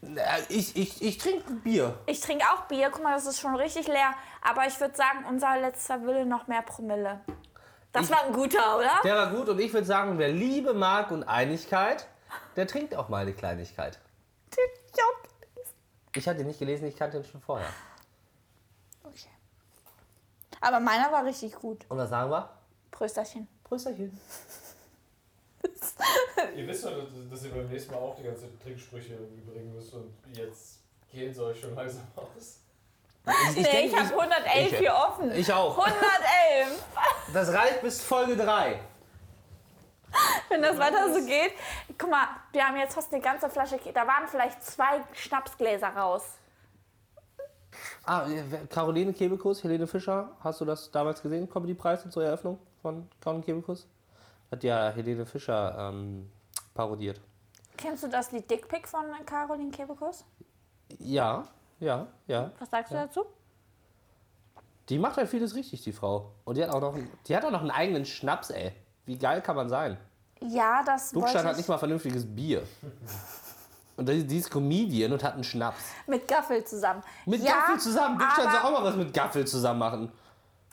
Na, Äh, Ich, ich, ich trinke Bier.
Ich trinke auch Bier, guck mal, das ist schon richtig leer. Aber ich würde sagen, unser letzter Wille noch mehr Promille. Das
Ich-
war ein guter, oder?
Der war gut und ich würde sagen, wer Liebe mag und Einigkeit, der trinkt auch mal eine Kleinigkeit.
Ich hab.
Ich hatte ihn nicht gelesen, ich kannte ihn schon vorher.
Okay. Aber meiner war richtig gut.
Und was sagen wir?
Prösterchen.
Prösterchen.
Ihr wisst doch, dass, dass ihr beim nächsten Mal auch die ganzen Trinksprüche irgendwie bringen müsst und jetzt gehen sie euch schon langsam aus.
Also Ich, ich,
nee,
denk,
ich habe
ich,
111
ich-
hier offen.
ich auch.
111!
Das reicht bis Folge 3.
Wenn das weiter so geht. Guck mal, wir haben jetzt fast eine ganze Flasche. Da waren vielleicht zwei Schnapsgläser raus.
Ah, äh, wer- Caroline Kebekus, Helene Fischer, hast du das damals gesehen? Comedy-Preis und zur Eröffnung von Caroline Kebekus? Hat ja Helene Fischer ähm, parodiert.
Kennst du das Lied Dickpick von Caroline Kebekus?
Ja, ja, ja.
Was sagst du dazu?
Die macht halt vieles richtig, die Frau. Und die hat auch noch, die hat auch noch einen eigenen Schnaps, ey. Wie geil kann man sein?
Ja, das
Duckstein
wollte
hat
ich
nicht mal vernünftiges Bier. Und die, die ist Comedian und hat einen Schnaps.
mit Gaffel zusammen.
Mit
ja,
Gaffel zusammen. Duckstein soll
aber,
auch mal was mit Gaffel zusammen machen.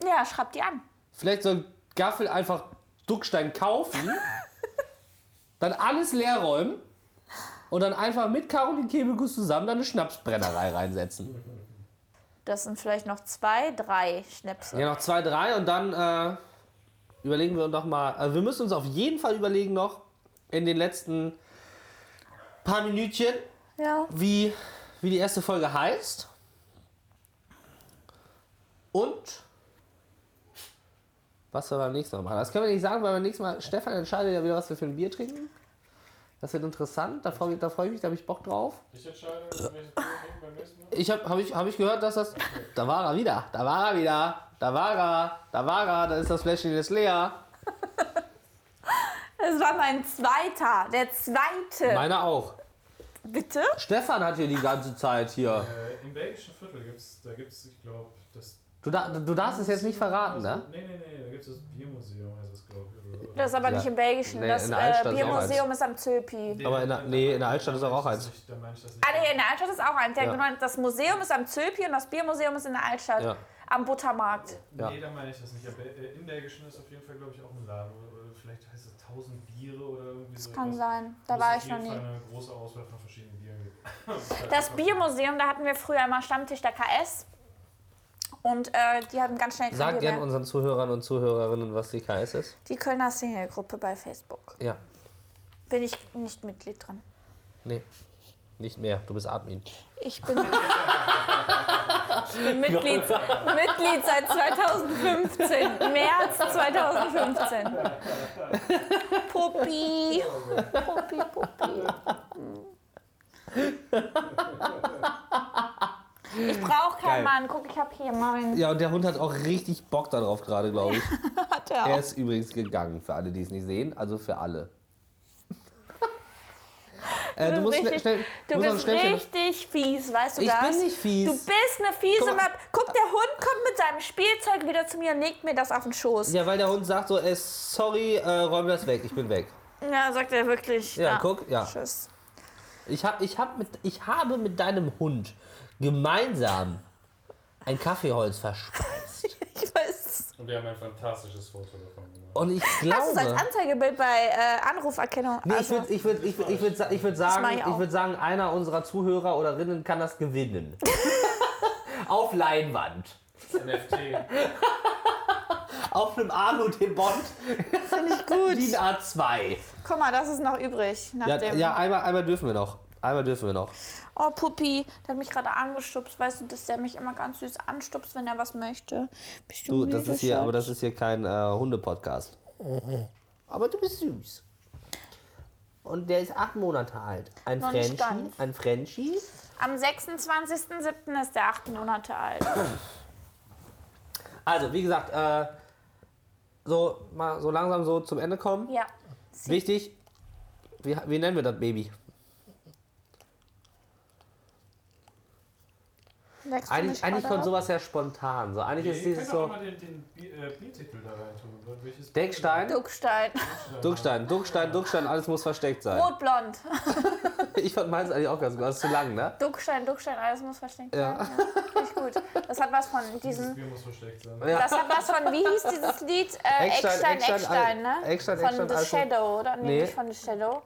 Ja, schreib die an.
Vielleicht soll Gaffel einfach Duckstein kaufen, dann alles leer räumen und dann einfach mit Caroline Kebekus zusammen dann eine Schnapsbrennerei reinsetzen.
Das sind vielleicht noch zwei, drei Schnäpse.
Ja, noch zwei, drei und dann äh, überlegen wir uns noch mal. Also wir müssen uns auf jeden Fall überlegen noch in den letzten paar Minütchen,
Ja.
wie, wie die erste Folge heißt. Und was wir beim nächsten Mal machen. Das können wir nicht sagen, weil beim nächsten Mal Stefan entscheidet ja wieder, was wir für ein Bier trinken. Das wird interessant, da freue da freu ich mich, da habe ich Bock drauf.
Ich entscheide, welches Bier wir trinken beim nächsten Mal.
Ich habe hab ich, hab ich gehört, dass das. Da war er wieder, da war er wieder, da war er, da war er, da ist das Fläschchen jetzt leer.
Das war mein zweiter. Der zweite.
Meiner auch.
Bitte?
Stefan hat hier die ganze Zeit hier.
Äh, Im belgischen Viertel gibt's, da gibt's, ich glaube, das
Du, da, du darfst es jetzt nicht verraten, ne?
Nee, nee, nee, da gibt es das Biermuseum, heißt das, glaube ich. oder so.
Das ist aber
Ja.
nicht im Belgischen.
Nee,
das
in der Altstadt
äh,
ist auch
Biermuseum ist am Zöpi.
Nee,
Aber in der-
dann-
nee, in der
dann
Altstadt ist doch
meine ich
auch
das
eins.
nicht, Dann meine ich das nicht.
Ah, nee, in der Altstadt ist auch eins. Ja.
Ja.
Genau, das Museum ist am Zöpi und das Biermuseum ist in der Altstadt.
Ja.
Am Buttermarkt.
Ja.
Nee, dann meine ich das nicht. Aber äh, in Belgischen ist auf jeden Fall, glaube ich, auch ein Laden. Oder, oder vielleicht heißt es 1000 Biere oder irgendwie so.
Das kann sein. Da war ich noch
Auf
nie.
jeden Fall eine große Auswahl von verschiedenen Bieren gibt.
Das Biermuseum, da hatten wir früher immer Stammtisch der KS. Und äh, die haben ganz schnell kein
Sag
Bier
gerne
mehr.
unseren Zuhörern und Zuhörerinnen, was die KS ist.
Die Kölner Single-Gruppe bei Facebook.
Ja,
Bin ich nicht Mitglied drin.
nee. Nicht mehr, du bist Admin.
Ich bin, ich bin Mitglied, Mitglied seit 2015. März 2015. Puppi. Puppi, Puppi. Ich brauche keinen
Geil.
Mann. Guck, ich habe hier meinen.
Ja, und der Hund hat auch richtig Bock darauf gerade, glaube ich.
Hat er
Er
auch.
ist übrigens gegangen, für alle, die es nicht sehen, also für alle. Äh, du
bist
musst schnell,
richtig-
schnell,
Du
musst noch
bist
schnell, schnell
richtig fies, weißt du
Ich
das?
bin nicht fies.
Du bist eine fiese
Guck mal.
Map. Guck, der Hund kommt mit seinem Spielzeug wieder zu mir und legt mir das auf den Schoß.
Ja, weil der Hund sagt so, ey, sorry, äh, räum das weg, ich bin weg.
Ja, sagt er wirklich.
Ja, guck, ja.
Tschüss.
Ich, hab, ich, hab mit, ich habe mit deinem Hund gemeinsam ein Kaffeeholz verspeist.
Ich weiß.
Und wir haben ein fantastisches Foto davon gemacht.
Und ich
Das ist als
glaube...
Anzeigebild bei äh, Anruferkennung.
Nee, ich
also,
würde ich würd, ich würd, ich würd, sa- ich würd
mach
sagen,
ich
ich
auch.
würd sagen, einer unserer Zuhörer oder Rinnen kann das gewinnen. Auf Leinwand.
NFT.
Auf einem Alu-Debond.
finde ich gut.
DIN A2.
Guck mal, das ist noch übrig. Nach
Ja,
dem.
ja einmal, einmal dürfen wir noch. Einmal dürfen wir noch.
Oh, Puppi, der hat mich gerade angestupst. Weißt du, dass der mich immer ganz süß anstupst, wenn er was möchte? Bist
Du, das
müde,
ist hier,
Schatz?
aber das ist hier kein äh, Hunde-Podcast.
Mhm.
Aber du bist süß. Und der ist acht Monate alt. Ein
Noch nicht
Frenchie.
ganz.
Ein Frenchie.
Am 26.07. ist der acht Monate alt.
Also, wie gesagt, äh, so, mal so langsam so zum Ende kommen.
Ja.
Wichtig, wie, wie nennen wir das Baby?
wächst du
Eigentlich,
nicht
eigentlich
gerade
kommt
auf?
sowas ja spontan. So, eigentlich ist
Ihr
dieses
könnt auch
so
mal den, den Bi- äh, Biertitel da rein tun. oder? Welches Bier-
Deckstein,
Duckstein.
Duckstein, Duckstein, Duckstein, alles muss versteckt sein.
Rotblond.
Ich fand meins eigentlich auch ganz gut, das ist zu lang, ne?
Duckstein, Duckstein, alles muss versteckt
Ja.
werden. Ja. genau. Finde ich gut. Das hat was von
Dieses
diesem.
Bier muss versteckt sein.
Ja.
Das hat was von, wie hieß dieses Lied? Äh,
Eckstein,
Eckstein,
Eckstein,
Eckstein, ne?
Eckstein,
von
Eckstein,
The
alles-
Shadow, oder? Nee,
Nee.
nicht von The Shadow.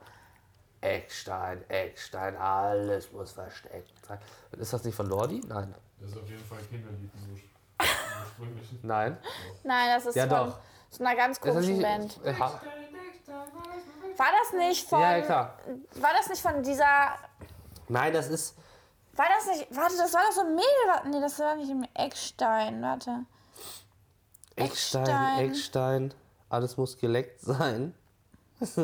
Eckstein, Eckstein, alles muss versteckt sein. Ist das nicht von Lordi? Nein.
Das ist auf jeden Fall ein Kinderlied im Ur- im ursprünglichen.
Nein.
Nein, das ist
Ja,
von
doch.
so einer ganz
Ist das
komischen
nicht-
Band.
Ja,
War das nicht von.
ja, ja, klar.
War das nicht von dieser.
Nein, das ist.
War das nicht. Warte, das war doch so ein Mädel. Nee, das war nicht im Eckstein. Warte.
Eckstein,
Eckstein.
Eckstein, alles muss geleckt sein.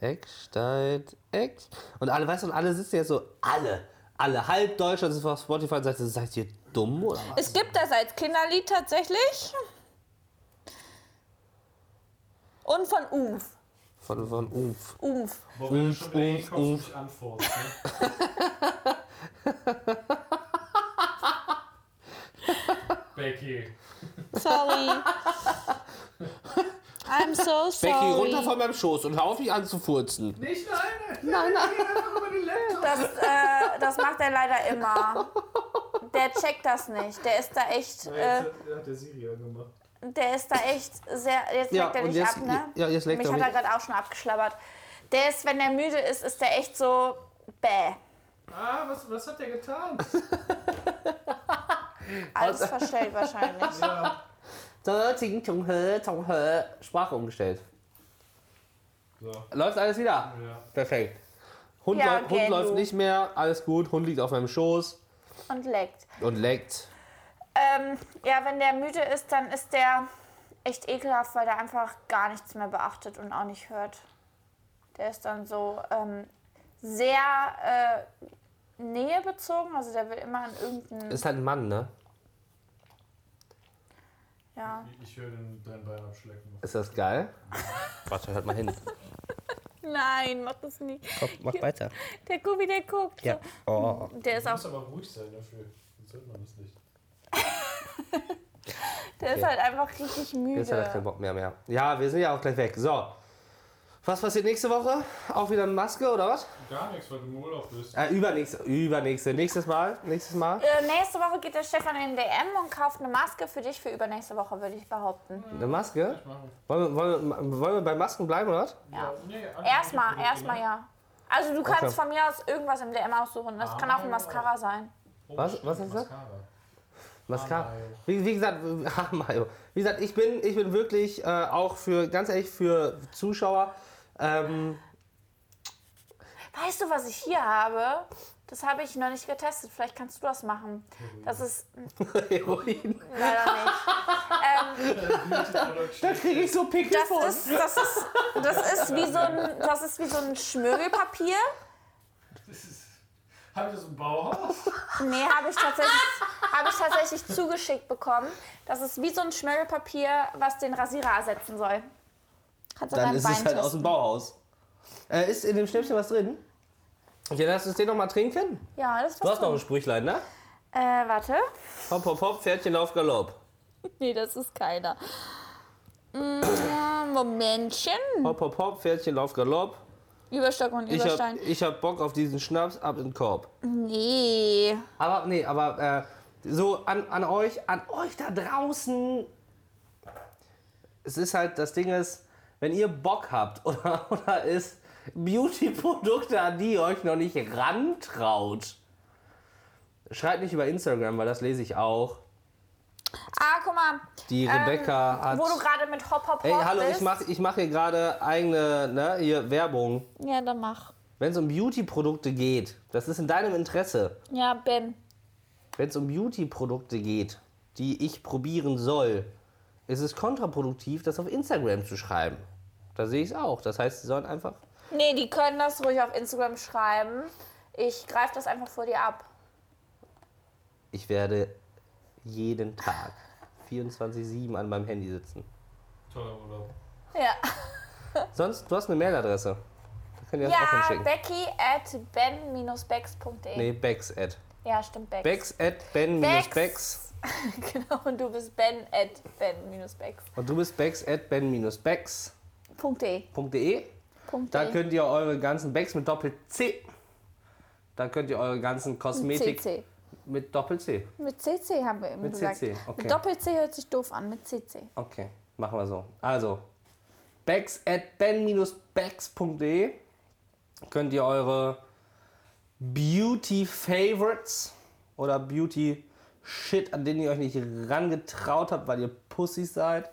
Eckstein, Eck. Und alle, weißt du, und alle sitzen jetzt so, alle, alle, halb Deutschland ist auf Spotify und sagt, seid ihr dumm oder was?
Es gibt das als Kinderlied tatsächlich. Und von Umf.
Von, von Umf.
Umf.
Wo wir
Uff,
schon wieder
uff,
hinkommen,
uff.
nicht antworten. Ne? Becky.
Sorry. I'm so sorry.
Becky, runter von meinem Schoß und hör auf mich anzufurzen.
Nicht eine! Nein, nein!
das, äh, das macht er leider immer. Der checkt das nicht. Der ist da echt, äh,
Jetzt hat der Siri gemacht.
der ist da echt sehr. Jetzt
Ja,
leckt er
und
dich
jetzt-
ab, ne?
ja, jetzt leckt
Mich
er
hat
mich.
er gerade auch schon abgeschlabbert. Der ist, wenn er müde ist, ist der echt so bäh.
Ah, was, was hat der getan?
Also-
Alles verstellt wahrscheinlich.
Sprache umgestellt.
So,
Läuft alles wieder?
ja.
Perfekt. Hund,
Ja,
läuft, Hund
Gendo.
läuft nicht mehr, alles gut, Hund liegt auf meinem Schoß
Und leckt.
und leckt.
Ähm, ja, wenn der müde ist, dann ist der echt ekelhaft, weil der einfach gar nichts mehr beachtet und auch nicht hört. Der ist dann so ähm, sehr äh, nähebezogen, also der will immer an irgendeinen.
Ist halt ein Mann, ne?
Ja.
Ich, ich höre den- dein Bein abschlecken.
Ist das geil? Warte, hört mal hin.
Nein, mach das nicht.
Komm, mach weiter.
Der Gubi, der guckt.
Ja. Oh.
So. Der ist
Du
auch.
musst aber ruhig sein dafür. Sonst hört man das nicht.
Der ist
Okay.
halt einfach richtig müde.
Jetzt hat er
halt
keinen Bock mehr mehr. Ja, wir sind ja auch gleich weg. So. Was passiert nächste Woche? Auch wieder eine Maske oder was?
Gar nichts, weil du im Urlaub bist.
Äh, übernächste, übernächste. Nächstes Mal. Nächstes Mal.
Äh, nächste Woche geht der Stefan in den DM und kauft eine Maske für dich für übernächste Woche, würde ich behaupten.
Eine Maske?
Machen.
Wollen wir, wollen, wir, wollen wir bei Masken bleiben oder was?
Ja.
nee, andere
Erstmal,
Produkte,
erstmal
ne?
ja. Also du kannst
Okay.
von mir aus irgendwas im DM aussuchen. Das kann auch ein Mascara sein.
Oh,
Was-
stimmt,
was hast du gesagt?
Mascara.
Mascara.
Mayo.
Wie, wie gesagt, ah, Mayo. Wie gesagt, ich bin, ich bin wirklich äh, auch für, ganz ehrlich, für Zuschauer. Ähm,
Weißt du, was ich hier habe? Das habe ich noch nicht getestet. Vielleicht kannst du das machen. Das ist
Heroin.
leider nicht.
Da kriege ich so Pickel
Das
von.
ist, das ist, das ist, wie, so ein, das ist wie so ein Schmirgelpapier.
Das ist. Hab ich das im Bauhaus?
Nee, habe ich, tatsächlich- habe ich tatsächlich zugeschickt bekommen. Das ist wie so ein Schmirgelpapier, was den Rasierer ersetzen soll. Kannst du
Dann
dein
ist
Bein
es halt aus
testen.
dem Bauhaus. Äh, ist in dem Schnäppchen was drin? Ja, lass uns den nochmal trinken.
Ja, das
Du hast
war's.
noch ein Sprüchlein, ne?
Äh, warte.
Hopp, hopp, hopp, Pferdchen auf Galopp.
Nee, das ist keiner. Mm, Momentchen.
Hopp, hopp, hopp, Pferdchen auf Galopp.
Überstock und
Ich hab,
Überstein.
ich hab Bock auf diesen Schnaps, ab in den Korb.
Nee.
Aber, nee, aber äh, so an, an euch, an euch da draußen. Es ist halt, das Ding ist, wenn ihr Bock habt oder, oder ist Beauty-Produkte, an die ihr euch noch nicht rantraut, schreibt nicht über Instagram, weil das lese ich auch.
Ah, guck mal. Ähm,
Die Rebecca hat.
Wo du gerade mit Hop Hop Hop
Ey, hallo,
bist.
ich mache ich mach hier gerade eigene ne, hier Werbung.
Ja, dann mach.
Wenn es um Beauty-Produkte geht, das ist in deinem Interesse.
Ja, Ben.
Wenn es um Beauty-Produkte geht, die ich probieren soll, ist es kontraproduktiv, das auf Instagram zu schreiben. Da sehe ich es auch. Das heißt, sie sollen einfach.
Nee, die können das ruhig auf Instagram schreiben. Ich greife das einfach vor dir ab.
Ich werde jeden Tag 24-7 an meinem Handy sitzen.
Toller Urlaub.
Ja.
Sonst, du hast eine Mailadresse. Da könnt ihr das auch
Ja,
hinschicken.
Becky at ben-becks.de.
Nee, Becks at.
Ja, stimmt, Becks.
Becks at ben-becks.
Becks.
Becks.
Genau, und du bist ben at ben-becks.de.
Und du bist Becks at ben-becks.de. Da E. könnt ihr eure ganzen Bags mit Doppel-C, da könnt ihr eure ganzen Kosmetik
CC.
mit Doppel-C.
Mit CC haben wir eben
Mit
gesagt.
CC, okay.
Mit Doppel-C hört sich doof an, mit CC.
Okay, machen wir so. Also, Bags at ben-bags.de E. könnt ihr eure Beauty-Favorites oder Beauty-Shit, an den ihr euch nicht rangetraut habt, weil ihr Pussys seid.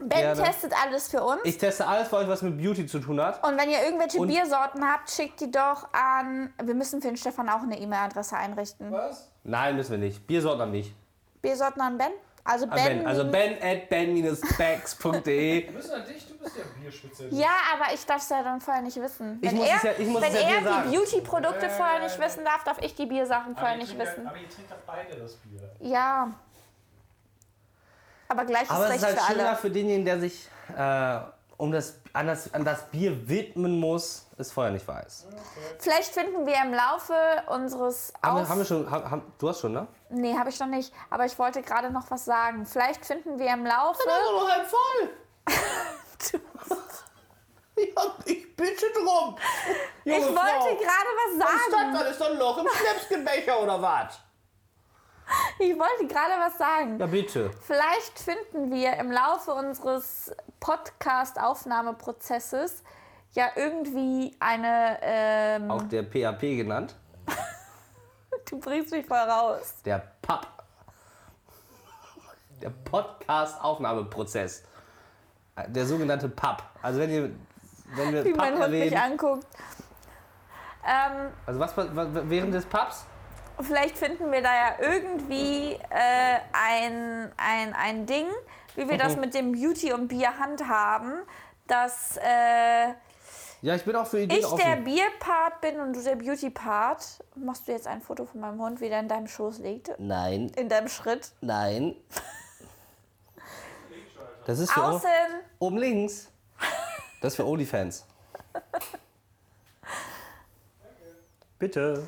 Ben
Gerne.
testet alles für uns.
Ich teste alles für euch, was mit Beauty zu tun hat.
und wenn ihr irgendwelche
Und-
Biersorten habt, schickt die doch an. Wir müssen für den Stefan auch eine E-Mail-Adresse einrichten.
Was?
Nein, müssen wir nicht. Biersorten haben nicht.
Biersorten an Ben? Also Ben.
An ben, also ben at ben-bags.de.
Wir müssen an dich, du bist ja Bierspezialist.
Ja, aber ich darf es ja dann vorher nicht wissen.
Ich
Wenn
muss
er,
es ja- ich muss
wenn
es ja dir
er
sagen.
die Beauty-Produkte vorher nicht wissen darf, darf ich die Biersachen
Aber
vorher
ihr
nicht
trinkt ja-
wissen.
Aber ihr trinkt halt- doch beide das Bier.
Ja. Aber gleich
Aber
ist
es ist
recht
halt
für
schöner
alle.
für denjenigen, der sich äh, um das, an, das, an das Bier widmen muss, es vorher nicht weiß.
Vielleicht finden wir im Laufe unseres
Haben, wir-
Aus...
haben wir schon, haben, haben, du hast schon, ne?
nee, habe ich noch nicht. Aber ich wollte gerade noch was sagen. Vielleicht finden wir im Laufe...
nur halb voll. ja, ich bitte drum.
Ich wollte gerade was sagen.
das ist doch ein Loch im Schnäpsgebecher oder was?
Ich wollte gerade was sagen.
Ja, bitte.
Vielleicht finden wir im Laufe unseres Podcast-Aufnahmeprozesses ja irgendwie eine... Ähm,
Auch der PAP genannt.
Du bringst mich voll raus.
Der PAP. Der Podcast-Aufnahmeprozess. Der sogenannte PAP. Also wenn ihr, wenn wir
Wie
PAP
mein Hund mich
erwähnen,
anguckt. Ähm,
also was, was während des PAPs?
vielleicht finden wir da ja irgendwie äh, ein, ein, ein Ding, wie wir das
Mhm.
mit dem Beauty und Bier handhaben, dass äh,
Ja, ich bin auch für Ideen
ich der
offen.
Bierpart bin und du der Beauty-Part. Machst du jetzt ein Foto von meinem Hund, wie der in deinem Schoß liegt?
Nein,
In deinem Schritt?
nein. Das ist für
Außen!
oben links. Das ist für OnlyFans. Bitte.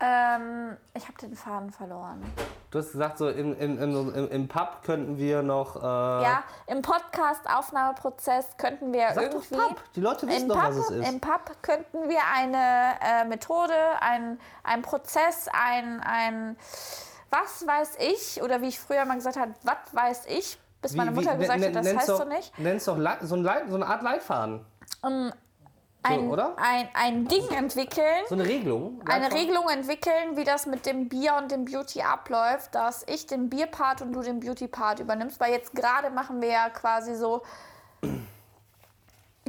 Ähm, ich habe den Faden verloren.
Du hast gesagt, so im, im, im, im, im Pub könnten wir noch. Äh,
Ja, im Podcast-Aufnahmeprozess könnten wir
Sag doch
irgendwie.
Pub. Die Leute wissen
Im
doch,
Pub,
was es ist.
Im Pub könnten wir eine äh, Methode, ein, ein Prozess, ein, ein was weiß ich, oder wie ich früher mal gesagt habe, was weiß ich, bis meine Mutter gesagt
nen-
hat, das
nenn's
heißt
ne, doch,
so nicht.
Nenn's doch Lei- so, ein Leit, so eine Art Leitfaden.
Ein,
oder?
Ein, ein Ding entwickeln,
So eine Regelung.
eine
Leitfaden.
Regelung entwickeln, wie das mit dem Bier und dem Beauty abläuft, dass ich den Bierpart und du den Beauty-Part übernimmst, weil jetzt gerade machen wir ja quasi so,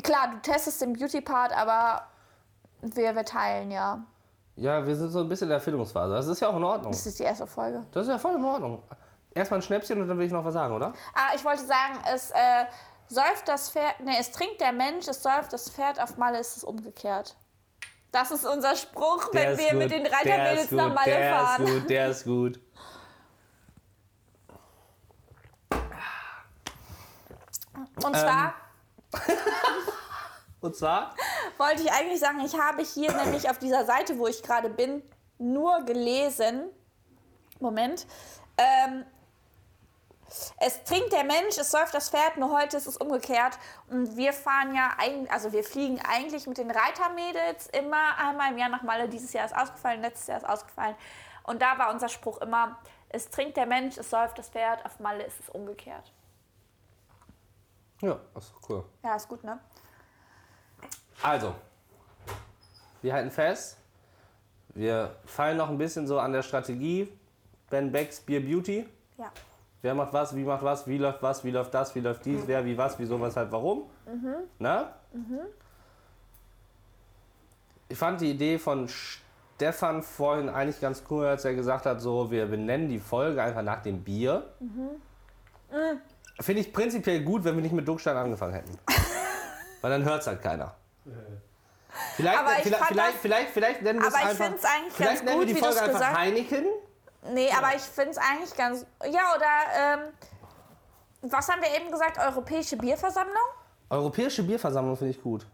klar, du testest den Beauty-Part, aber wir, wir teilen ja.
Ja, wir sind so ein bisschen in der Erfindungsphase. Das ist ja auch in Ordnung.
Das ist die erste Folge.
Das ist ja voll in Ordnung. Erstmal ein Schnäpschen und dann will ich noch was sagen, oder?
Ah, ich wollte sagen, es äh, säuft das Pferd, nee, es trinkt der Mensch, es säuft das Pferd, auf Malle ist es umgekehrt. Das ist unser Spruch, wenn wir mit den Reitermädels nach Malle fahren.
gut, der ist gut.
Und zwar
Ähm, Und zwar?
wollte ich eigentlich sagen, ich habe hier nämlich auf dieser Seite, wo ich gerade bin, nur gelesen. Moment. Ähm, es trinkt der Mensch, es säuft das Pferd, nur heute ist es umgekehrt. Und wir fahren ja, eigentlich, also wir fliegen eigentlich mit den Reitermädels immer einmal im Jahr nach Malle. Dieses Jahr ist ausgefallen, letztes Jahr ist ausgefallen. Und da war unser Spruch immer, es trinkt der Mensch, es säuft das Pferd, auf Malle ist es umgekehrt.
Ja, ist doch cool.
Ja, ist gut, ne?
Also, wir halten fest. Wir fallen noch ein bisschen so an der Strategie. Ben Becks Beer Beauty.
Ja.
Wer macht was, wie macht was, wie läuft was, wie läuft das, wie läuft
Mhm.
dies, wer, wie, was, wieso, weshalb, warum. Na? Ich fand die Idee von Stefan vorhin eigentlich ganz cool, als er gesagt hat, so, wir benennen die Folge einfach nach dem Bier.
Mhm.
Finde ich prinzipiell gut, wenn wir nicht mit Duckstein angefangen hätten. Weil dann hört es halt keiner. Vielleicht,
Aber ich
vielleicht,
fand
vielleicht,
das-
vielleicht, vielleicht nennen wir es
aber ich
einfach.
find's eigentlich
vielleicht
ganz
nennen wir
gut,
die
wie
Folge
du's
einfach
gesagt-
Heineken.
Nee, aber ich finde es eigentlich ganz. Ja, oder ähm, was haben wir eben gesagt? Europäische Bierversammlung?
Europäische Bierversammlung finde ich gut.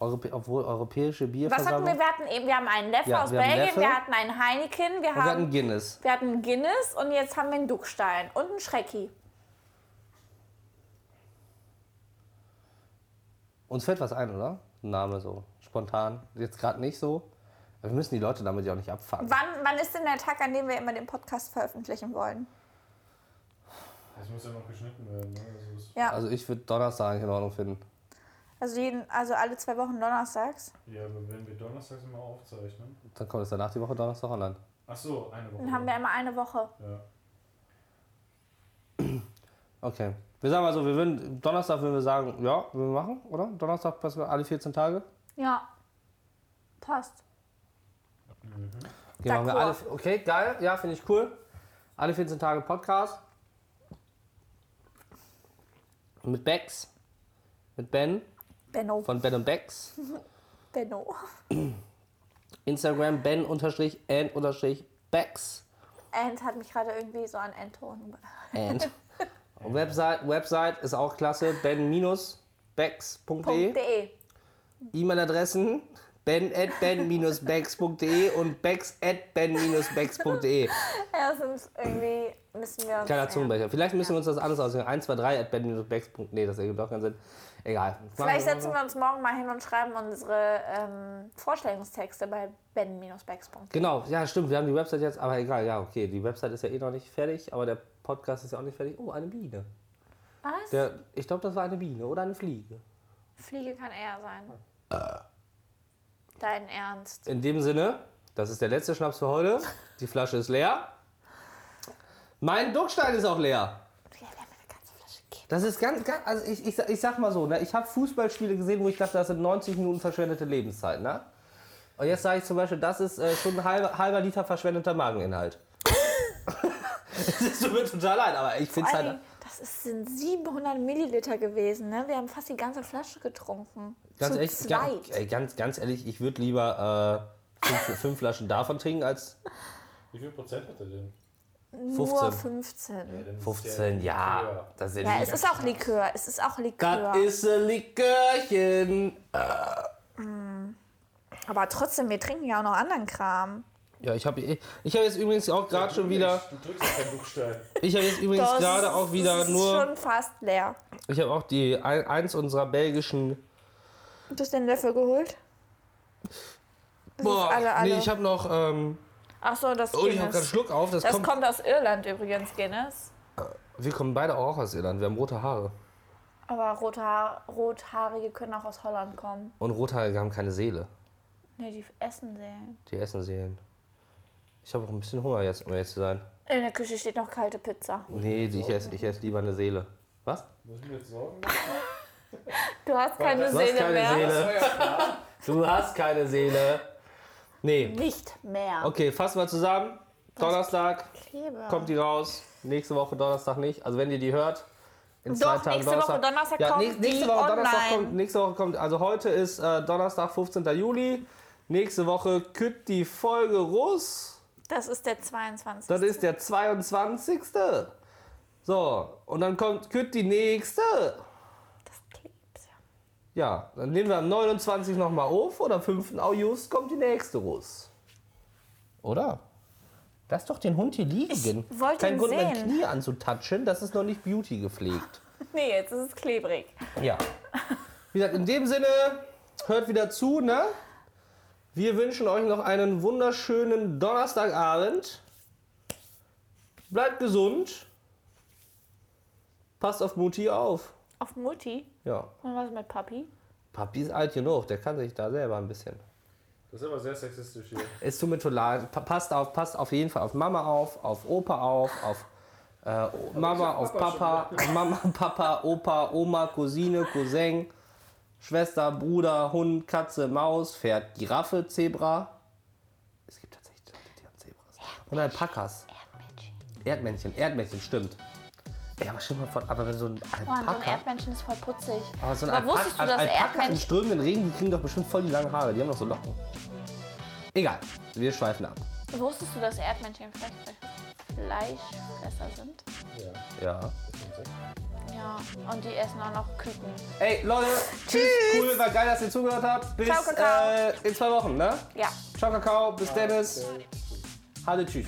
Europä obwohl europäische
Was hatten
Bierversammlung.
wir? Wir hatten eben, wir haben einen Leffe
Ja,
aus
wir haben
Belgien,
Leffe.
wir hatten einen Heineken, wir
Und wir hatten
haben,
Guinness.
wir hatten Guinness und jetzt haben wir einen Duckstein und einen Schrecki.
Uns fällt was ein, oder? Ein Name so. Spontan. Jetzt gerade nicht so. Aber wir müssen die Leute damit ja auch nicht abfangen.
Wann, wann ist denn der Tag, an dem wir immer den Podcast veröffentlichen wollen?
Das muss ja noch geschnitten werden. Ne? Also das,
Ja, also,
Also ich würde Donnerstag eigentlich in Ordnung finden.
jeden, also alle zwei Wochen donnerstags.
ja, aber wenn wir donnerstags immer aufzeichnen.
Dann kommt es danach die Woche Donnerstag online.
Ach so, eine Woche.
Dann haben wir immer eine Woche.
ja.
Okay. Wir sagen mal so, wir würden Donnerstag würden wir sagen, ja, würden wir machen, oder? Donnerstag passen wir alle 14 Tage.
Ja. Passt.
Okay, machen wir alle,
D'accord.
okay geil, ja, finde ich cool. Alle 14 Tage Podcast. Mit Bex. Mit Ben
Benno.
von Ben und Bex.
Benno.
Instagram ben-and-bex.
Ant hat mich gerade irgendwie so an Anton.
And. Website, Website ist auch klasse. ben-bex.de.
.de.
E-Mail-Adressen ben at ben-bex.de und bex at ben-bex.de.
Ja, sonst irgendwie müssen wir uns.
Kleiner Zungenbrecher. Vielleicht müssen wir uns das anders aussehen. 1, 2, 3 at ben-bex.de. Nee, das ergibt doch keinen Sinn. Egal.
Vielleicht
Machen wir
setzen wir uns morgen mal hin und schreiben unsere ähm, Vorstellungstexte bei ben-bex.de.
Genau, ja, stimmt. Wir haben die Website jetzt, aber egal, ja, okay. Die Website ist ja eh noch nicht fertig, aber der Podcast ist ja auch nicht fertig. Oh, eine Biene.
Was?
Der, ich glaube, das war eine Biene oder eine Fliege.
Fliege kann er sein. Dein Ernst.
In dem Sinne, das ist der letzte Schnaps für heute. Die Flasche ist leer. Mein Duckstein ist auch leer.
Ja, wir haben eine ganze Flasche Kipp.
Das ist ganz, ganz also ich, ich, sag- ich sag mal so, ne? ich habe Fußballspiele gesehen, wo ich dachte, das sind 90 Minuten verschwendete Lebenszeit. Ne? Und jetzt sage ich zum Beispiel, das ist äh, schon ein halber, halber Liter verschwendeter Mageninhalt. Es tut mir total leid, aber ich finde es
Vor allen
halt...
Dingen, Das ist, sind 700 Milliliter gewesen. Ne? Wir haben fast die ganze Flasche getrunken.
Ganz
Zu
ehrlich, ga-
zweit.
äh, ganz, ganz ehrlich, ich würde lieber äh, fünf, fünf Flaschen davon trinken als
Wie viel Prozent hat er denn?
Nur
15.
15.
Dann ist
15,
der-
ja. Das ist ja,
Ja,
nicht-
es ist auch Likör. Es ist auch Likör.
Das ist ein Likörchen.
Aber trotzdem, wir trinken ja auch noch anderen Kram.
Ja, ich habe ich hab jetzt übrigens auch gerade schon wieder.
Du drückst auf den Buchstaben.
Ich habe jetzt übrigens
Das
gerade auch wieder
ist
nur.
schon fast leer.
Ich habe auch die ein- eins unserer belgischen.
Hast du den Löffel geholt? Das
Boah,
ist alle, alle.
nee, ich habe noch. Ähm,
Ach so, das
oh, ich habe gerade
Guinness.
Schluck auf. Das,
Das
kommt,
kommt aus Irland übrigens, Guinness.
Wir kommen beide auch aus Irland. Wir haben rote Haare.
Aber rote Haar- Rothaarige können auch aus Holland kommen.
Und Rothaarige haben keine Seele.
Ne, die essen Seelen.
Die essen Seelen. Ich habe auch ein bisschen Hunger jetzt, um ehrlich zu sein.
In der Küche steht noch kalte Pizza.
Nee, die- ich esse ich ess lieber eine Seele. Was?
Muss ich mir jetzt sorgen?
Du hast keine
Du hast
Seele
keine
mehr.
Seele. Du hast keine Seele. Nee.
Nicht mehr.
Okay, fassen wir zusammen. Donnerstag
Kleber.
kommt die raus. Nächste Woche Donnerstag nicht. Also wenn ihr die hört, in zwei
Doch,
Tagen
nächste Woche Donnerstag
ja,
kommt
nächste, nächste
die
Woche Donnerstag
online.
kommt, nächste Woche kommt, also heute ist äh, Donnerstag, 15. Juli. Nächste Woche kütt die Folge raus.
Das ist der 22.
Das ist der 22. So, und dann kommt kütt die nächste.
das klebt.
Ja, dann nehmen wir am 29 nochmal auf und am 5. August kommt die nächste Russ. Oder? Lass doch den Hund hier liegen.
Ich wollte
Kein
ihn
Grund, mein
sehen.
Knie anzutatschen, das ist noch nicht Beauty gepflegt.
Nee, jetzt ist es klebrig.
Ja. Wie gesagt, in dem Sinne, hört wieder zu, ne? Wir wünschen euch noch einen wunderschönen Donnerstagabend. Bleibt gesund. Passt auf Mutti auf.
Auf Mutti.
Ja.
Und was mit Papi?
Papi ist alt genug, der kann sich da selber ein bisschen.
Das ist aber sehr sexistisch hier.
Es tut mir total leid. Pa- Passt auf, passt auf jeden Fall auf Mama auf, auf Opa auf, auf äh, O- Mama, auf Papa, Mama, Papa, Opa, Oma, Cousine, Cousin, Schwester, Bruder, Hund, Katze, Maus, Pferd, Giraffe, Zebra. Es gibt tatsächlich Leute, die haben Zebras. Und Alpakas. Erdmännchen. Erdmännchen, Erdmännchen, stimmt. Ja, aber stimmt mal von, aber wenn so ein
Oh, und so ein
Alpaka,
Erdmännchen ist voll putzig.
aber so ein
Aber
Alpaka,
wusstest du, dass
Alpaka im
Erdmännchen-
strömenden Regen, die kriegen doch bestimmt voll die langen Haare, die haben doch so Locken. Egal, wir schweifen ab.
Wusstest du, dass Erdmännchen Fleisch- Fleischfresser sind?
Ja.
Ja. Und die essen auch noch Küken.
Ey, Leute, tschüss. Cool, war geil, dass ihr zugehört habt. Bis
Ciao, Kakao.
Äh, in zwei Wochen, ne?
Ja.
Ciao, Kakao. Bis Dennis. Hallo, tschüss.